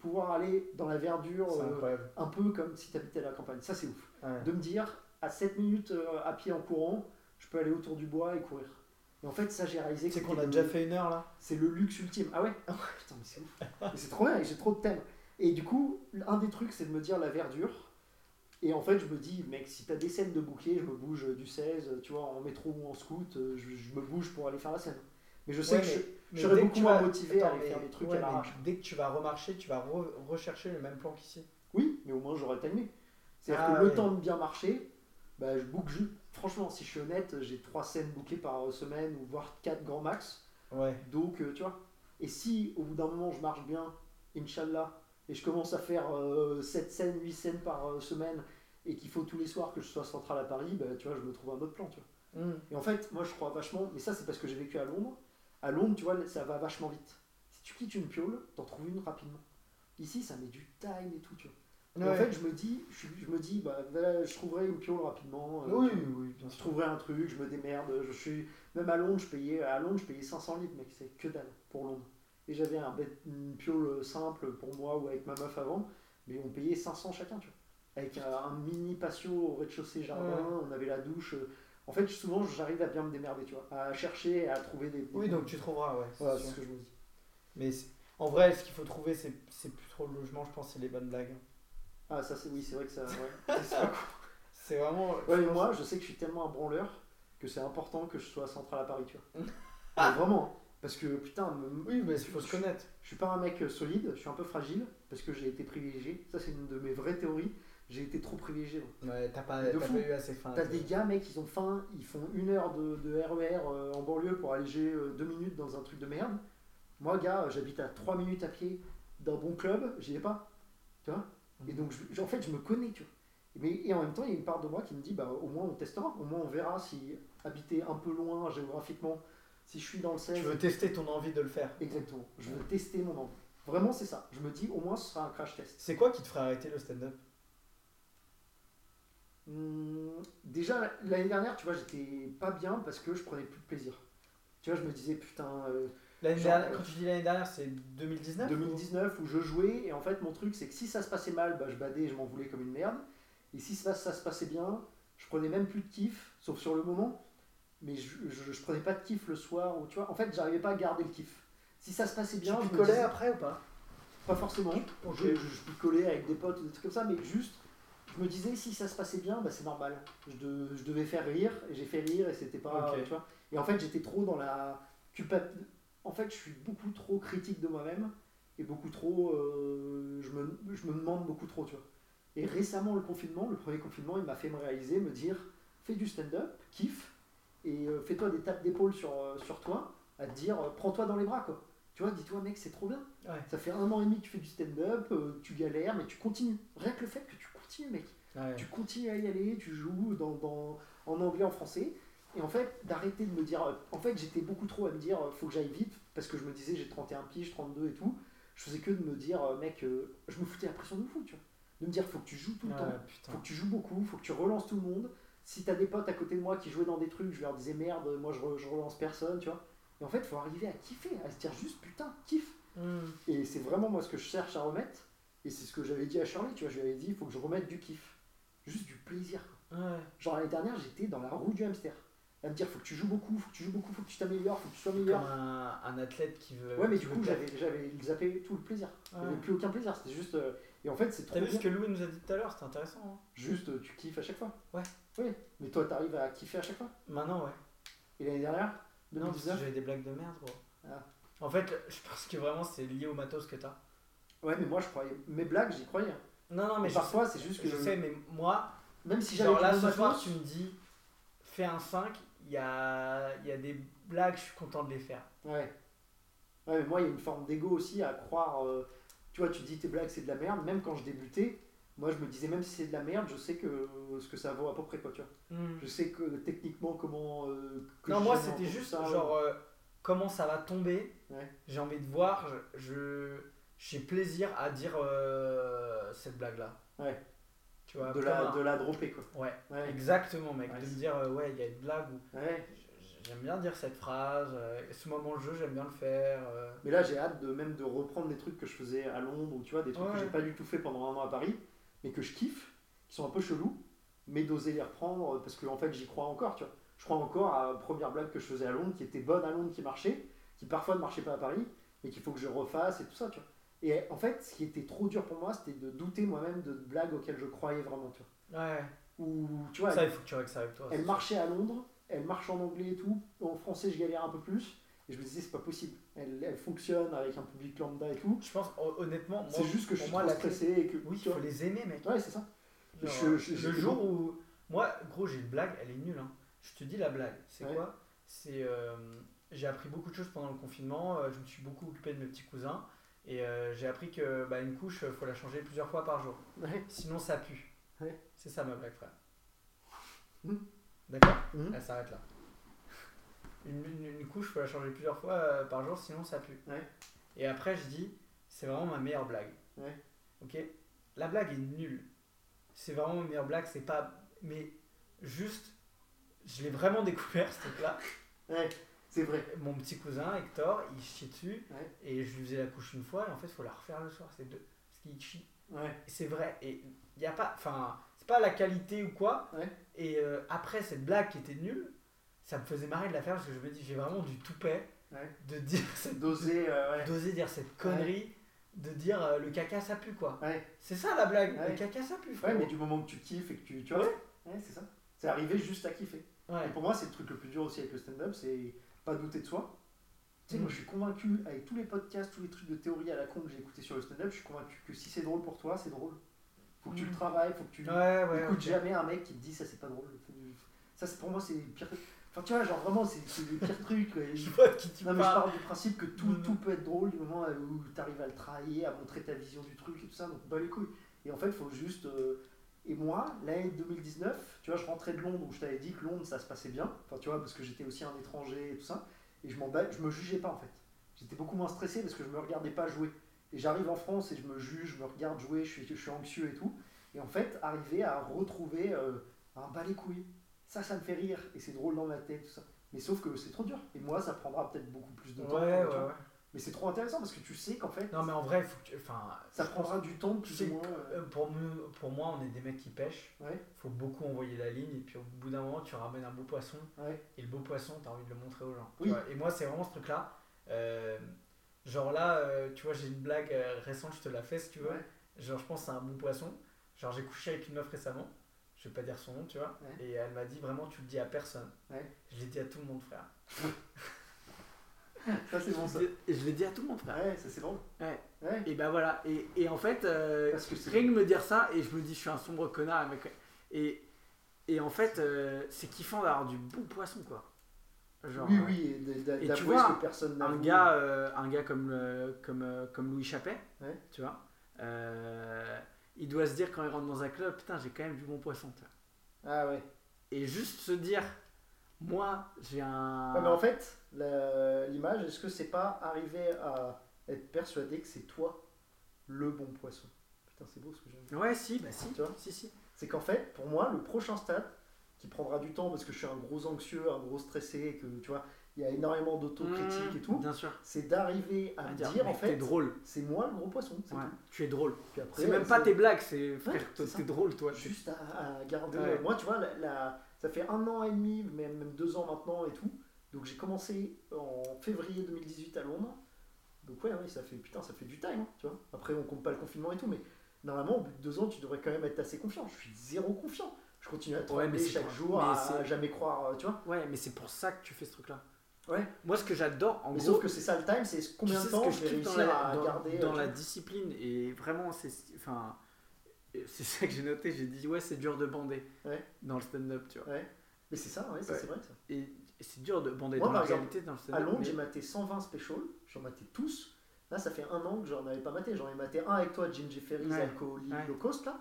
Pouvoir aller dans la verdure,
C'est
euh,
incroyable.
un peu comme si t'habitais à la campagne, ça c'est ouf
Ouais.
de me dire à 7 minutes euh, à pied en courant, je peux aller autour du bois et courir. Et en fait, ça, j'ai réalisé
Tu sais
que
qu'on
c'était
a
le-
déjà fait une heure là
c'est le luxe ultime. Ah ouais Ah ouais, Putain, mais c'est ouf. Mais c'est trop bien, et j'ai trop de thèmes. Et du coup, un des trucs, c'est de me dire la verdure. Et en fait, je me dis, mec, si t'as des scènes de bouclier, je me bouge euh, du 16, euh, tu vois, en métro ou en scout, euh, je, je me bouge pour aller faire la scène. Mais je sais
Ouais,
que
mais-
je-
mais
serais
dès que
beaucoup
tu
moins
vas-
motivé à aller
mais-
faire des trucs
ouais,
à la
mais
rage.
Dès que tu vas remarcher, tu vas re- rechercher le même plan qu'ici.
Oui, mais au moins j'aurais timé. C'est-à-dire
Ah
que le
ouais.
temps de bien marcher, bah, je boucle juste. Franchement, si je suis honnête, j'ai trois scènes bouclées par semaine, ou voire quatre grand max.
Ouais.
Donc, euh, tu vois. Et si au bout d'un moment je marche bien, Inch'Allah, et je commence à faire 7 scènes, 8 scènes par euh, semaine, et qu'il faut tous les soirs que je sois central à Paris, bah, tu vois, je me trouve un autre plan, tu vois.
Hmm.
Et en fait, moi, je crois vachement, mais ça, c'est parce que j'ai vécu à Londres. À Londres, tu vois, ça va vachement vite. Si tu quittes une piole, t'en trouves une rapidement. Ici, ça met du time et tout, tu vois. Et en
Ouais.
fait, je me dis, je, suis- je me dis, bah, là, je trouverai une piole rapidement. euh,
Oui,
tu vois.
oui, bien
Je
sûr.
trouverai un truc, je me démerde. Je suis même à Londres, je payais à Londres, je payais 500 livres, mec, c'est que dalle pour Londres. Et j'avais un bête- une piole simple pour moi ou avec ma meuf avant, mais on payait 500 chacun, tu vois. Avec un, un mini patio au rez-de-chaussée jardin,
Ouais.
on avait la douche. euh, En fait, souvent, j'arrive à bien me démerder, tu vois, à chercher, à trouver des. des-
Oui, donc tu trouveras, ouais. c'est
Voilà, c'est
sûr.
ce que je me dis.
Mais c'est- en vrai, ce qu'il faut trouver, c'est c'est plus trop le logement, je pense, c'est les bonnes blagues.
Ah, ça, c'est oui, c'est vrai que ça. ouais. C'est pas cool.
C'est vraiment.
Ouais, mais moi, je sais que je suis tellement un branleur que c'est important que je sois central à Paris, tu vois. Mais vraiment, parce que putain, me-
Oui, mais il faut se connaître.
Je suis pas un mec euh, solide, je suis un peu fragile parce que j'ai été privilégié. Ça, c'est une de mes vraies théories. J'ai été trop privilégié. donc.
Ouais, t'as pas,
De
t'as
fou.
pas eu assez faim.
T'as des gars, mec, ils ont faim, ils font une heure de, de RER euh, en banlieue pour alléger euh, deux minutes dans un truc de merde. Moi, gars, euh, j'habite à trois minutes à pied d'un bon club, j'y vais pas. Tu vois Et donc, je- je- en fait, je me connais, tu vois. Mais, et en même temps, il y a une part de moi qui me dit, bah, au moins on testera, au moins on verra si habiter un peu loin géographiquement, si je suis dans le 16.
Tu veux tester ton envie de le faire.
Exactement. Je veux tester mon envie. Vraiment, c'est ça. Je me dis, au moins, ce sera un crash test.
C'est quoi qui te ferait arrêter le stand-up
Hum, déjà, l'année dernière, tu vois, j'étais pas bien parce que je prenais plus de plaisir. Tu vois, je me disais, putain, euh,
L'année
Genre,
dernière- Quand tu dis l'année dernière, c'est 2019
2019 où je jouais, et en fait, mon truc, c'est que si ça se passait mal, bah, je badais et je m'en voulais comme une merde. Et si ça, ça se passait bien, je prenais même plus de kiff, sauf sur le moment. Mais je, je, je prenais pas de kiff le soir, ou tu vois, en fait, j'arrivais pas à garder le kiff. Si ça se passait bien,
Tu
je me
picolais
disais-
après ou pas
Pas forcément. Je, je, je picolais avec des potes, ou des trucs comme ça, mais juste, je me disais si ça se passait bien, bah, c'est normal. Je, de- je devais faire rire, et j'ai fait rire, et c'était pas.
Ok.
Tu vois et en fait, j'étais trop dans la culpabilité. En fait, je suis beaucoup trop critique de moi-même, et beaucoup trop. euh, je, me, je me demande beaucoup trop, tu vois. Et récemment, le confinement, le premier confinement, il m'a fait me réaliser, me dire fais du stand-up, kiffe, et euh, fais-toi des tapes d'épaule sur, euh, sur toi, à te dire euh, prends-toi dans les bras, quoi. Tu vois, dis-toi, mec, c'est trop bien.
Ouais.
Ça fait un an et demi que tu fais du stand-up, euh, tu galères, mais tu continues. Rien que le fait que tu continues, mec.
Ouais.
Tu continues à y aller, tu joues dans, dans- en anglais, en français. Et en fait, d'arrêter de me dire. euh, En fait, j'étais beaucoup trop à me dire, euh, faut que j'aille vite, parce que je me disais, j'ai 31 piges, 32 et tout. Je faisais que de me dire, euh, mec, euh, je me foutais la pression de fou, tu vois. De me dire, faut que tu joues tout le
Ouais,
temps
Ah, putain.
faut que tu joues beaucoup, faut que tu relances tout le monde. Si t'as des potes à côté de moi qui jouaient dans des trucs, je leur disais merde, moi je, re- je relance personne, tu vois. Et en fait, faut arriver à kiffer, à se dire juste putain, kiff.
Hmm.
Et c'est vraiment moi ce que je cherche à remettre. Et c'est ce que j'avais dit à Charlie, tu vois, je lui avais dit, il faut que je remette du kiff. Juste du plaisir. quoi.
Ouais.
Genre l'année dernière, j'étais dans la roue du hamster. À me dire, faut que tu joues beaucoup, faut que tu joues beaucoup, faut que tu t'améliores, faut que tu sois
Comme
meilleur.
un, un athlète qui veut.
Ouais, mais
qui
du
veut
coup,
perdre.
j'avais j'avais zappé tout le plaisir.
Ouais.
J'avais plus aucun plaisir, c'était juste. euh, Et en fait, c'est trop
T'as vu
bien.
ce que Louis nous a dit tout à l'heure C'était intéressant. hein.
Juste, euh, tu kiffes à chaque fois.
Ouais.
Oui. Mais toi, t'arrives à kiffer à chaque fois.
Maintenant, ouais.
Et l'année dernière
Non, parce que
2019
j'avais des blagues de merde, gros.
Ah.
En fait, je pense que vraiment, c'est lié au matos que t'as.
Ouais, mais moi je croyais. Mes blagues, j'y croyais.
Non, non, mais
Mais parfois,
je sais-
c'est juste que
je
je-
sais, mais moi,
Même si j'avais
genre
du
là
bon
ce soir,
matos-
tu me dis, fais un 5, il y a, il y a des blagues, je suis content de les faire.
Ouais. Ouais, mais moi, il y a une forme d'ego aussi à croire. euh, tu vois, tu dis tes blagues, c'est de la merde. Même quand je débutais, moi, je me disais, même si c'est de la merde, je sais que euh, ce que ça vaut à peu près, quoi, tu vois. Je sais que techniquement, comment. euh, que
Mm. non,
je
moi,
gère
c'était
pour
juste
ça.
genre euh, comment ça va tomber.
Ouais.
J'ai envie de voir. Je, je- j'ai plaisir à dire euh, cette blague là.
Ouais.
Tu vois.
de la,
pas-
de la dropper, quoi.
Ouais.
Ouais.
Exactement, mec.
Ouais,
de me
c'est-
dire euh, ouais, il y a une blague où
Ouais.
j- j'aime bien dire cette phrase. euh, ce moment de jeu, j'aime bien le faire. euh.
Mais là, j'ai hâte de même de reprendre des trucs que je faisais à Londres ou tu vois, des trucs que
Ouais.
j'ai pas du tout fait pendant un an à Paris, mais que je kiffe, qui sont un peu chelous, mais d'oser les reprendre euh, parce que en fait, j'y crois encore, tu vois. Je crois encore à la première blague que je faisais à Londres, qui était bonne à Londres, qui marchait, qui parfois ne marchait pas à Paris, mais qu'il faut que je refasse et tout ça, tu vois. Et en fait, ce qui était trop dur pour moi, c'était de douter moi-même de blagues auxquelles je croyais vraiment, tu vois.
Ouais.
Ou tu vois,
ça, il faut que tu règles ça avec toi.
elle
c'est
marchait à Londres, elle marche en anglais et tout. En français, je galère un peu plus. Et je me disais, c'est pas possible. Elle, elle fonctionne avec un public lambda et tout.
sûr. Je pense hon- honnêtement, moi,
C'est juste que je
pour
suis
moi,
trop
la clé-
stressé et que.
oui,
tu
il
vois.
faut les aimer, mec.
Ouais, c'est ça.
Genre,
Je- je-
le
je-
jour où. Moi, gros, j'ai une blague, elle est nulle. hein. Je te dis la blague. C'est
Ouais.
quoi C'est. euh, j'ai appris beaucoup de choses pendant le confinement. euh, je me suis beaucoup occupé de mes petits cousins. Et euh, j'ai appris que bah, une couche, faut la changer plusieurs fois par jour.
Ouais.
Sinon, ça pue.
Ouais.
C'est ça ma blague, frère.
Hmm.
D'accord
Mhm.
Elle s'arrête là. Une, une- une couche, faut la changer plusieurs fois euh, par jour, sinon ça pue.
Ouais.
Et après, je dis, c'est vraiment ma meilleure blague.
Ouais.
Ok La blague est nulle. C'est vraiment ma meilleure blague, c'est pas. Mais juste, je l'ai vraiment découvert, ce truc-là.
Ouais, c'est vrai.
Mon petit cousin, Hector, il chie dessus.
Ouais.
Et je lui faisais la couche une fois, et en fait, il faut la refaire le soir, c'est deux. Parce qu'il chie.
Ouais.
Et C'est vrai. Et il n'y a pas. Enfin, c'est pas la qualité ou quoi.
Ouais.
Et euh, après cette blague qui était nulle, ça me faisait marrer de la faire parce que je me dis, j'ai vraiment du toupet
Ouais.
de dire cette.
D'oser. euh, ouais.
d'oser dire cette connerie, de dire euh, le caca ça pue quoi.
Ouais.
C'est ça la blague,
Ouais.
le caca ça pue
Ouais,
frérot.
mais du moment que tu kiffes et que tu. Tu vois Ouais, c'est ça. C'est arriver juste à kiffer.
Ouais.
Et pour moi, c'est le truc le plus dur aussi avec le stand-up, c'est pas douter de soi. Tu sais,
Mm.
moi je suis convaincu, avec tous les podcasts, tous les trucs de théorie à la con que j'ai écouté sur le stand-up, je suis convaincu que si c'est drôle pour toi, c'est drôle. Faut que tu
Mm.
le travailles, faut que tu,
Ouais, ouais,
Écoute
ok.
jamais un mec qui te dit ça c'est pas drôle. Ça c'est pour moi c'est le pire. Enfin tu vois genre vraiment c'est c'est le pire truc. quoi.
Je vois de qui tu
Non mais je
parles.
parle du principe que tout,
Mm.
tout peut être drôle du moment euh, où t'arrives à le travailler, à montrer ta vision du truc et tout ça, donc bas les couilles. Et en fait faut juste. euh, Et moi, l'année 2019, tu vois, je rentrais de Londres où je t'avais dit que Londres ça se passait bien, enfin tu vois, parce que j'étais aussi un étranger et tout ça, et je m'en bats, je me jugeais pas en fait. J'étais beaucoup moins stressé parce que je me regardais pas jouer. Et j'arrive en France et je me juge, je me regarde jouer, je suis, je suis anxieux et tout. Et en fait, arriver à retrouver euh, un bas les couilles, ça, ça me fait rire et c'est drôle dans ma tête, tout ça. Mais sauf que c'est trop dur. Et moi, ça prendra peut-être beaucoup plus de
Ouais,
temps.
ouais,
tu vois.
ouais.
Mais c'est trop intéressant parce que tu sais qu'en fait,
Non mais en vrai, faut que tu- enfin,
ça
je pense-
prendra du temps
c'est
plus ou moins. euh,
Euh, Pour, nous- pour moi, on est des mecs qui pêchent.
Ouais.
Faut beaucoup envoyer la ligne et puis au bout d'un moment, tu ramènes un beau poisson.
Ouais.
Et le beau poisson, t'as envie de le montrer aux gens. tu
Oui.
vois. Et moi, c'est vraiment ce truc-là. Euh, genre là, euh, tu vois, j'ai une blague euh, récente, je te la fais si tu veux.
Ouais.
Genre, je pense à un beau poisson. Genre, j'ai couché avec une meuf récemment. Je vais pas dire son nom, tu vois.
Ouais.
Et elle m'a dit vraiment, tu le dis à personne.
Ouais.
Je l'ai dit à tout le monde, frère.
Ça, c'est bon ça.
Et je l'ai dit à tout le monde, frère.
Ouais, ça c'est drôle.
Ouais.
Ouais.
Et bah voilà. Et, et en fait, euh,
Parce que c'est.
rien que me dire ça, et je me dis, je suis un sombre connard. mec. Et, et en fait, euh, c'est kiffant d'avoir du bon poisson, quoi. Genre,
oui,
euh,
oui, Ah, et d- d-
et tu
d'avouer ce
vois,
que personne n'a
un gars, euh, un gars comme, le- comme, euh, comme Louis Chappet,
Ouais.
tu vois, euh, il doit se dire quand il rentre dans un club, putain, j'ai quand même du bon poisson. tu vois.
Ah ouais.
Et juste se dire, moi, j'ai un.
Ouais, mais en fait, la- l'image, est-ce que c'est pas arriver à être persuadé que c'est toi le bon poisson Putain, c'est beau ce que j'ai dit.
Ouais, si, bah si,
Tu vois
si, si.
C'est qu'en fait, pour moi, le prochain stade, qui prendra du temps parce que je suis un gros anxieux, un gros stressé, et que tu vois, il y a énormément d'autocritique et tout,
Mmh, Bien sûr.
c'est d'arriver à,
À
me
dire,
dire, en
mec, t'es
fait,
drôle.
c'est moi le gros poisson. c'est
Ouais,
tout.
tu es drôle.
Puis après,
C'est même
euh,
pas tes blagues, c'est frère,
c'est
toi,
ça.
t'es drôle, toi.
juste à, à garder.
Ouais.
Moi, tu vois, la, la- ça fait un an et demi, même, même deux ans maintenant et tout. Donc j'ai commencé en février 2018 à Londres. Donc ouais, ouais, ça fait putain, ça fait du time, hein, tu vois. Après, on compte pas le confinement et tout, mais normalement, au bout de deux ans, tu devrais quand même être assez confiant. Je suis zéro confiant. Je continue à travailler
mais c'est
chaque
pas-
jour,
mais
à
c'est-
jamais croire, euh, tu vois.
Ouais, mais c'est pour ça que tu fais ce truc-là.
Ouais.
Moi, ce que j'adore, en
Mais
gros,
sauf que c'est ça le time, c'est
tu
combien
sais
de
ce
temps
que
je vais
kiffe
réussir
dans
euh,
la,
à
dans-
garder.
dans
euh,
la
tu
discipline et vraiment c'est enfin
Et C'est ça que j'ai noté, j'ai dit ouais c'est dur de bander
Ouais.
dans le stand-up, tu vois.
Mais c'est ça, ouais, ça,
Ouais.
c'est vrai. ça.
Et, et c'est dur de bander
Moi,
dans la
par exemple,
réalité dans le
À
stand-up.
Londres,
mais-
j'ai maté 120 specials, j'en matais tous. Là, ça fait un an que j'en avais pas maté. J'en ai maté un avec toi, Ginger Ferry,
Ouais.
Alcool,
Ouais.
Low Cost, là.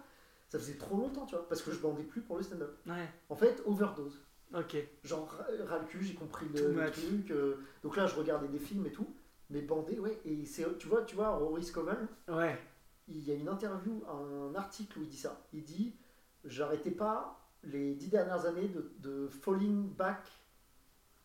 Ça faisait trop longtemps, tu vois, parce que je bandais plus pour le stand-up.
Ouais,
En fait, overdose.
ok.
Genre, ra- ras le cul, j'ai compris
Too
le, le
much.
truc. euh, donc là, je regardais des films et tout. Mais bandé, ouais. Et c'est, tu vois, tu vois, Rory Scovel,
Ouais,
il y a une interview, un article où il dit ça. Il dit J'arrêtais pas les dix dernières années de, de falling back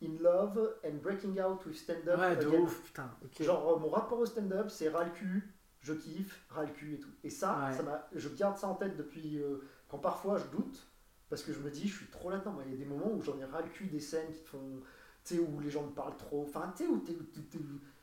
in love and breaking out with stand-up.
ouais de
again.
ouf, putain.
Genre, euh, mon rapport au stand-up, c'est ras le cul, je kiffe, ras le cul et tout. Et ça,
Ouais.
ça m'a- je garde ça en tête depuis euh, quand parfois je doute, parce que je me dis, je suis trop là-dedans. Moi, Il y a des moments où j'en ai ras le cul des scènes qui te font. Tu sais, où les gens me parlent trop. Enfin, tu sais, où t'es. où t'es- t'es-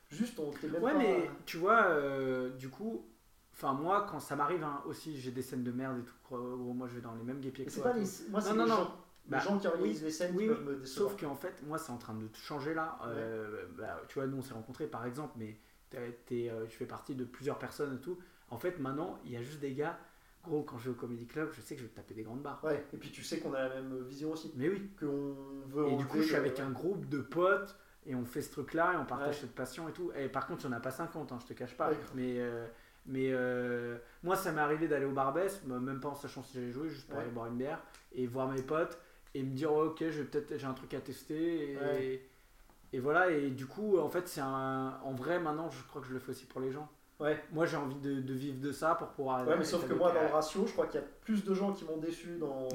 Juste, on t'es même
Ouais,
pas.
mais tu vois, euh, du coup, enfin, moi, quand ça m'arrive hein, aussi, j'ai des scènes de merde et tout, euh, où moi je vais dans les mêmes guépiers
Mais
que
c'est
toi.
pas
et tout.
les. Moi, c'est
non,
les
non.
gens les
Bah,
gens qui organisent
oui,
les scènes
oui,
qui
oui.
peuvent me décevoir.
Sauf qu'en fait, moi, c'est en train de tout changer là. Euh, bah, tu vois, nous, on s'est rencontrés par exemple, mais t'es- t'es, euh, je fais partie de plusieurs personnes et tout. En fait, maintenant, il y a juste des gars. Gros, quand je vais au Comedy Club, je sais que je vais taper des grandes barres.
Ouais, et puis tu sais qu'on a la même vision aussi,
Mais oui.
qu'on veut euh,
Et du coup, je suis avec
un
un groupe de potes et on fait ce truc-là et on partage
Ouais.
cette passion et tout. Et par contre, il n'y en a pas 50, hein, je te cache pas.
Ouais.
Mais, euh, mais euh, moi, ça m'est arrivé d'aller au Barbès, bah, même pas en sachant si j'allais jouer, juste pour
Ouais.
aller boire une bière et voir mes potes et me dire, Ouais, ok, je vais peut-être, j'ai un truc à tester. Et,
Ouais.
et voilà, et du coup, en fait, c'est un. En vrai, maintenant, je crois que je le fais aussi pour les gens.
Ouais.
Moi, j'ai envie de, de vivre de ça pour pouvoir.
Ouais, mais
aller
sauf que
avec-
moi, dans le ratio, je crois qu'il y a plus de gens qui m'ont déçu dans.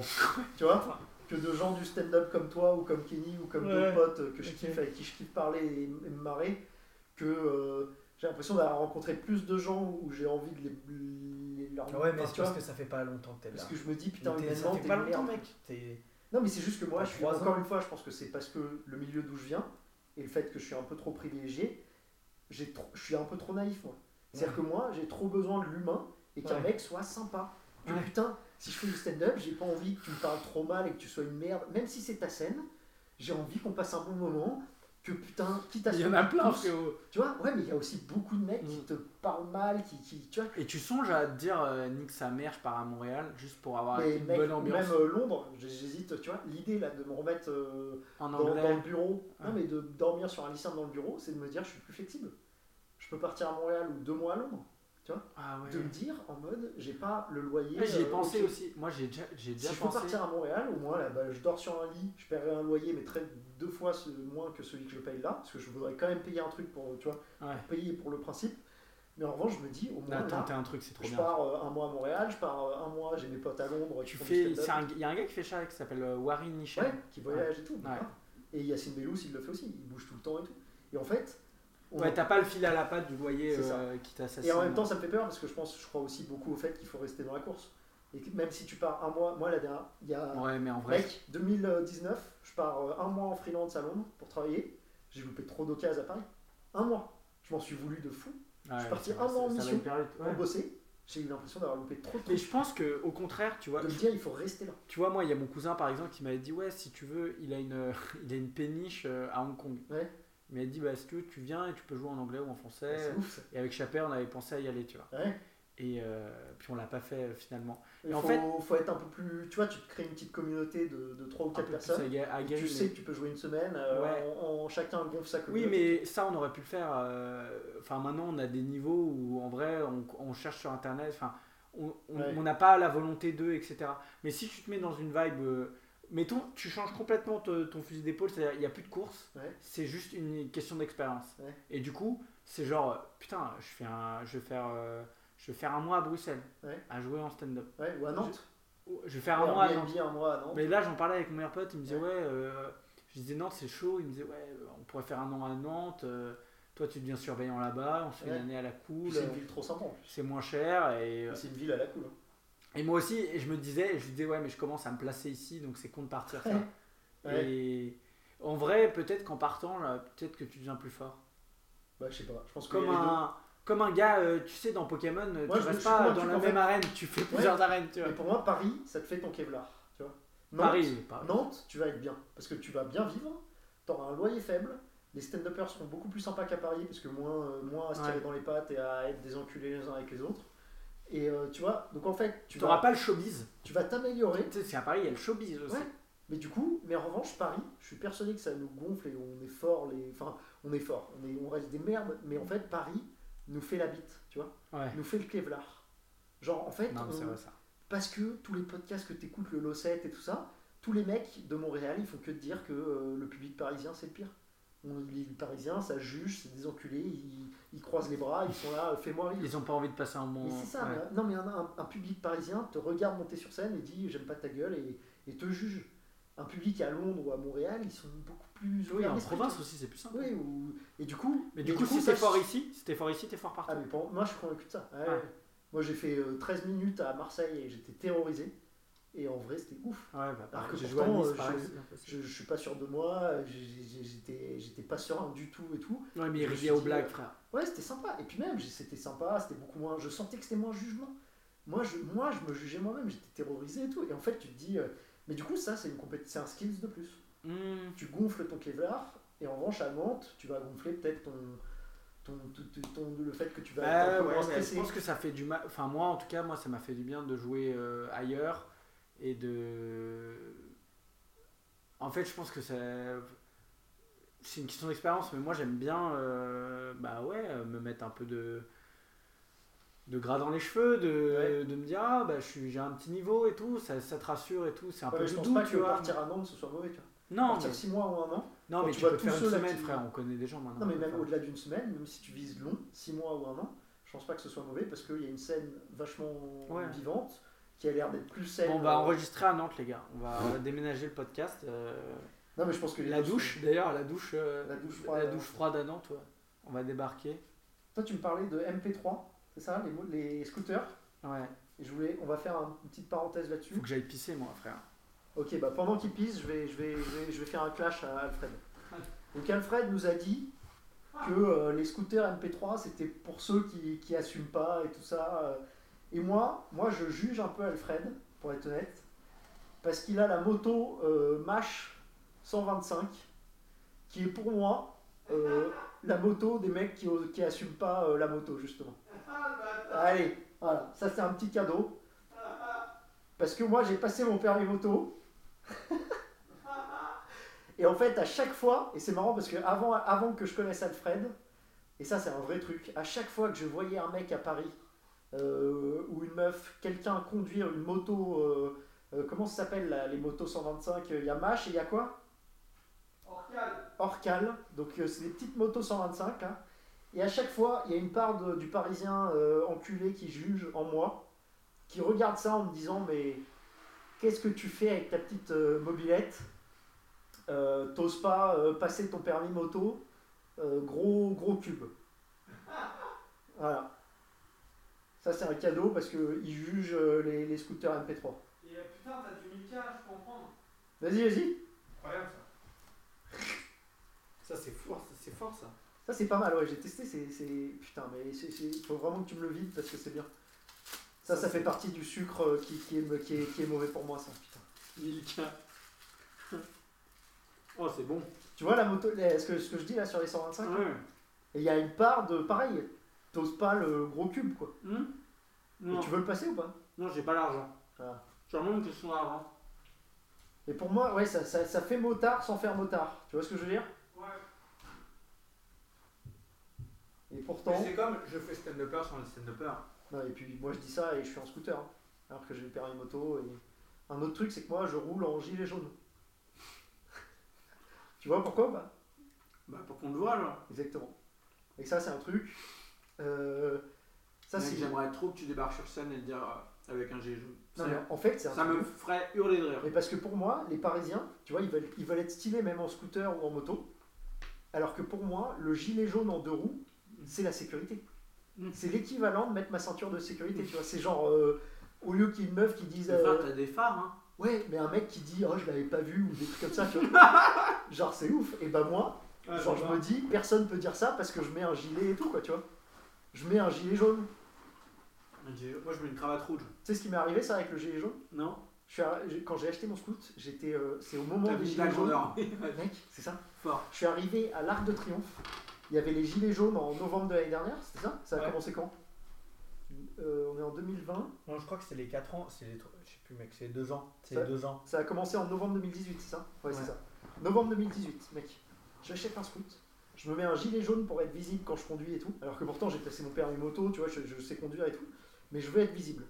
tu vois Que de gens du stand-up comme toi, ou comme Kenny, ou comme
Ouais.
d'autres potes que je
Ok.
kiffe, avec qui je kiffe parler et, et me marrer, que euh, j'ai l'impression d'avoir rencontré plus de gens où j'ai envie de les. les- leur
Ouais, mais
enfin,
c'est
tu vois,
parce que ça fait pas longtemps que t'es là.
parce que je me dis, putain,
Mais t'es-
humainement,
ça fait
t'es
pas
une
longtemps,
merde.
mec. T'es-
Non, mais c'est juste que moi,
Pas
je suis,
trois ans.
encore une fois, je pense que c'est parce que le milieu d'où je viens et le fait que je suis un peu trop privilégié, j'ai trop- je suis un peu trop naïf, moi. C'est-à-dire que moi, j'ai trop besoin de l'humain et qu'un
Ouais.
mec soit sympa. Que
Ouais.
putain, si je fais du stand-up, j'ai pas envie que tu me parles trop mal et que tu sois une merde, même si c'est ta scène, j'ai envie qu'on passe un bon moment. Que putain, quitte à
Il
ce
y en
qu'on
a plein,
pousse-
frérot.
Tu vois, ouais, mais il y a aussi beaucoup de mecs qui
Mm.
te parlent mal, qui. qui tu vois,
Et tu songes à te dire euh, nique sa mère, je pars à Montréal juste pour avoir
mais
une
mec,
bonne ambiance
même euh, Londres, j'hésite, tu vois, l'idée là de me remettre. euh,
en
dans,
anglais.
dans le bureau.
Ouais.
Non, mais de dormir sur un lycéen dans le bureau, c'est de me dire je suis plus flexible. Je peux partir à Montréal ou deux mois à Londres.
Ah ouais.
De me dire en mode j'ai pas le loyer.
Ouais, J'y ai
euh,
pensé
ok.
aussi. Moi j'ai déjà, j'ai
Si
déjà
je peux
pensé.
partir à Montréal, au moins là, bah, je dors sur un lit, je paierai un loyer, mais très, deux fois ce- moins que celui que je paye là, parce que je voudrais quand même payer un truc pour, tu vois,
Ouais.
pour payer pour le principe. Mais en revanche, je me dis au moins
Attends,
là,
t'es un truc, c'est trop
je
bien.
pars euh, un mois à Montréal, je pars euh, un mois, j'ai mes potes à Londres. qui
Tu
font du
fais,
stand-up.
c'est un- il y a un gars qui fait ça qui s'appelle euh, Warren Michel.
Ouais, qui voyage et tout.
Ouais.
Et Yacine Bellous, il le fait aussi. Il bouge tout le temps et tout. Et en fait. on-
Ouais, t'as pas le fil à la patte du loyer
C'est ça.
euh, qui t'assassine.
et en même temps, ça me fait peur parce que je pense, je crois aussi beaucoup au fait qu'il faut rester dans la course. Et que même si tu pars un mois, moi la dernière, il y a.
Ouais, mais en vrai.
Mec, 2019, je pars euh, un mois en freelance à Londres pour travailler. J'ai loupé trop d'occasions à Paris. Un mois. Je m'en suis voulu de fou
ouais,
suis parti
ça-
un mois en
ça- ça va
mission.
hyper vite, ouais.
pour bosser. J'ai eu l'impression d'avoir loupé trop de
Mais
trucs.
je pense que au contraire, tu vois,
De me
je-
dire, il faut rester là.
tu vois, moi, il y a mon cousin par exemple qui m'avait dit ouais, si tu veux, il a une, il a une péniche euh, à Hong Kong.
Ouais.
Il m'a dit bah si tu veux, tu viens et tu peux jouer en anglais ou en français.
C'est ouf.
Et avec Chaper, on avait pensé à y aller, tu vois.
ça. Ouais.
Et euh, puis on l'a pas fait euh, finalement.
Il
en
faut,
fait-
faut être un peu plus. Tu vois, tu te crées une petite communauté de, de 3 ou
Un
4
peu plus
personnes.
aga- aguerri,
tu
mais-
sais que tu peux jouer une semaine, euh,
Ouais.
en, en- chacun gonfle sa
Oui,
communauté.
mais ça, on aurait pu le faire. euh, Enfin, maintenant, on a des niveaux où, en vrai, on, on cherche sur Internet. Enfin, on on-
Ouais.
on n'a pas la volonté d'eux, etc. Mais si tu te mets dans une vibe... euh, mettons, tu changes complètement te- ton fusil d'épaule, c'est-à-dire il n'y a plus de course.
Ouais.
C'est juste une question d'expérience.
Ouais.
Et du coup, c'est genre, euh, putain, je, fais un, je, vais faire, euh, je vais faire un mois à Bruxelles,
Ouais.
à jouer en stand-up.
Ouais, ou à Nantes.
Je vais faire un mois à Nantes.
Airbnb, un mois à Nantes.
Mais là, j'en parlais avec mon meilleur pote, il me disait,
Ouais.
ouais, euh, je disais, Nantes, c'est chaud. Il me disait, ouais, euh, on pourrait faire un an à Nantes. euh, toi, tu deviens surveillant là-bas, on se fait
Ouais.
une année à la
Puis
cool.
C'est
euh,
une ville trop sympa en plus.
C'est moins cher. Et, euh,
C'est une ville à la cool. hein.
et moi aussi, et je me disais, je lui disais, ouais, mais je commence à me placer ici, donc c'est con de partir. ça.
Ouais.
Et en vrai, peut-être qu'en partant, là, peut-être que tu deviens plus fort.
Bah, je sais pas. Je pense qu'il y a
Comme
les deux.
un. Comme un gars, euh, tu sais, dans Pokémon, euh,
Moi,
tu
je- je
restes
suis
pas
convaincu
dans la
qu'en
même
fait-
arènes, tu fais plusieurs arènes, tu vois.
Mais pour moi, Paris, ça te fait ton Kevlar. Tu vois. Nantes,
Paris, Paris.
Nantes, tu vas être bien. Parce que tu vas bien vivre. T'auras un loyer faible. Les stand-uppers seront beaucoup plus sympas qu'à Paris parce que moins, euh, moins à se tirer
Ouais.
dans les pattes et à être des enculés les uns avec les autres. Et euh, tu vois, donc en fait, tu
Tu n'auras
vas,
pas le showbiz.
tu vas t'améliorer.
Tu sais, c'est à Paris, il y a le showbiz aussi.
Ouais. Mais du coup, mais en revanche, Paris, je suis persuadé que ça nous gonfle et on est fort. Les, enfin, on est fort. On, est, on reste des merdes. Mais en fait, Paris nous fait la bite, tu vois.
Ouais.
Nous fait le Kevlar. Genre, en fait,
Non, mais c'est
on-
vrai ça.
parce que tous les podcasts que t'écoutes, le Losset et tout ça, tous les mecs de Montréal, ils font que te dire que euh, le public parisien, c'est le pire. On- Les Parisiens, ça juge, c'est des enculés, ils, ils croisent les bras, ils sont là, euh, fais-moi rire.
Ils ont pas envie de passer un bon.
Mais c'est ça,
Ouais.
mais- non mais un, un- un public parisien te regarde monter sur scène et dit j'aime pas ta gueule et, et te juge. Un public à Londres ou à Montréal, ils sont beaucoup plus
Oui,
ouverts
en
d'esprit.
province aussi, c'est plus simple.
Oui, ou- et du coup,
Mais du coup, si
ça,
t'es
je-
fort ici, si t'es fort ici, t'es fort partout.
Ah mais pour- moi je suis convaincu de ça. Ouais,
Ah.
ouais. Moi j'ai fait euh, 13 minutes à Marseille et j'étais terrorisé. Et en vrai c'était ouf.
Ouais, bah,
Alors que
j'ai joué à
pourtant,
Nice,
euh,
pareil,
je-
c'est impossible.
Je, je suis pas sûr de moi, j'ai- j'ai- j'étais j'étais pas serein du tout et tout.
Ouais, mais il
je me
riait
suis
aux
dit,
blagues,
euh,
frère.
Ouais, c'était sympa. Et puis même, j'ai- c'était sympa, c'était beaucoup moins. Je sentais que c'était moins jugement. Moi je, moi, je me jugeais moi-même, j'étais terrorisé et tout. Et en fait, tu te dis. euh, mais du coup, ça, c'est une compétition, c'est un skills de plus.
Hmm.
Tu gonfles ton Kevlar, et en revanche, à Nantes, tu vas gonfler peut-être ton, ton, ton- ton- le fait que tu vas être un
Bah,
peu
ouais,
moins
mais je
stressé.
pense que ça fait du mal. Enfin, moi, en tout cas, moi, ça m'a fait du bien de jouer euh, ailleurs et de. En fait, je pense que ça. C'est une question d'expérience, mais moi, j'aime bien. euh, bah ouais, euh, me mettre un peu de. De gras dans les cheveux, de, de me dire, ah, bah, je suis- j'ai un petit niveau et tout, ça, ça te rassure et tout, c'est un
Ouais,
peu
mais je pense
doux,
pas
tu
que
vois.
partir à Nantes ce soit mauvais. Tu vois.
Non, mais,
partir 6 mois ou un an.
non,
quand
mais
tu
tu,
vois
peux te
tous
faire une
ceux là
semaine,
qui-
frère, on connaît des gens maintenant.
Non, mais même
Enfin,
au-delà d'une semaine, même si tu vises long, 6 mois ou un an, je pense pas que ce soit mauvais parce qu'il y a une scène vachement
Ouais.
vivante qui a l'air d'être plus saine.
Bon, bah, on va
euh,
enregistrer à Nantes, les gars. On va, on va déménager le podcast. euh,
Non, mais je pense que les
La
deux
douche, d'ailleurs, la douche, euh,
La douche froide.
la douche froide à Nantes, ouais. on va débarquer.
sont- Toi, tu me parlais de MP3, c'est ça, les, mo- les scooters.
Ouais,
Et je voulais, on va faire un- une petite parenthèse là-dessus.
faut que j'aille pisser, moi, frère.
Ok, bah pendant qu'il pisse, je vais, je, vais, je, vais, je vais faire un clash à Alfred. Donc Alfred nous a dit que euh, les scooters MP3, c'était pour ceux qui, qui assument pas et tout ça. euh. Et moi, moi, je juge un peu Alfred, pour être honnête, parce qu'il a la moto euh, MASH 125, qui est pour moi euh, la moto des mecs qui, osent- qui assument pas euh, la moto, justement. Allez, voilà, ça c'est un petit cadeau. Parce que moi, j'ai passé mon permis moto. Et en fait, à chaque fois, et c'est marrant parce que avant, avant que je connaisse Alfred, et ça c'est un vrai truc, à chaque fois que je voyais un mec à Paris euh, ou une meuf, quelqu'un conduire une moto, euh, euh, comment ça s'appelle là, les motos 125 Il y a Mach et il y a quoi Orcal. Orcal, donc euh, c'est des petites motos 125. là. Et à chaque fois, il y a une part de- du Parisien euh, enculé qui juge en moi, qui regarde ça en me disant mais qu'est-ce que tu fais avec ta petite euh, mobilette euh, t'oses pas euh, passer ton permis moto, euh, gros gros cube. Voilà. Ça c'est un cadeau parce que ils jugent euh, les, les scooters MP3.
Et euh, putain, t'as du Mika, je comprends.
Vas-y, vas-y.
Incroyable ça. Ça c'est fort, ça, c'est fort ça.
Ça c'est pas mal, ouais, j'ai testé, c'est. c'est- Putain, mais c'est- c'est- faut vraiment que tu me le vides parce que c'est bien. Ça, ça fait partie du sucre euh, qui, qui est, qui, est, qui est mauvais pour moi, ça, putain.
Milka. oh, c'est bon. Ah
Tu vois la moto, eh, ce que, ce que je dis là sur les 125,
Ouais.
il y a une part de pareil, t'oses pas le gros cube quoi.
Hmm
Et
non,
tu veux le passer ou pas
non j'ai pas l'argent.
Ah.
J'ai vraiment une question d'argent.
Et pour moi, ouais, ça, ça, ça fait motard sans faire motard. Tu vois ce que je veux dire
Ouais.
Et pourtant.
c'est comme je fais stand-upper sans le stand-upper.
Non, et puis moi je dis ça et je suis en scooter. hein, alors que j'ai le permis moto. Et... Un autre truc, c'est que moi je roule en gilet jaune. tu vois pourquoi bah,
Bah pour qu'on le voit alors.
Exactement. Et ça, c'est un truc. euh, Ça,
Mec,
c'est.
J'aimerais trop que tu débarques sur scène et le dire euh, avec un gilet jaune.
Non,
Ça-
mais en fait, c'est un
Ça
truc
me ferait hurler de rire.
Mais parce que pour moi, les Parisiens, tu vois, ils veulent, ils veulent être stylés même en scooter ou en moto. Alors que pour moi, le gilet jaune en deux roues, c'est la sécurité.
Mm.
C'est l'équivalent de mettre ma ceinture de sécurité, tu vois. C'est genre, euh, au lieu qu'il y ait une meuf qui dise,
Mais frère,
euh,
t'as des phares, hein.
ouais, mais un mec qui dit, oh, je l'avais pas vu, ou des trucs comme ça, tu vois. genre, c'est ouf. Et bah, moi, genre, je me dis, personne peut dire ça parce que je mets un gilet et tout, quoi, tu vois. Je mets un gilet jaune.
Un gilet jaune. Moi, je mets une cravate rouge.
Tu sais ce qui m'est arrivé, ça, avec le gilet jaune
Non
je suis arri- quand j'ai acheté mon scoot, j'étais, euh, c'est au moment
T'as
des
mis
gilets
une
jaunes.
en
Mec, c'est ça.
Fort.
Je suis arrivé à l'Arc de Triomphe. Il y avait les gilets jaunes en novembre de l'année dernière, c'était ça Ça a
Ouais.
commencé quand euh, on est en 2020.
Non, je crois que c'est les 4 ans, c'est les trois- je sais plus mec, c'est les 2 ans, c'est
Ça-
les 2 ans.
Ça a commencé en novembre 2018, c'est ça Ouais,
Ouais.
c'est ça. Novembre 2018, mec. J'achète un scout. Je me mets un gilet jaune pour être visible quand je conduis et tout. Alors que pourtant, j'ai passé mon permis moto, tu vois, je, je sais conduire et tout. Mais je veux être visible.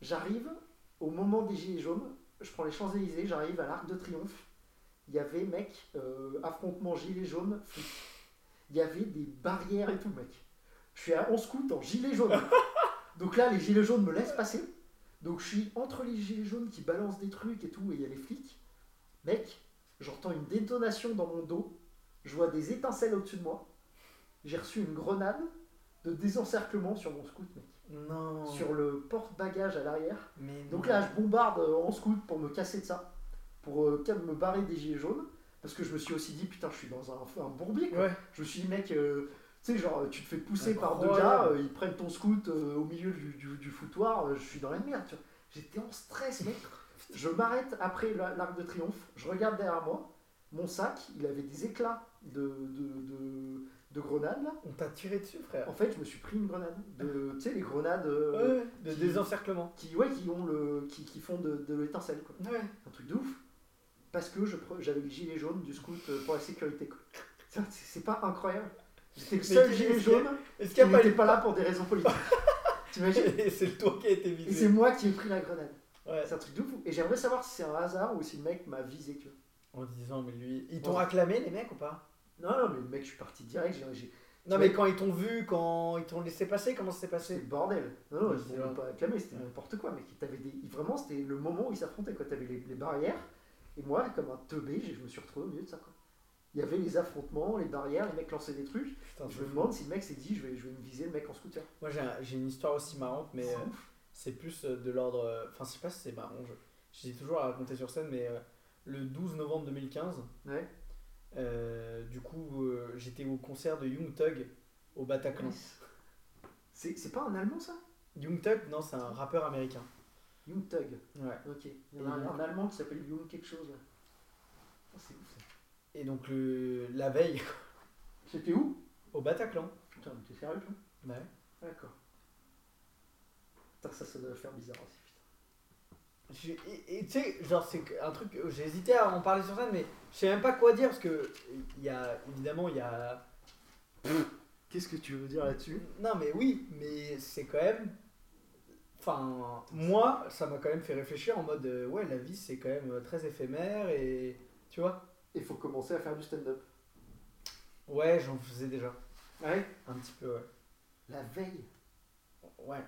J'arrive au moment des gilets jaunes. Je prends les Champs-Élysées, j'arrive à l'Arc de Triomphe. Il y avait, mec, euh, affrontement gilet jaune, flic. Il y avait des barrières et tout, mec. Je suis à 11 scouts en gilet jaune. Donc là, les gilets jaunes me laissent passer. Donc je suis entre les gilets jaunes qui balancent des trucs et tout, et il y a les flics. Mec, j'entends une détonation dans mon dos. Je vois des étincelles au-dessus de moi. J'ai reçu une grenade de désencerclement sur mon scout, mec.
Non.
Sur le porte-bagages à l'arrière.
Mais non.
Donc là, je bombarde euh, en scout pour me casser de ça. Pour euh, quand même me barrer des gilets jaunes. Parce que je me suis aussi dit, putain, je suis dans un, un bourbier, quoi.
Ouais.
Je me suis dit, mec, euh, tu sais, genre, tu te fais pousser par deux
Incroyable.
gars, euh, ils prennent ton scout euh, au milieu du, du- du foutoir, euh, je suis dans la merde, tu vois. J'étais en stress, mec. je m'arrête après la- l'Arc de Triomphe, je regarde derrière moi, mon sac, il avait des éclats de, de, de- de grenades, là.
on t'a tiré dessus frère.
En fait, je me suis pris une grenade. de- Tu sais, les grenades euh,
Ouais, de
qui-
désencerclement.
qui, ouais, qui, ont le, qui, qui font de, de l'étincelle, quoi.
Ouais.
Un truc de ouf. Parce que je pre- j'avais le gilet jaune du scout euh, pour la sécurité, quoi. Ça, C'est c'est pas incroyable. J'étais le
Mais
seul
qui-
gilet
est-ce qu'il y a-
jaune
Est-ce
qui
qu'il n'y a pas
n'était
eu
pas là pour des raisons politiques. T'imagines
Et c'est le toi qui a été
Et
visé.
c'est moi qui ai pris la grenade.
Ouais.
C'est un truc de fou. Et j'aimerais savoir si c'est un hasard ou si le mec m'a visé, tu vois.
En disant mais lui, ils
On-
t'ont acclamé les mecs ou pas
Non, non, mais le mec, je suis parti direct, j'ai- j'ai-
Non
Ouais.
mais quand ils t'ont vu, quand ils t'ont laissé passer, comment ça s'est
c'était
passé
le bordel. Non, non,
Ouais,
ils
c'est
m'ont même
vrai.
pas acclamé, c'était
Ouais.
n'importe quoi, mec. T'avais des... Vraiment, c'était le moment où ils s'affrontaient, quoi. T'avais les, les barrières, et moi, comme un teubé, j'ai- je me suis retrouvé au milieu de ça, quoi. Il y avait les affrontements, les barrières, les mecs lançaient des trucs.
Putain,
Je
c'est
me
fou.
demande si le mec s'est dit, je vais, je vais me viser le mec en scooter.
Moi j'ai un- j'ai une histoire aussi marrante mais
C'est
euh, c'est plus euh, de l'ordre euh, enfin je sais pas si c'est marrant, je je dis toujours à raconter sur scène mais euh, le 12 novembre 2015
Ouais.
euh, du coup euh, j'étais au concert de Young Thug au Bataclan.
C'est c'est pas un allemand, ça
Young Thug non, c'est un rappeur américain.
Young Thug.
Ouais.
Ok. Il y en a un, un allemand qui s'appelle Young quelque chose. là. Oh, c'est ouf, ça.
Et donc le la veille
C'était où
au Bataclan.
Putain, mais t'es sérieux, toi
Ouais.
D'accord. Putain, ça, ça doit faire bizarre aussi. putain.
Je- et- et tu sais, genre, c'est que- un truc. J'ai hésité à en parler sur scène, mais je sais même pas quoi dire parce que, il y a, évidemment, il y a.
Qu'est-ce que tu veux dire là-dessus
Non, mais oui, mais c'est quand même. Enfin, moi, ça m'a quand même fait réfléchir en mode, euh, ouais, la vie c'est quand même euh, très éphémère et. Tu vois
Il faut commencer à faire du stand-up.
Ouais, j'en faisais déjà.
Ah Ouais
Un petit peu, ouais.
La veille.
Ouais.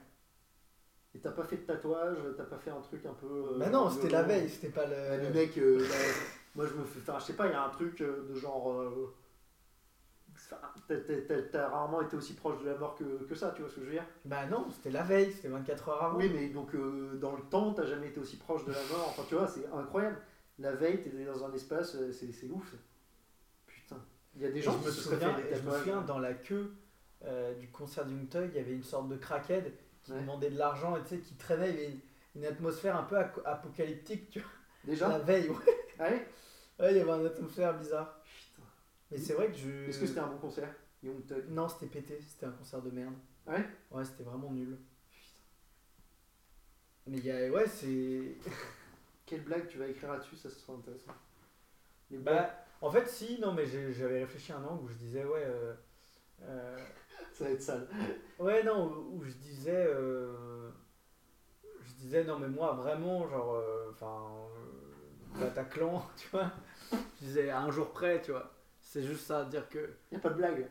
Et t'as pas fait de tatouage, t'as pas fait un truc un peu. euh,
bah non, c'était la
violent
veille, c'était pas
Ouais, Le
le.
mec, euh, bah, moi je me fais. Enfin, je sais pas, il y a un truc euh, de genre. euh, enfin, t'as- t'as- T'as t'as rarement été aussi proche de la mort que, que ça, tu vois ce que je veux dire
Bah non, c'était la veille, c'était 24 heures avant.
Oui, mais donc euh, dans le temps, t'as jamais été aussi proche de la mort. Enfin, tu vois, c'est incroyable. La veille, t'étais dans un espace, euh, c'est c'est ouf. ça. Putain. Il y a des
Et
gens
je
qui
me
se seraient
souviens,
fait des
et je me
tatouages.
souviens dans la queue euh, du concert du Young Thug, il y avait une sorte de crackhead qui
Ouais.
demandait de l'argent et tu sais, qui traînait. Il y avait une, une atmosphère un peu ac- apocalyptique, tu vois. La
Déjà
veille, ouais.
Allez
Ouais, il y avait une atmosphère bizarre.
Putain.
Mais c'est vrai que je.
Est-ce que c'était un bon concert Young Thug
Non, c'était pété, c'était un concert de merde.
Ouais
Ouais, c'était vraiment nul. Mais il y a. Ouais, c'est.
Quelle blague tu vas écrire là-dessus Ça, ce sera intéressant. Les blagues,
Bah, en fait, si, non, mais j'ai- j'avais réfléchi à un angle où je disais, ouais. euh, euh,
ça va être sale.
Ouais, non, où où je disais. euh, Je disais, non, mais moi, vraiment, genre. euh, Enfin. euh, Bataclan, tu vois. Je disais, à un jour près, tu vois. C'est juste ça, dire que.
Y a pas de blague.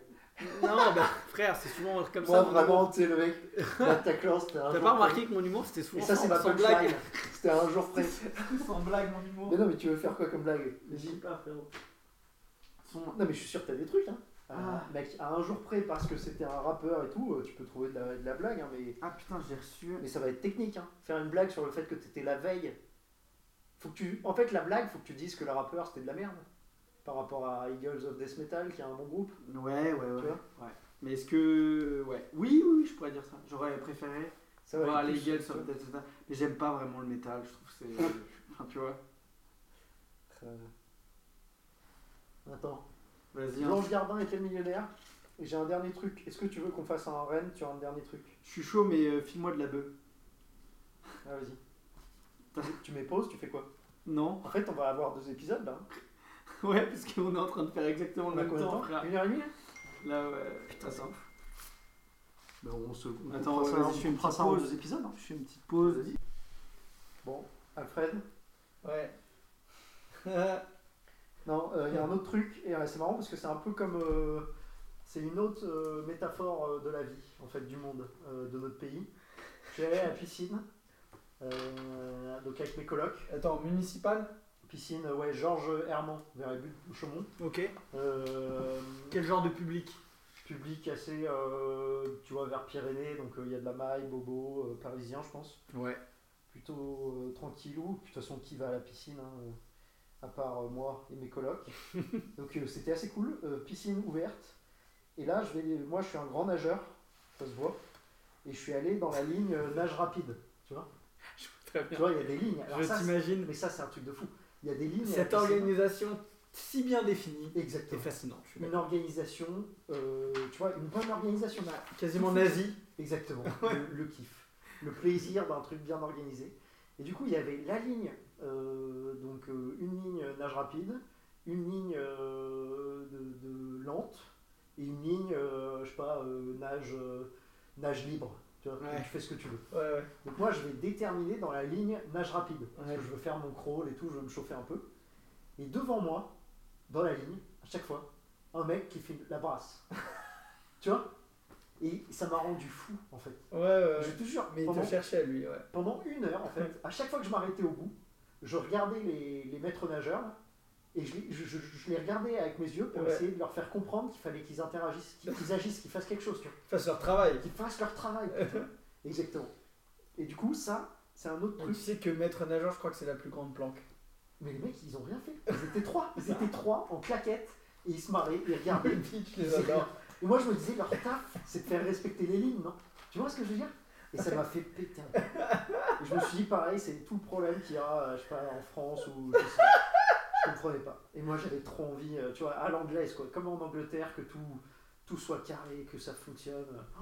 Non, bah, frère, c'est souvent comme
Moi,
ça. mon
vraiment,
humour.
tu sais, le mec, Bataclan, c'était un
T'as
jour
pas
près.
remarqué que mon humour, c'était souvent
Et ça, c'est ma
sans blague.
punchline. C'était un jour près.
Sans blague, mon humour.
Mais non, mais tu veux faire quoi comme blague
Je sais pas, frérot. Son-
Non, mais je suis sûr que t'as des trucs, hein.
Ah.
Ah, mec, à un jour près, parce que c'était un rappeur et tout, euh, tu peux trouver de la, de la blague, hein, mais,
Ah putain, j'ai reçu.
mais ça va être technique, hein. Faire une blague sur le fait que t'étais la veille. Faut que tu... En fait, la blague, faut que tu dises que le rappeur, c'était de la merde. Par rapport à Eagles of Death Metal, qui est un bon groupe.
Ouais, ouais, ouais.
Tu
ouais. Mais est-ce que. Ouais. Oui, oui, oui, je pourrais dire ça. J'aurais préféré
Ça va
voir
être
les
plus-
gueules sur Death Metal. Mais j'aime pas vraiment le métal, je trouve que c'est. Enfin, tu vois.
Euh, Attends.
Vas-y, hein.
hein.
Blanche Gardin était millionnaire Et j'ai un dernier truc. Est-ce que tu veux qu'on fasse un Rennes Tu as un dernier truc
Je suis chaud, mais euh, file-moi de la bœuf.
Ah, vas-y. Tu- Tu mets pause, tu fais quoi
Non
En fait, on va avoir deux épisodes là.
Ouais, parce qu'on est en train de faire exactement
On
le
a
même
combien de
temps,
temps
frère.
Une heure et demie là
Là, ouais. Putain,
c'est Ben, on se. on
Attends,
fera ça-
vas-y,
on
je fais une
fera
petite
ça en
pause.
deux épisodes. hein.
Je fais une petite pause.
Bon, Alfred
Ouais.
Non, euh, il y a un autre truc, et euh, c'est marrant parce que c'est un peu comme. euh, c'est une autre euh, métaphore euh, de la vie, en fait, du monde, euh, de notre pays. J'allais à la piscine, euh, donc avec mes colocs.
Attends, municipal
Piscine, ouais, Georges Herman, vers les buts de Chaumont.
Ok.
Euh,
Quel genre de public
public assez, euh, tu vois, vers Pyrénées, donc euh, il y a de la maille, bobo, euh, parisien, je pense.
Ouais.
plutôt euh, tranquillou. Puis, De toute façon, qui va à la piscine, hein, euh, à part euh, moi et mes colocs. Donc euh, c'était assez cool, euh, piscine ouverte. Et là, je vais, moi, je suis un grand nageur, ça se voit. Et je suis allé dans la ligne euh, nage rapide.
Je vois très
Tu
bien.
vois, il y a des lignes.
Je
Alors ça, c'est-
t'imagine
mais ça, c'est un truc de fou. Il y a des lignes. à la
cette
piscine.
organisation si bien définie. C'est
Exactement.
fascinant. Je suis
Une organisation, euh, tu vois, une bonne organisation.
d'accord. Quasiment nazi.
Exactement, le, le kiff, le plaisir d'un truc bien organisé. Et du coup, il y avait la ligne, euh, donc euh, une ligne nage rapide, une ligne euh, de, de lente et une ligne, euh, je sais pas, euh, nage, euh, nage libre. Tu, vois,
Ouais.
tu fais ce que tu veux.
Ouais, ouais.
Donc moi, je vais déterminer dans la ligne nage rapide. Parce
Ouais.
que je veux faire mon crawl et tout, je veux me chauffer un peu. Et devant moi, dans la ligne, à chaque fois, un mec qui fait la brasse. tu vois Et ça m'a rendu fou, en fait.
Ouais, ouais.
Je te jure,
Euh, Mais il
pendant,
te cherchait, lui, ouais.
pendant une heure, en fait, à chaque fois que je m'arrêtais au bout, je regardais les, les maîtres nageurs là, et je, les- je- je- je les regardais avec mes yeux pour
Ouais.
essayer de leur faire comprendre qu'il fallait qu'ils interagissent, qu'ils qu'ils agissent, qu'ils fassent quelque chose, tu vois.
Fasse leur travail.
qu'ils fassent leur travail. putain. Exactement. Et du coup, ça, c'est un autre
Tu
truc.
sais que maître nageur, je crois que c'est la plus grande planque.
Mais les mecs, ils ont rien fait. Ils étaient trois. Ils étaient trois en claquettes et ils se marraient, ils regardaient.
Le pitch, les
C'est
adore.
Et moi, je me disais, leur taf, c'est de faire respecter les lignes, non Tu vois ce que je veux dire Et ça m'a fait péter un câble. Et Je me suis dit, pareil, c'est tout le problème qu'il y a, euh, je sais pas, en France ou je sais pas. Je comprenais pas. Et moi, j'avais trop envie, euh, tu vois, à l'anglaise, quoi. Comme en Angleterre, que tout, tout soit carré, que ça fonctionne. Oh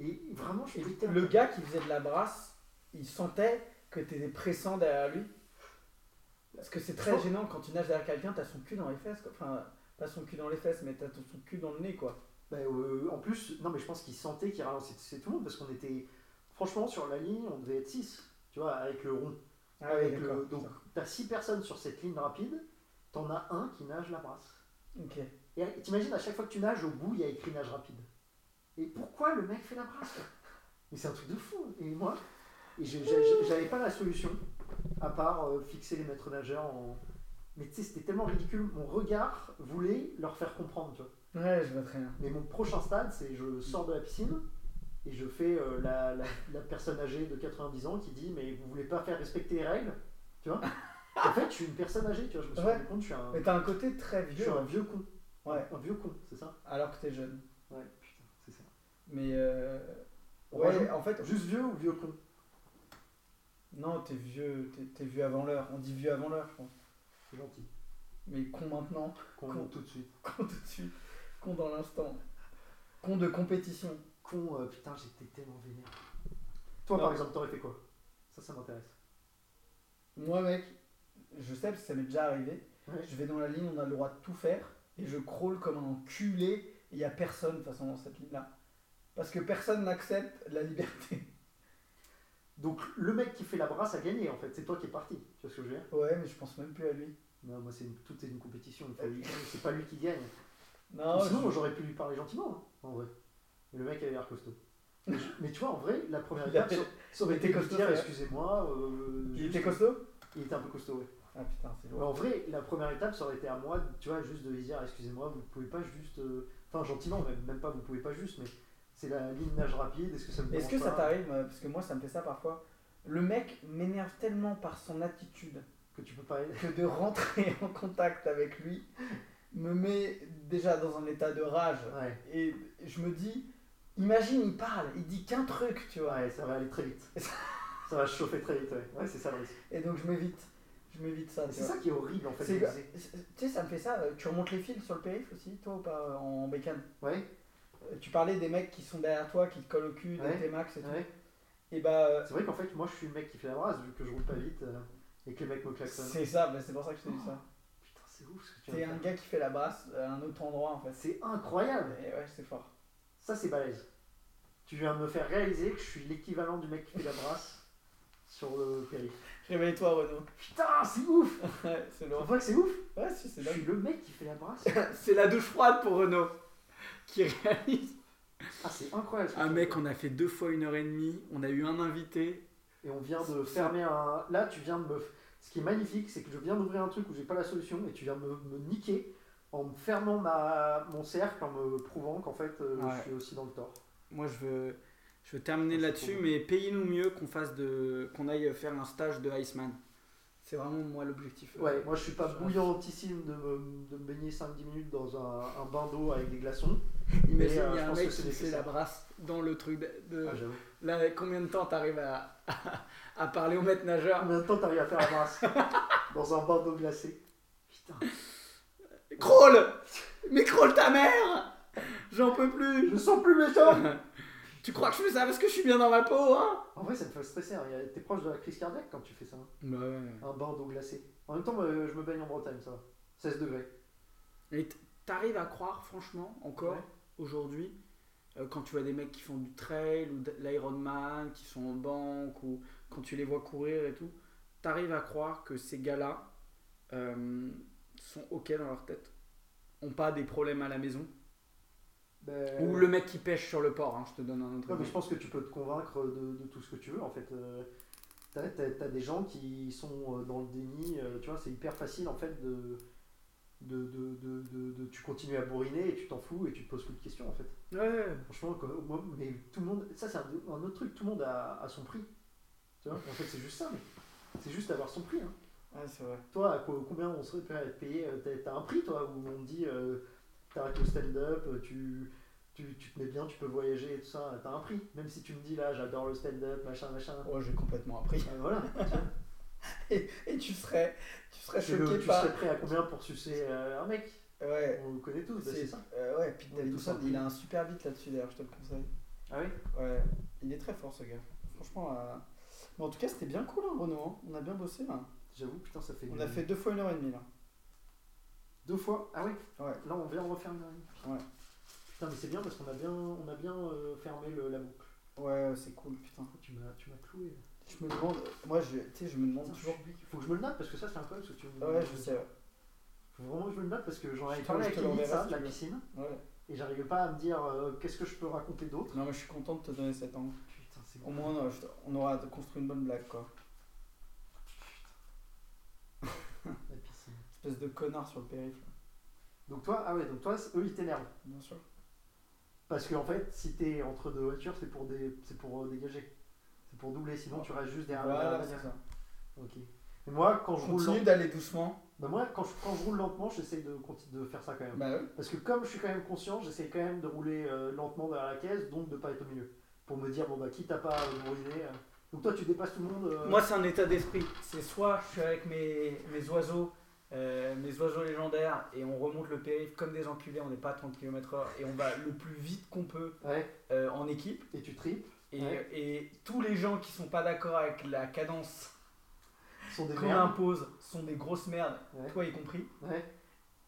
Et vraiment, je
Et
pétais un
le
câble.
gars qui faisait de la brasse, il sentait que t'étais pressant derrière lui. Parce que c'est très
Oh.
gênant quand tu nages derrière quelqu'un, t'as son cul dans les fesses, quoi. Enfin, pas son cul dans les fesses, mais t'as ton son cul dans le nez, quoi.
Bah, euh, en plus, non, mais je pense qu'ils sentaient qu'ils ralentissaient c'est tout le monde parce qu'on était, franchement, sur la ligne, on devait être 6, tu vois, avec le rond.
Ah
Avec le- donc, t'as 6 personnes sur cette ligne rapide, t'en as un qui nage la brasse.
Ok.
Et t'imagines, à chaque fois que tu nages, au bout, il y a écrit nage rapide. Et pourquoi le mec fait la brasse quoi Mais c'est un truc de fou. hein. Et moi, et j'ai- j'ai- j'avais pas la solution, à part euh, fixer les maîtres nageurs en. Mais tu sais, c'était tellement ridicule. Mon regard voulait leur faire comprendre, tu vois.
Ouais, je vois très bien.
Mais mon prochain stade, c'est je sors de la piscine et je fais euh, la, la- la personne âgée de 90 ans qui dit Mais vous voulez pas faire respecter les règles Tu vois En fait, je suis une personne âgée, tu vois. Je me suis
Ouais.
rendu compte, je suis un,
Mais t'as un côté très
je
vieux, hein.
suis un vieux con.
Ouais.
Un vieux con, c'est ça
alors que t'es jeune.
Ouais, putain, c'est ça.
Mais euh,
On
Ouais,
rajoute-
en fait,
Juste vieux ou vieux con
non, t'es vieux, t'es- t'es vieux avant l'heure. On dit vieux avant l'heure, je pense.
C'est gentil.
Mais con maintenant,
Con,
Con.
tout de suite.
con tout de suite, con dans l'instant, con de compétition.
Con, euh, putain, j'étais tellement vénère. Toi,
Non.
par exemple, t'aurais fait quoi Ça, ça m'intéresse.
Moi, mec, je sais parce que ça m'est déjà arrivé.
Ouais.
Je vais dans la ligne, on a le droit de tout faire, et je crawl comme un enculé. Il y a personne de toute façon dans cette ligne-là, parce que personne n'accepte la liberté.
Donc, le mec qui fait la brasse a gagné, en fait. C'est toi qui es parti. Tu vois ce que je veux dire
Ouais, mais je pense même plus à lui.
Non, moi, c'est une- tout est une compétition. il faut lui- C'est pas lui qui gagne.
Non,
Sinon,
je-
moi, j'aurais pu lui parler gentiment, hein, en vrai. Mais le mec avait l'air costaud. Mais je- Mais tu vois, en vrai, la première
Il a
étape,
fait-
ça- ça aurait
il
été
était
de lui
costaud,
dire
ça, ouais.
excusez-moi. euh,
il
juste-
était costaud.
Il était un peu costaud, ouais.
Ah putain, c'est
Mais
lourd.
en vrai, la première étape, ça aurait été à moi, tu vois, juste de lui dire excusez-moi, vous pouvez pas juste. euh, Enfin, gentiment, même, même pas, vous pouvez pas juste, mais c'est la ligne nage rapide, est-ce que ça me
Est-ce
dérange
que ça
pas
t'arrive moi, Parce que moi, ça me fait ça parfois. Le mec m'énerve tellement par son attitude
Que tu peux pas.
que de rentrer en contact avec lui me met déjà dans un état de rage.
Ouais,
Et je me dis, imagine, il parle, il dit qu'un truc, tu vois.
ouais, ça va aller très vite. ça va chauffer très vite, ouais. Ouais, c'est ça le risque.
Et donc je m'évite, je m'évite ça.
Et
tu
C'est
vois.
ça qui est horrible, en fait.
C'est-
je me disais.
Tu sais, ça me fait ça. euh, Tu remontes les fils sur le périph' aussi, toi, ou pas, euh, en bécane
Ouais,
Tu parlais des mecs qui sont derrière toi, qui te collent au cul,
Ouais.
des T-Max et tout.
Ouais.
Et bah, euh,
C'est vrai qu'en fait, moi je suis le mec qui fait la brasse vu que je roule pas vite euh, et que les mecs me klaxonnent.
c'est ça, bah, c'est pour ça que je te dis ça.
Putain, c'est ouf ce que tu
T'es
viens
un
de faire.
gars qui fait la basse à un autre endroit en fait.
C'est incroyable.
Et ouais, c'est fort.
Ça, c'est balèze. Tu viens de me faire réaliser que je suis l'équivalent du mec qui fait la brasse sur le périph.
Réveille-toi, Renaud.
Putain, c'est ouf
Ouais, c'est
On
lourd.
voit que c'est ouf
Ouais, si, c'est
Je suis
dingue.
le mec qui fait la brasse
C'est la douche froide pour Renault qui réalise.
Ah, c'est incroyable. ce que
Un
tu
mec,
fais.
on a fait deux fois une heure et demie. On a eu un invité.
Et on vient de fermer un. Là, tu viens de me. Ce qui est magnifique, c'est que je viens d'ouvrir un truc où j'ai pas la solution et tu viens de me, me niquer en me fermant ma... mon cercle, en me prouvant qu'en fait euh,
Ouais.
je suis aussi dans le tort.
Moi, je veux, je veux terminer
Ah, c'est
là-dessus,
pour
mais payez-nous mieux qu'on fasse de, qu'on aille faire un stage de Iceman. C'est vraiment moi l'objectif. Euh,
Ouais, moi je suis pas bouillantissime de me, de me baigner 5-10 minutes dans un, un bain d'eau avec des glaçons.
Imagine,
Mais, euh,
il y
je
a un
pense
mec
que c'est
qui fait
nécessaire.
la brasse dans le truc. De, de-
Ah, j'avoue.
là, combien de temps t'arrives à, à parler au maître nageur
Combien de temps t'arrives à faire la brasse dans un bain d'eau glacée Putain.
Crawl Mais crawl ta mère J'en peux plus
Je sens plus mes jambes
Tu crois que je fais ça parce que je suis bien dans ma peau, hein
En vrai, ça me fait stresser. hein. T'es proche de la crise cardiaque quand tu fais ça. hein.
Bah ouais.
Un bain d'eau glacée. En même temps, euh, je me baigne en Bretagne, ça va. 16 degrés.
Et t- t'arrives à croire, franchement, encore,
Ouais.
aujourd'hui, euh, quand tu vois des mecs qui font du trail ou de l'Ironman, qui sont en banque, ou quand tu les vois courir et tout, t'arrives à croire que ces gars-là euh, sont OK dans leur tête, ont pas des problèmes à la maison.
Ben,
Ou le mec qui pêche sur le port, hein, je te donne un autre
non, mais
exemple.
je pense que tu peux te convaincre de, de tout ce que tu veux, en fait. Euh, T'as t'as- t'as des gens qui sont euh, dans le déni, euh, tu vois, c'est hyper facile, en fait, de... De, de, de, de- de- tu continues à bourriner et tu t'en fous et tu te poses plus de questions en fait.
Ouais,
Franchement, quoi, moi, mais tout le monde, ça c'est un, un autre truc, tout le monde a, a son prix. Tu vois, en fait c'est juste ça, mais c'est juste avoir son prix. hein.
Ouais, c'est vrai.
Toi, à quoi- combien on serait prêt à te payer euh, t'as- T'as un prix, toi, où on te dit euh, t'arrêtes le stand-up, euh, tu, tu, tu te mets bien, tu peux voyager et tout ça. T'as un prix. Même si tu me dis là, j'adore le stand-up, machin, machin.
Oh, j'ai complètement appris.
Euh, voilà.
Et tu serais, tu serais
Tu, le-
choqué
tu
par.
serais prêt à combien pour sucer euh, un mec
Ouais.
On le connaît tous, bah, c'est
C'est-
ça.
euh, ouais, Pete
On est
Davidson,
tous en
il a
prison.
un super beat là-dessus d'ailleurs, je te le conseille.
Ah oui
Ouais, il est très fort ce gars. Franchement, euh, mais en tout cas, c'était bien cool, hein, Renaud. hein. On a bien bossé là.
J'avoue, putain, ça fait,
On a fait deux fois une heure et demie là.
deux fois. Ah oui
Ouais.
Là, on vient refaire une année.
Ouais.
Putain, mais c'est bien parce qu'on a bien, on a bien euh, fermé le- la boucle.
Ouais, c'est cool, putain.
Tu m'as tu m'as cloué. là.
Je me demande, moi, je, tu sais, je me demande
Putain,
toujours.
je suis- Faut que je me le note parce que ça, c'est incroyable ce que tu me
Ouais, je sais.
Faut vraiment que je me le note parce que j'en avais
Putain,
parlé
je
avec
te
Ellie,
l'enverrai
ça,
si
de
tu
la
veux.
piscine,
Ouais.
et j'arrivais pas à me dire euh, qu'est-ce que je peux raconter d'autre.
Non, mais je suis content de te donner cet angle.
Putain, c'est
Au
bon.
moins, euh, je- on aura construit une bonne blague, quoi.
La piscine.
Espèce de connard sur le périph'. là.
Donc toi, ah ouais, donc toi, c'est- eux, ils t'énervent.
Bien sûr.
Parce que en fait, si t'es entre deux voitures, c'est pour des, c'est pour euh, dégager, c'est pour doubler. Sinon, tu restes juste derrière la
Voilà, c'est
dernière.
ça.
Ok. Et moi, quand je roule,
Continue
lent-
d'aller doucement.
bah, moi, quand je, quand je roule lentement, j'essaye de, conti- de faire ça quand même.
Bah oui.
Parce que comme je suis quand même conscient, j'essaie quand même de rouler euh, lentement derrière la caisse, donc de pas être au milieu. Pour me dire, bon bah quitte à pas euh, brûler. euh. Donc toi tu dépasses tout le monde. euh,
Moi, c'est un état d'esprit.
C'est soit je suis avec mes, mes oiseaux, euh, mes oiseaux légendaires, et on remonte le périph' comme des enculés, on n'est pas à 30 km/h, et on va le plus vite qu'on peut
ouais,
euh, en équipe.
et tu tripes.
Et,
Ouais.
et tous les gens qui sont pas d'accord avec la cadence
Ce sont des
qu'on
merdes.
impose sont des grosses merdes,
Ouais.
toi y compris.
Ouais.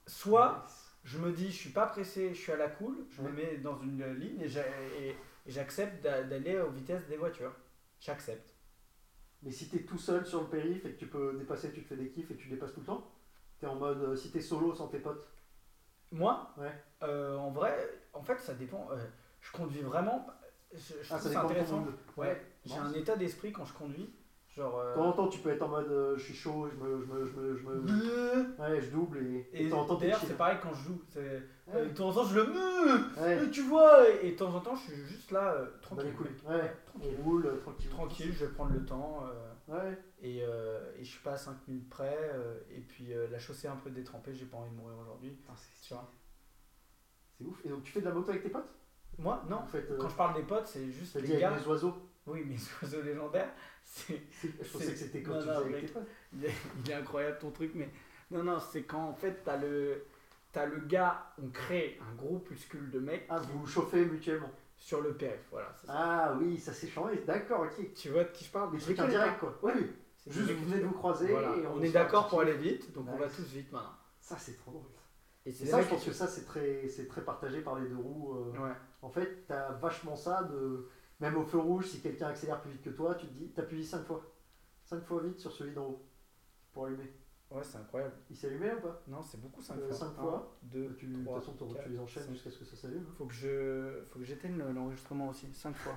Soit je me dis, je suis pas pressé, je suis à la cool, je me
Ouais.
mets dans une euh, ligne et j'a- et- et j'accepte d'a- d'aller aux vitesses des voitures. J'accepte.
Mais si t'es tout seul sur le périph et que tu peux dépasser, tu te fais des kiffs et tu dépasses tout le temps. T'es en mode euh, si t'es solo sans tes potes.
Moi
Ouais.
Euh, En vrai, en fait, ça dépend. euh, je conduis vraiment. Je, je trouve
Ah ça
ça
dépend de ton
intéressant.
monde.
Ouais, j'ai
Non,
un
c'est-
état d'esprit quand je conduis. Genre.
De
euh,
temps en temps tu peux être en mode euh, je suis chaud, je me, je me, je me, je me-
bleu.
ouais, je double et,
Mmh. Et
de temps en temps t'es
d'ailleurs,
chill.
c'est pareil quand je joue. c'est- euh,
Ouais.
de temps en temps, je le. Bleu
Ouais,
Et tu vois Et de temps en temps, je suis juste là, euh,
bah les
tranquille.
couilles. Ouais, on
tranquille.
roule euh, tranquille.
Tranquille, je vais prendre le temps. euh,
Ouais.
et, euh, et je suis pas à 5 minutes près. euh, et puis, euh, la chaussée un peu détrempée, j'ai pas envie de mourir aujourd'hui.
Ah,
Tu vois
C'est ouf. Et donc tu fais de la moto avec tes potes
Moi, non.
En fait, euh,
Quand je parle des potes, c'est juste
T'as dit
les gars.
avec les oiseaux
Oui, mes oiseaux légendaires. C'est.
Je pensais que c'était quand
Non,
tu
non,
faisais avec
mec.
tes potes.
Il est, il est incroyable ton truc, mais non, non, c'est quand en fait t'as le,
T'as le gars, on crée un groupuscule de mecs
Ah, vous vous chauffez mutuellement.
sur le périph'. Voilà, c'est ça.
Ah oui, ça s'est changé, d'accord, ok.
Tu vois de qui je parle
Des
Je
trucs
connais
indirects, quoi.
Ouais.
Oui,
pas. C'est des
juste
mecs
vous
que
venez de
tu-
vous croiser
Voilà,
et
on,
on
est
se
d'accord
fait
pour
un petit-
aller vite, donc on va
Nice.
tous vite maintenant.
Ça, c'est trop drôle.
Et
Et
c'est
ça,
des
je
mecs-
pense que ça, c'est très, c'est très partagé par les deux roues. euh,
Ouais.
En fait, t'as vachement ça de. Même au feu rouge, si quelqu'un accélère plus vite que toi, tu te dis, t'appuies 5 fois. 5 fois vite sur celui d'en haut. Pour allumer.
Ouais, c'est incroyable.
Il s'est allumé ou pas
Non, c'est beaucoup 5
Euh,
fois.
cinq
Un,
fois.
deux,
Tu- De toute
trois,
façon, t'en-
quatre,
tu les enchaînes
cinq.
jusqu'à ce que ça s'allume.
Faut que je faut que j'éteigne le- l'enregistrement aussi 5 fois.